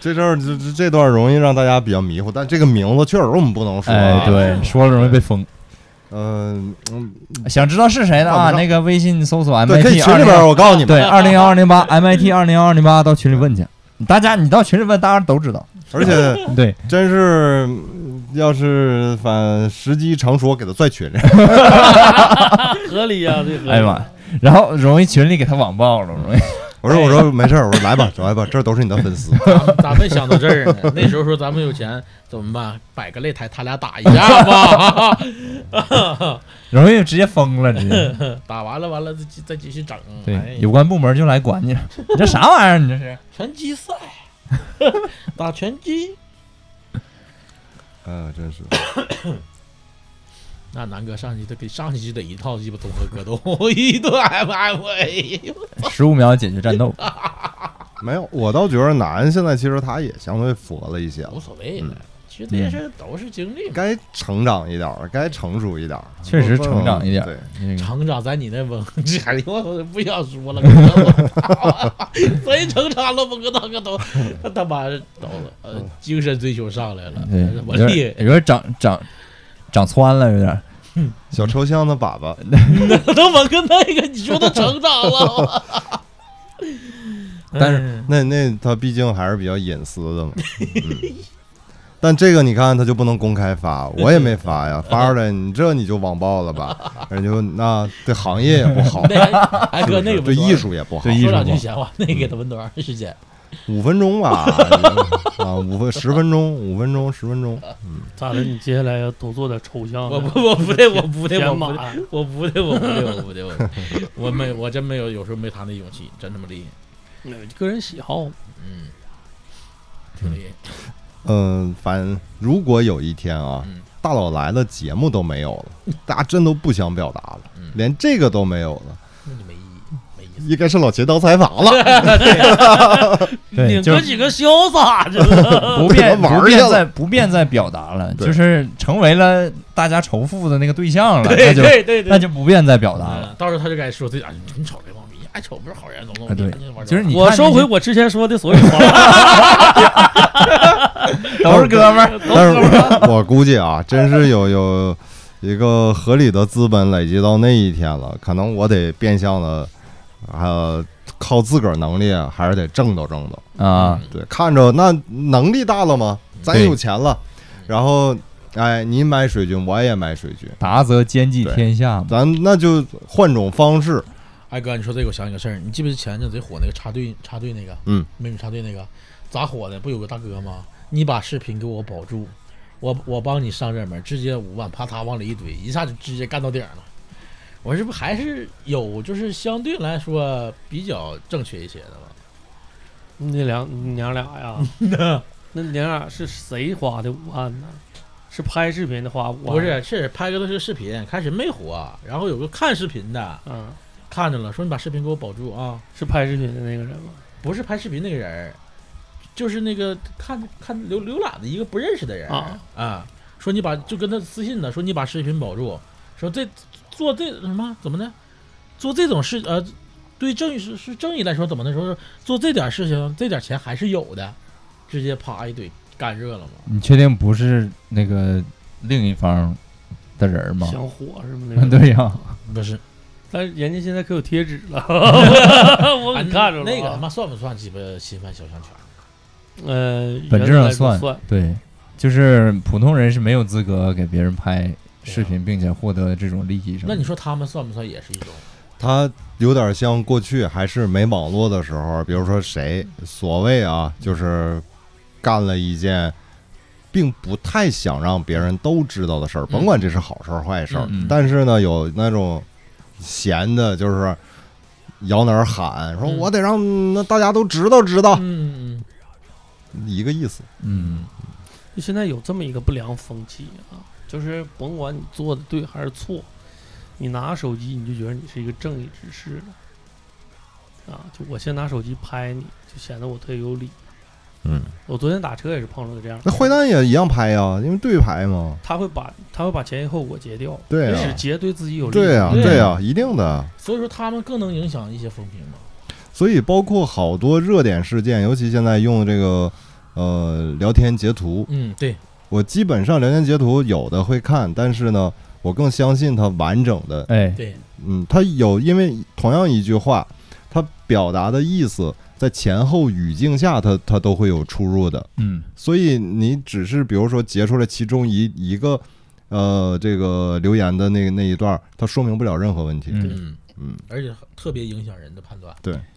S2: 这事儿这这这段容易让大家比较迷糊，但这个名字确实我们不能说、啊。
S3: 哎，对，说了容易被封。
S2: 嗯嗯，
S3: 想知道是谁的
S2: 看不
S3: 啊？
S2: 上
S3: 那个微信搜索 MIT
S2: 对，可以群里边
S3: 20
S2: 儿我告诉你们，啊
S3: 对，二零 幺二零八 MIT 二零幺二零八到群里问去，大家你到群里问，大家都知道。
S2: 而且
S3: 对，
S2: 真是嗯要是反时机成熟，我给他拽 群里。
S5: 合理呀，这合理
S3: 哎呀妈，呀，然后容易群里给他网暴了，容易。
S2: 我说我说没事儿，我说来吧来吧，这都是你的粉丝。
S4: 咱咱们想到这儿呢，那时候说咱们有钱怎么办？摆个擂台，他俩打一架吧。
S3: 容易直接疯了，直接。
S4: 打完了，完了再继再继续整。哎
S3: 对，
S4: 呀
S3: 有关部门就来管你了，你这啥玩意儿？你 这是？
S4: 拳击赛， 打拳击。
S2: 嗯、真是
S4: 那南哥上去，他给上去就得一套鸡巴综合格斗， 一顿 M M A。
S3: 十五秒解决 战斗。
S2: 没有，我倒觉得男现在其实他也相对佛了一些了
S4: 无，所谓
S3: 嗯
S4: 了。其实这些事儿都是经历嘛，
S2: 该成长一点儿，该成熟一点儿，
S3: 确实成长一点儿
S2: 对，
S3: 那个
S4: 成长在你那蒙，哎呦
S3: 嗯
S4: 我不想说了，哥谁成长了？蒙哥大哥都他妈都呃
S3: 嗯
S4: 精神追求上来了，
S3: 对，
S4: 呃我
S3: 有
S4: 厉
S3: 点
S4: 害，
S3: 有点长长长窜了，有点。
S2: 小车厢的粑粑，
S4: 那蒙哥那个你说他成长了，
S3: 但
S4: 是
S2: 那那他毕竟还是比较隐私的嘛。嗯但这个你看，他就不能公开发，我也没发呀，发出来你这你就网暴了吧？人家说那对行业也不好，
S4: 那哎哥那个不
S2: 对
S4: 说
S2: 艺，术也不好
S3: 对。艺
S4: 说
S3: 术
S4: 两句
S3: 嘛
S4: 闲话，那个给他们多长时间？
S2: 五分钟吧，啊，五分十分钟，五分钟十分钟，
S5: 咋的？你接下来要多做点抽象的
S4: 我不我不对我不对我
S5: 天
S4: 不对
S5: 马，
S4: 我不对我不对我不对我不对，我没我真没有，有时候没他那勇气，真他妈厉害，
S5: 嗯个人喜好嘛。
S4: 嗯，挺厉害。
S2: 嗯，反如果有一天啊
S4: 嗯，
S2: 大佬来的节目都没有了，大家真都不想表达了
S4: 嗯，
S2: 连这个都没有了，
S4: 那就没意义，没意思。
S2: 应该是老秦当采访了，
S3: 对，
S5: 领
S3: 就
S5: 哥
S3: 是
S5: 几个潇洒着呢，
S3: 不变
S2: 怎么玩
S3: 不
S2: 儿去
S3: 变
S2: 了
S3: 在不变在表达了，
S2: 对
S3: 就是成为了大家仇富的那个对象了，那就
S5: 对
S3: 那就不变在表达了。
S4: 嗯到时候他就该说自己，哎，你瞅这帮逼，哎，瞅不是好人，怎么
S3: 啊
S4: 怎
S3: 对
S4: 么地，玩
S3: 就是你
S5: 我
S3: 看那
S5: 收
S3: 些
S5: 回我之前说的所有 话，
S4: 嗯
S3: 都是哥们儿，
S2: 但是我我估计啊，真是有有一个合理的资本累积到那一天了，可能我得变相的，呃，靠自个儿能力还是得挣斗挣斗。
S4: 嗯
S3: 啊，
S2: 对，看着那能力大了吗？咱
S3: 对
S2: 有钱了，然后哎，你买水军，我也买水军，
S3: 达则兼济天下嘛。
S2: 咱那就换种方式。
S4: 哎哥，你说这个，我想起个事儿，你记不记得前阵贼火那个插队插队那个，
S2: 嗯，
S4: 美女插队那个，咋火的？不有个大哥吗？你把视频给我保住，我我帮你上热门，直接五万啪嗒往里一怼，一下就直接干到顶了。我这不还是有，就是相对来说比较正确一些的吧？
S5: 你俩你娘俩 呀？那你娘俩是谁花的五万呢？是拍视频的花五万？
S4: 不是，是拍个的是个视频，开始没火，然后有个看视频的
S5: 嗯，
S4: 看着了，说你把视频给我保住啊。
S5: 是拍视频的那个人吗？
S4: 不是拍视频那个人儿，就是那个看看浏浏览的一个不认识的人儿
S5: 啊
S4: 啊说你把就跟他私信的说你把视频保住，说这做这什么怎么的，做这种事呃，对正义是是正义来说怎么的说做这点事情这点钱还是有的，直接啪一怼干热了嘛，
S3: 你确定不是那个另一方的人儿吗？
S5: 想火是吗？那 个，
S3: 对呀、
S4: 不是
S5: 但是人家现在可有贴纸 了，我
S4: 啊
S5: 给看着了。
S4: 那个他妈算不算鸡巴侵犯肖像权？
S5: 呃，
S3: 本质上
S5: 原则来说
S3: 算对，就是普通人是没有资格给别人拍视频，并且获得这种利益什么的。
S4: 那你说他们算不算也是一种？
S2: 它有点像过去还是没网络的时候，比如说谁所谓啊，就是干了一件并不太想让别人都知道的
S4: 嗯
S2: 事儿，甭管这是好事儿坏事儿，
S3: 嗯嗯
S2: 但是呢，有那种闲的，就是摇哪儿喊说，
S4: 嗯
S2: 我得让那大家都知道知道，
S4: 嗯嗯
S2: 一个意思。
S3: 嗯，
S5: 就现在有这么一个不良风气啊，就是甭管你做的对还是错，你拿手机你就觉得你是一个正义之士了，啊，就我先拿手机拍你，就显得我特有理，
S6: 嗯，
S5: 我昨天打车也是碰到的这样，
S2: 那坏蛋也一样拍呀，因为对拍嘛。
S5: 他会把他会把前因后果截掉，
S2: 对
S5: 只
S3: 啊
S2: 呀、
S5: 截对自己有利。
S2: 对呀、
S4: 对啊
S2: 对呀、一定的。
S4: 所以说他们更能影响一些风评嘛。
S2: 所以包括好多热点事件，尤其现在用这个呃聊天截图，
S4: 嗯，对，
S2: 我基本上聊天截图有的会看，但是呢，我更相信它完整的。
S3: 哎，
S4: 对，
S2: 嗯，它有因为同样一句话，它表达的意思在前后语境下它，它都会有出入的。
S3: 嗯，
S2: 所以你只是比如说截出来其中一一个呃这个留言的那那一段儿，它说明不了任何问题。
S3: 嗯
S4: 嗯
S2: 嗯，
S4: 而且特别影响人的判断。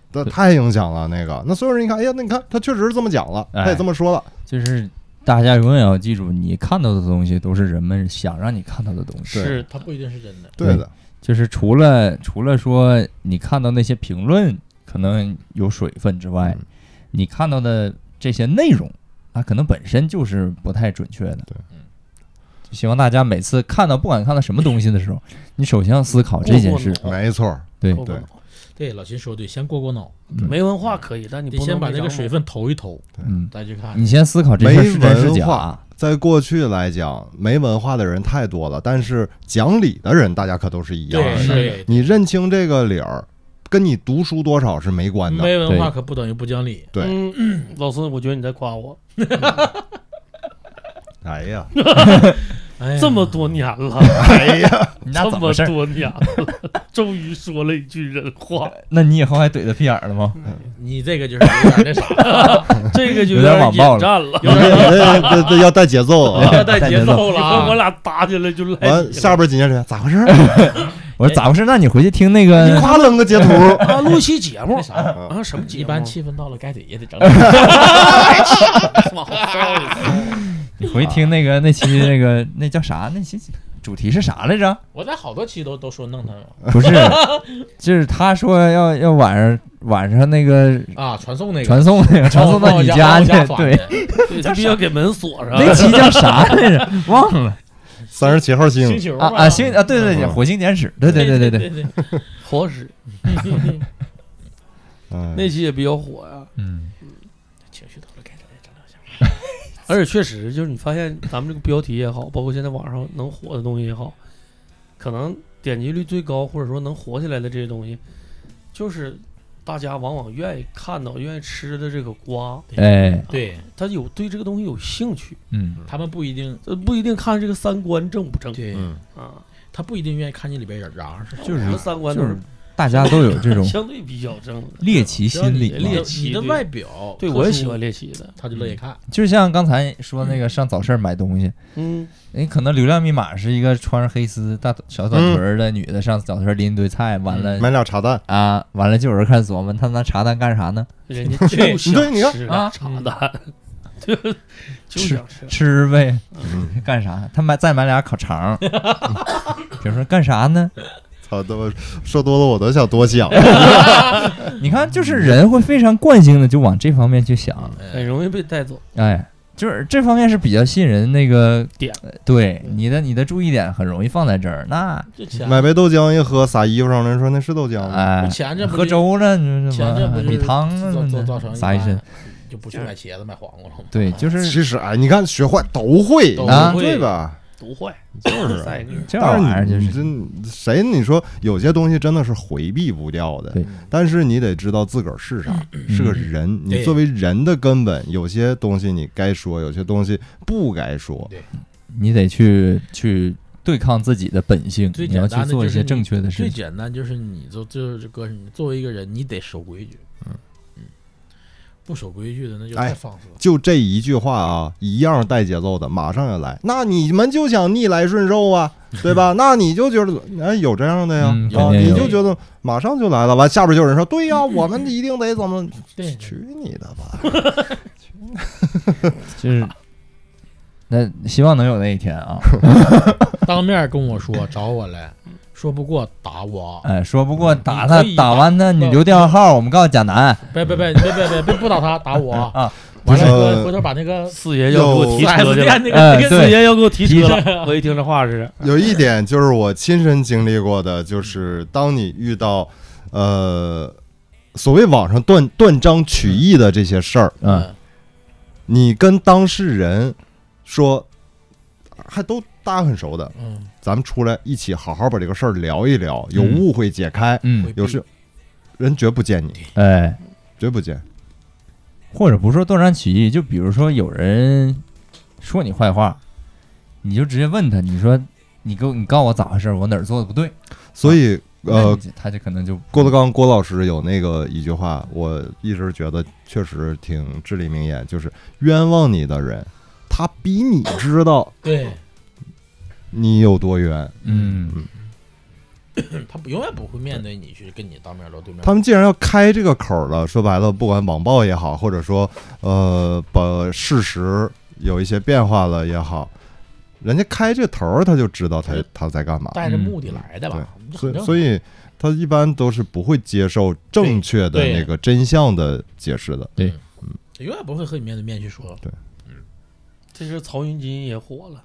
S2: 但太影响了那个，那所有人一看，哎呀，那你看他确实是这么讲了，
S3: 哎
S2: 他也这么说了，
S3: 就是大家永远要记住，你看到的东西都是人们想让你看到的东西。
S2: 对
S5: 是
S4: 它不一定是真的。
S2: 对的，
S3: 就是除了除了说你看到那些评论可能有水分之外，
S2: 嗯
S3: 你看到的这些内容，它可能本身就是不太准确的。
S2: 对
S4: 嗯
S3: 就希望大家每次看到不管看到什么东西的时候，
S2: 嗯
S3: 你首先要思考这件事
S5: 过。过脑
S2: 没错儿，
S3: 对
S5: 过过
S2: 对
S5: 脑
S4: 对，老秦说对，先过过脑，
S3: 嗯
S5: 没文化可以，但你
S4: 得
S5: 不能
S4: 先把
S5: 没
S4: 那个
S5: 长
S4: 水
S5: 脑
S4: 分投一投，
S3: 嗯，
S4: 再去看
S3: 你。先思考这事儿是真是
S2: 没文
S3: 假
S2: 化。在过去来讲，没文化的人太多了，但是讲理的人大家可都是一样
S4: 对，
S2: 的。
S4: 是
S2: 你认清这个理儿，跟你读书多少是没关的。
S4: 没文化可不等于不讲理。
S2: 对
S5: 嗯，嗯老孙，我觉得你在夸我，
S2: 哎呀，
S4: 哎呀
S5: 这么多年了，
S2: 哎呀，
S3: 你
S5: 这
S3: 那怎么
S5: 么
S3: 回事儿？
S5: 多年了， 终于说了一句人话，
S3: 那你以后还怼他屁眼儿了
S2: 嗯
S3: 吗？
S4: 你这个就是有点那啥，
S5: 这个就
S3: 有点
S5: 点
S3: 网暴
S5: 引战 了。
S2: 你这这这这要带节奏 啊！
S5: 哎
S4: 要带节奏了
S5: 我
S4: 啊。
S5: 俩打起来就来
S2: 完，
S5: 你了
S2: 下边紧接着咋回事儿？ 哎
S3: 我说咋回事？那你回去听那
S2: 你
S3: 个，
S2: 夸扔个截图，
S5: 啊，录期节目
S4: 那啥，
S5: 啊，什么节目？
S4: 一般气氛到了该怼也得整点。
S3: 你回去听那个那期那个那叫啥？那期主题是啥来着？
S4: 我在好多期都都说弄他
S3: 不是，就是他说要要晚上晚上那个
S4: 啊，传送那个，哦
S3: 传送那 个传送到
S4: 我
S3: 你
S4: 家
S3: 去
S4: 去，，
S3: 对，
S5: 对他必须要给门锁上。
S3: 那期叫啥来着？忘了
S2: 三十七号星
S4: 星，球
S3: 啊
S4: 嘛
S3: 啊星啊，对对对，
S2: 嗯
S3: 火星简史，对对
S4: 对
S3: 对对，
S4: 对，
S5: 火使
S2: 嗯
S5: 那期也比较火呀、
S3: 嗯，
S4: 情绪到了该整也整两下。
S5: 而且确实就是你发现咱们这个标题也好，包括现在网上能火的东西也好，可能点击率最高或者说能火起来的这些东西，就是大家往往愿意看到、愿意吃的这个瓜，
S3: 哎，
S4: 对
S5: 他有对这个东西有兴趣，
S3: 嗯，
S4: 他们不一定，
S5: 呃，不一定看这个三观正不正
S4: 对
S2: 嗯，
S5: 啊，
S4: 他不一定愿意看你里边有啥事。
S5: 就是什么三观
S3: 就
S5: 都
S3: 是
S5: 是
S3: 大家都有这 种
S5: 相对比较正的。
S3: 猎奇心理
S4: 只要
S3: 嘛
S4: 你，
S5: 猎
S4: 的
S5: 奇
S4: 你的
S5: 对
S4: 外表，
S5: 对我也喜欢，猎奇的，
S4: 他就乐意看。
S3: 就像刚才说那个上早市买东西，
S5: 嗯，
S3: 你可能流量密码是一个穿着黑丝大小短腿儿的女的上早市拎一堆菜，完了
S2: 买俩茶蛋，
S3: 啊，完了就有人开始琢磨，他拿茶蛋干啥呢？
S5: 人家就想吃
S2: 对你看
S3: 啊
S5: 茶蛋， 就就想吃。
S3: 吃呗，
S4: 嗯
S3: 干啥？他买再买俩烤肠 儿，比如说干啥呢？
S2: 操，都说多了我都想多想。
S3: 你看，就是人会非常惯性的就往这方面去想，
S4: 嗯
S5: 很容易被带走。
S3: 哎，就是这方面是比较吸引人那个
S5: 点，
S3: 呃对你的你的注意点很容易放在这儿，那
S4: 这钱
S2: 买杯豆浆一喝，撒衣服上，人说那是豆浆吗？
S3: 哎，
S4: 嗯前阵不
S3: 喝
S4: 就
S3: 粥了，你
S4: 前
S3: 这
S4: 阵不
S3: 么
S4: 就是
S3: 米汤
S4: 造造造
S3: 啊
S4: 成，
S3: 撒一身，，
S4: 就不去买茄子买黄瓜了吗？
S3: 对，就是
S2: 其实哎，你看学坏都会，
S4: 都
S3: 啊
S5: 会
S2: 对吧？
S5: 毒坏，
S2: 就是啊
S5: 再一个，
S3: 这
S2: 但
S3: 玩
S2: 是你
S3: 意儿就
S2: 你
S3: 是
S2: 真谁？你说有些东西真的是回避不掉的
S4: 嗯
S3: 对，嗯
S2: 但是你得知道自个儿是啥，是个人。你
S4: 对
S2: 作为人的根本，有些东西你该说，有些东西不该说。
S3: 你得去去对抗自己的本性，
S4: 最
S3: 你要
S4: 简
S3: 去
S4: 单的
S3: 做
S4: 就
S3: 一
S4: 是
S3: 些
S4: 你
S3: 正确的事
S4: 最
S3: 情，
S4: 简单就是你就就是哥，你作为一个人，你得守规矩。嗯不守规矩的那就
S2: 哎
S4: 太放肆了。
S2: 就这一句话啊，一样带节奏的，马上要来。那你们就想逆来顺受啊，对 吧？那你就觉得哎有这样的呀
S3: 嗯
S2: 啊，
S3: 肯定
S2: 你
S3: 有
S2: 就觉得马上就来了。完下边就有人说，对 呀，我们一定得怎么？
S4: 对
S2: 去你的吧！
S3: 就是。 那希望能有那一天 啊！
S4: 当面跟我说，找我来，说不过打我。
S3: 哎，说不过打
S5: 嗯
S4: 你
S3: 他
S4: 可以
S3: 打完他，你留电话号，我们告诉贾楠。
S4: 别别别别别别别不打他，打我
S3: 嗯啊！
S2: 不
S4: 完了
S2: 是
S4: 哥，回头把那个
S5: 四爷要给我提车去了，
S4: 那
S3: 哎
S5: 那
S3: 对
S5: 个四爷要给我提车了。 我一听这话是，
S2: 有一点就是我亲身经历过的，就是当你遇到呃所谓网上断断章取义的这些事儿，
S3: 嗯，
S2: 你跟当事人说，还都大家很熟的，
S4: 嗯，
S2: 咱们出来一起好好把这个事儿聊一聊，有
S3: 嗯
S2: 误会解开，
S3: 嗯，
S2: 有事人绝不见你，
S3: 哎，
S2: 绝不见。
S3: 或者不说断章取义，就比如说有人说你坏话，你就直接问他，你说你给我你告诉我咋回事，我哪儿做的不对？
S2: 所以，呃
S3: 那，你他就可能就
S2: 郭德纲郭老师有那个一句话，我一直觉得确实挺至理名言，就是冤枉你的人，他比你知道
S4: 对
S2: 你有多冤。
S3: 嗯
S4: 他不永远不会面对你去跟你当面聊对面。
S2: 他们既然要开这个口儿了，说白了，不管网暴也好，或者说呃把事实有一些变化了也好，人家开这头儿他就知道他
S4: 对
S2: 他在干嘛，
S4: 带着目的来的吧，
S3: 嗯
S4: 这
S2: 所
S4: 很
S2: 以
S4: 正
S2: 所以他一般都是不会接受正确的
S4: 对对
S2: 那个真相的解释的。
S4: 常永远不会和你面对面去说。
S5: 这是曹云金也火了，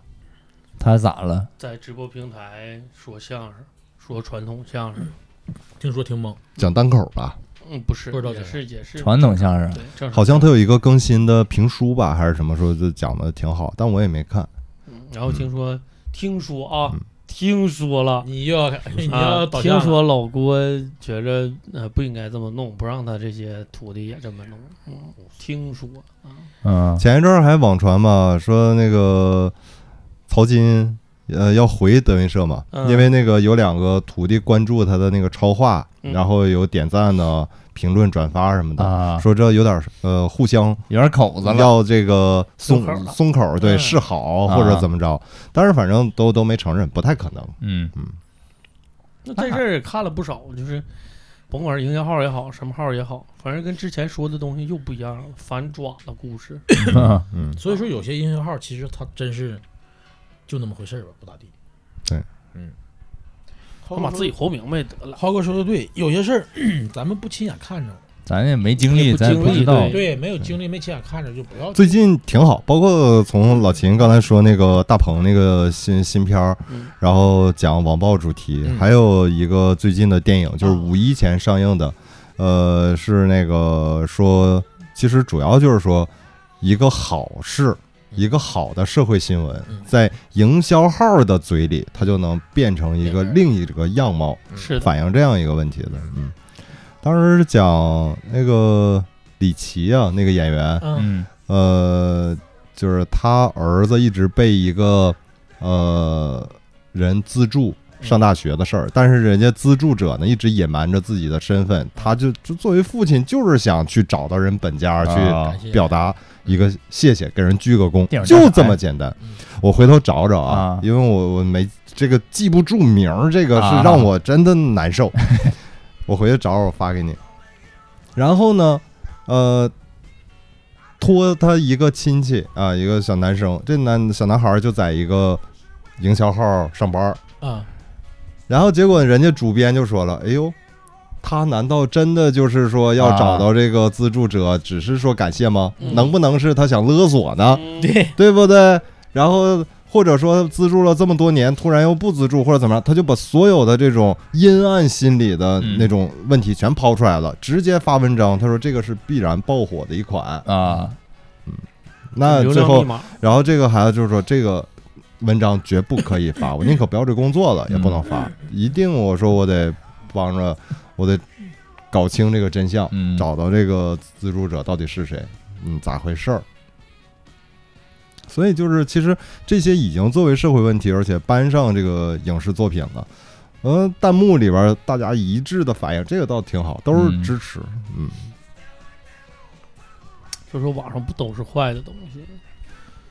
S3: 他咋了？
S5: 在直播平台说相声，说传统相声，
S4: 听说挺猛，
S2: 讲单口儿吧，
S5: 嗯，不是，
S4: 不知道
S5: 也
S4: 这
S5: 是也是，
S3: 传统相声
S5: 对，正
S2: 好像他有一个更新的评书吧，还是什么时候就讲的挺好，但我也没看。
S3: 啊
S5: 嗯然后听说，听说啊
S2: 嗯，
S5: 听说了。
S4: 你又要 你
S5: 啊
S4: 要，倒向
S5: 听
S4: 了
S5: 说老郭觉着呃不应该这么弄，不让他这些徒弟也这么弄。嗯，听说
S3: 嗯，
S2: 前一阵儿还网传嘛，说那个曹金呃要回德云社嘛，
S5: 嗯
S2: 因为那个有两个徒弟关注他的那个超话，
S5: 嗯
S2: 然后有点赞呢、评论、转发什么的，
S3: 啊，
S2: 说这有点儿呃互相
S3: 有点口子了，
S2: 要这个松
S5: 松口了
S2: 松口儿，对
S5: 嗯
S2: 示好
S3: 啊
S2: 或者怎么着，但是反正都都没承认，不太可能。
S3: 嗯
S5: 那在这儿也看了不少，就是甭管是营销号也好，什么号也好，反正跟之前说的东西又不一样了，反转的故事。
S3: 嗯
S2: 嗯，
S4: 所以说，有些营销号其实他真是就那么回事儿吧，不咋地。
S2: 对，
S4: 嗯，哦
S5: 他把自己活明白得了。
S4: 浩哥说的对，有些事儿嗯咱们不亲眼看着，
S3: 咱也没经历，
S5: 也不
S3: 咱
S5: 经历
S3: 不知道
S5: 对
S4: 对，没有经历，没亲眼看着就不要。
S2: 最近挺好，包括从老秦刚才说那个大鹏那个新新片儿
S5: 嗯，
S2: 然后讲网暴主题，
S4: 嗯
S2: 还有一个最近的电影就是
S4: 啊
S2: 五一前上映的，呃，是那个说，其实主要就是说一个好事，
S4: 嗯
S2: 一个好的社会新闻
S4: 嗯，
S2: 在营销号的嘴里，它就能变成一个
S4: 变成
S2: 另一个样貌，
S5: 是
S2: 嗯
S5: 的，
S2: 反映这样一个问题的。嗯，当时是讲那个李琦啊，那个演员，
S4: 嗯，
S3: 嗯
S2: 呃，就是他儿子一直被一个呃人资助上大学的事儿，但是人家资助者呢一直隐瞒着自己的身
S3: 嗯
S2: 份，他就就作为父亲就是想去找到人本家
S3: 啊
S2: 去
S4: 感谢
S2: 表达一个谢谢，给人鞠个躬
S3: 电，影
S2: 就
S3: 叫啥
S2: 这
S3: 呀
S2: 么简单
S4: 嗯。
S2: 我回头找找啊
S3: 啊，
S2: 因为我我没这个记不住名儿，这个是
S3: 啊
S2: 让我真的难 受。我回去找我发给你。然后呢，呃，托他一个亲戚啊，一个小男生，这男小男孩儿就在一个营销号上班儿，
S4: 啊，
S2: 然后结果人家主编就说了：“哎呦，他难道真的就是说要找到这个资助者，只是说感谢吗？
S5: 嗯
S2: 能不能是他想勒索呢？
S4: 对，
S2: 对不对？然后或者说资助了这么多年，突然又不资助或者怎么样，他就把所有的这种阴暗心理的
S3: 嗯
S2: 那种问题全抛出来了，直接发文章。他说这个是必然爆火的一款。
S3: 啊，
S2: 那
S5: 流
S2: 最
S5: 量
S2: 后
S5: 密码
S2: 然后这个孩子就是说，这个文章绝不可以 发，我宁可不要这工作
S5: 嗯
S2: 了，也不能发，一定我说我得帮着，我得搞清这个真相，
S3: 嗯，
S2: 找到这个资助者到底是谁，嗯，咋回事儿。所以就是，其实这些已经作为社会问题，而且搬上这个影视作品了。嗯，弹幕里边大家一致的反应，这个倒挺好，都是
S3: 嗯
S2: 支持。嗯，
S5: 就说网上不都是坏的东西。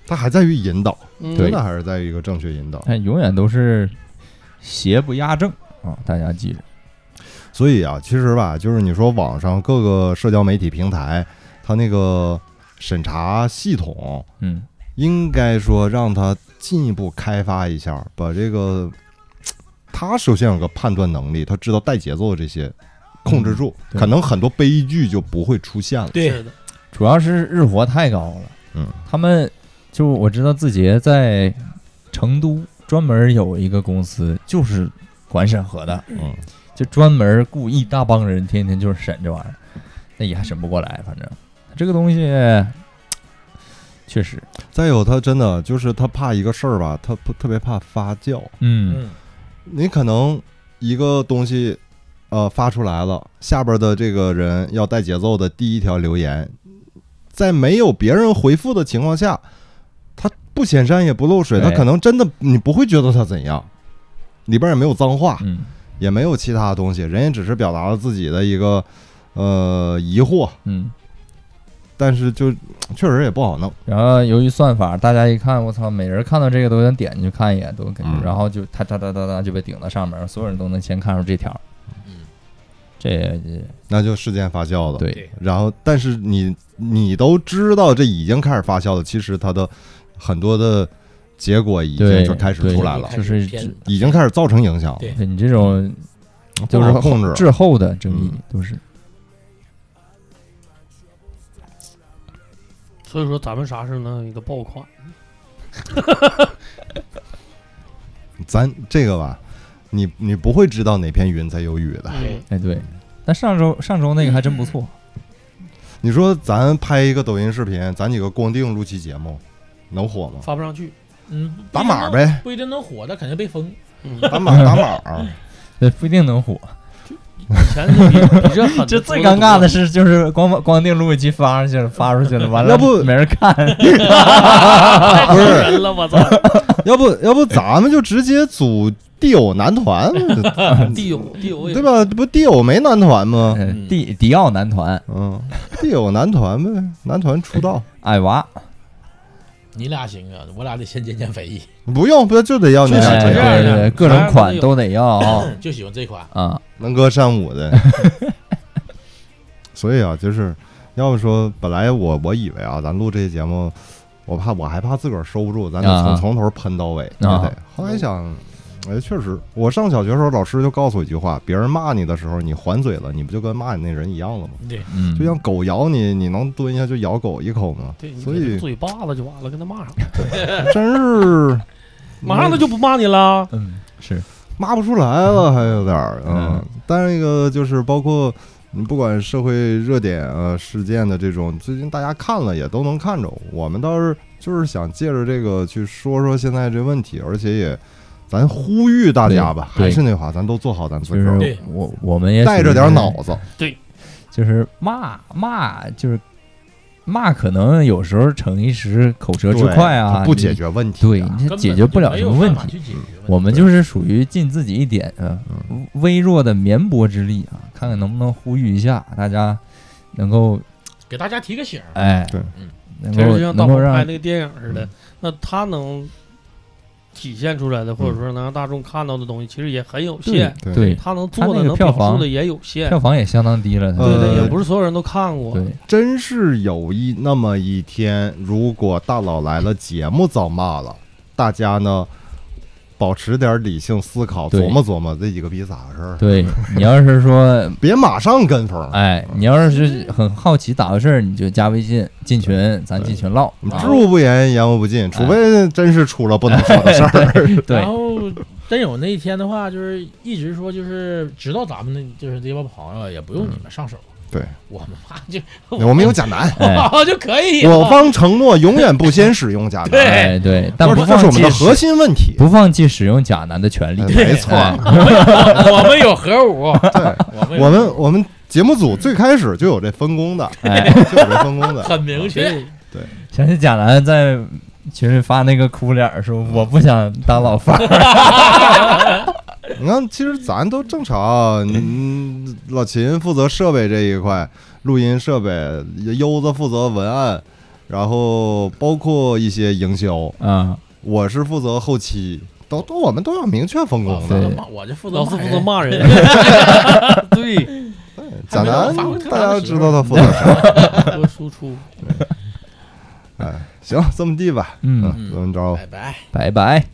S2: 它还在于引导，
S5: 嗯
S2: 真的还是在于一个正确引导。
S3: 但永远都是邪不压正啊，大家记着，
S2: 所以啊，其实吧，就是你说网上各个社交媒体平台，它那个审查系统，
S3: 嗯
S2: 应该说让它进一步开发一下，把这个，它首先有个判断能力，它知道带节奏这些控制住，
S3: 对
S2: 可能很多悲剧就不会出现了。
S5: 是
S4: 对，
S5: 的，
S3: 主要是日活太高了，
S2: 嗯，
S3: 他们就我知道字节在成都专门有一个公司，就是管审核的，
S2: 嗯，
S3: 就专门雇一大帮人，天天就是审这玩意儿，那也还审不过来，反正这个东西，确实，
S2: 再有他真的就是他怕一个事儿吧，他不特别怕发酵。
S3: 嗯，
S2: 你可能一个东西，呃，发出来了，下边的这个人要带节奏的第一条留言，在没有别人回复的情况下，他不显山也不漏水，
S3: 对
S2: 他可能真的你不会觉得他怎样，里边也没有脏话，
S3: 嗯，
S2: 也没有其他的东西，人也只是表达了自己的一个呃疑惑，
S3: 嗯。
S2: 但是就确实也不好弄，
S3: 然后由于算法，大家一看，我操，每人看到这个都想点进去看一眼，都跟，
S2: 嗯
S3: 然后就哒哒哒哒哒就被顶到上面，然后所有人都能先看出这条。
S4: 嗯，
S3: 这
S2: 那就事件发酵了。
S3: 对，
S2: 然后，但是你你都知道这已经开始发酵了，其实它的很多的结果已经
S3: 对
S2: 就开始
S3: 对
S2: 出来了，
S3: 就是
S4: 偏
S3: 只
S2: 已经开始造成影响了，
S4: 对
S3: 对你这种
S2: 嗯不
S3: 就
S2: 好
S3: 是
S2: 控制。
S3: 滞后的争议
S2: 嗯
S3: 都是
S5: 所以说咱们啥时候能有一个爆款？
S2: 咱这个吧，你你不会知道哪片云才有雨的。
S5: 嗯
S3: 哎对，但上周上周那个还真不错，
S2: 你说咱拍一个抖音视频，咱几个光腚录期节目，能火吗？
S5: 发不上去，
S4: 嗯，不
S2: 打
S4: 一定
S2: 码
S4: 能，
S2: 呗，
S4: 不一定能火，但肯定被封。
S5: 嗯，
S2: 打码打码，
S3: 对，不一定能火。，
S5: 以前 就比比这狠
S3: 这最尴尬的，是， 就是光光定录一期发上去了，发出去了，完了
S2: 要不
S3: 没人看，哎
S5: 太
S2: 不
S5: 坑
S2: 是
S5: 人了，我操！
S2: 要不要不咱们就直接组地友男 团，
S5: 地友地友也
S2: 对？吧？这不地友没男团吗？
S3: 呃迪迪奥男团
S2: 嗯，地友男团呗，男团出道。
S3: 矮娃，
S4: 你俩行啊，我俩得先减减肥，
S2: 不用，不就得要你
S5: 就
S3: 对
S5: 是
S2: 俩
S5: 这
S2: 钱？
S5: 样
S3: 哎对
S5: 的
S3: 对，各种款都得要啊
S4: 就喜欢这款。
S3: 啊，
S2: 能歌善舞的。 所以啊，就是要不说，本来我我以为啊，咱录这些节目，我怕我还怕自个儿收不住，咱得从、
S3: 啊
S2: 从头喷到尾，也
S3: 啊
S2: 得。后来想，哎，确实，我上小学的时候，老师就告诉我一句话：别人骂你的时候，你还嘴了，你不就跟骂你那人一样了吗？
S4: 对，
S3: 嗯，
S2: 就像狗咬你，你能蹲下就咬狗一口吗？
S5: 对，你
S2: 所
S5: 给他
S2: 以
S5: 嘴巴子就完了，跟他骂啥？
S2: 真是
S5: 马上他就不骂你了。
S3: 嗯是，
S2: 骂不出来了，还有点儿，嗯
S3: 嗯。
S2: 但是那个就是包括你不管社会热点啊、事件的这种，最近大家看了也都能看着。我们倒是就是想借着这个去说说现在这问题，而且也咱呼吁大家吧，
S3: 对
S2: 还是那话，咱都做好咱自
S3: 就
S2: 个
S3: 是
S2: 儿，
S4: 对
S3: 我我们也
S2: 带着点脑
S3: 子。
S2: 子。
S3: 就是骂骂就是骂，可能有时候逞一时口舌之
S2: 对
S3: 快啊，
S2: 不
S3: 你
S2: 解，决问题、
S3: 对，你这解决不了什么问题。
S4: 题
S3: 我们就是属于尽自己一点呃
S2: 嗯
S3: 微弱的绵薄之力啊，看看能不能呼吁一下大家，能够
S4: 给大家提个醒儿，
S3: 哎，
S2: 对
S4: 嗯
S3: 能
S5: 其实
S3: 够
S5: 就像大
S3: 能够
S5: 鹏拍
S3: 让嗯
S5: 那个电影似的，那他能体现出来的，或者说能让大众看到的东西，其实也很有限。
S2: 对
S3: 嗯对
S5: 他能
S3: 他
S5: 做
S3: 那
S5: 的、
S3: 个
S5: 能
S3: 票
S5: 表述
S3: 房
S5: 的也有限。
S3: 票房也相当低了，
S5: 对
S2: 呃
S5: 对，也不是所有人都看过。
S3: 对，
S2: 真是有一那么一天，如果《大佬来了》节目遭骂了，大家呢保持点理性思考，
S3: 对
S2: 琢磨琢磨这几个逼咋回事儿，
S3: 对你要是说
S2: 别马上跟风。
S3: 哎，你要是很好奇咋回事儿，你就加微信进群，咱进群唠，
S2: 知无不言，言无不尽，除非真是出了不能说的事儿。
S3: 哎对
S4: 然，后真有那一天的话，就是一直说，就是知道咱们的就是这帮朋友，也不用你们上手，
S2: 对
S4: 我们妈就
S2: 我们有贾南，
S3: 哎
S4: 我就可以了。
S2: 我方承诺永远不先使用贾南，
S4: 对
S3: 哎对，但
S2: 这
S3: 不
S2: 这是
S3: 放
S2: 我们
S3: 弃
S2: 的核心问题。
S3: 不放弃使用假男的权利
S2: 哎。没错，
S3: 哎
S4: 我们有核武，
S2: 对
S4: 我们有
S2: 我们我们节目组最开始就有这分工的，
S3: 哎，
S2: 就有这分工的。
S4: 很明确，
S3: 想起假男在群里发那个哭脸儿，说我不想当老范儿。
S2: 你看，其实咱都正常。嗯，老秦负责设备这一块，录音设备；优子负责文案，然后包括一些营销。
S3: 啊，
S2: 我是负责后期，都都我们都要明确分
S4: 我
S2: 工
S4: 负
S2: 的。
S4: 责
S3: 对
S4: 骂，我就负责
S5: 老四负责
S4: 人，
S5: 骂人，对，
S2: 贾南
S4: 还没到发挥特长的时候
S2: 大家知道他负责啥？
S5: 多输出。
S2: 哎，行，这么地吧。
S3: 嗯，
S2: 嗯，这么着
S4: 拜拜。
S3: 拜拜。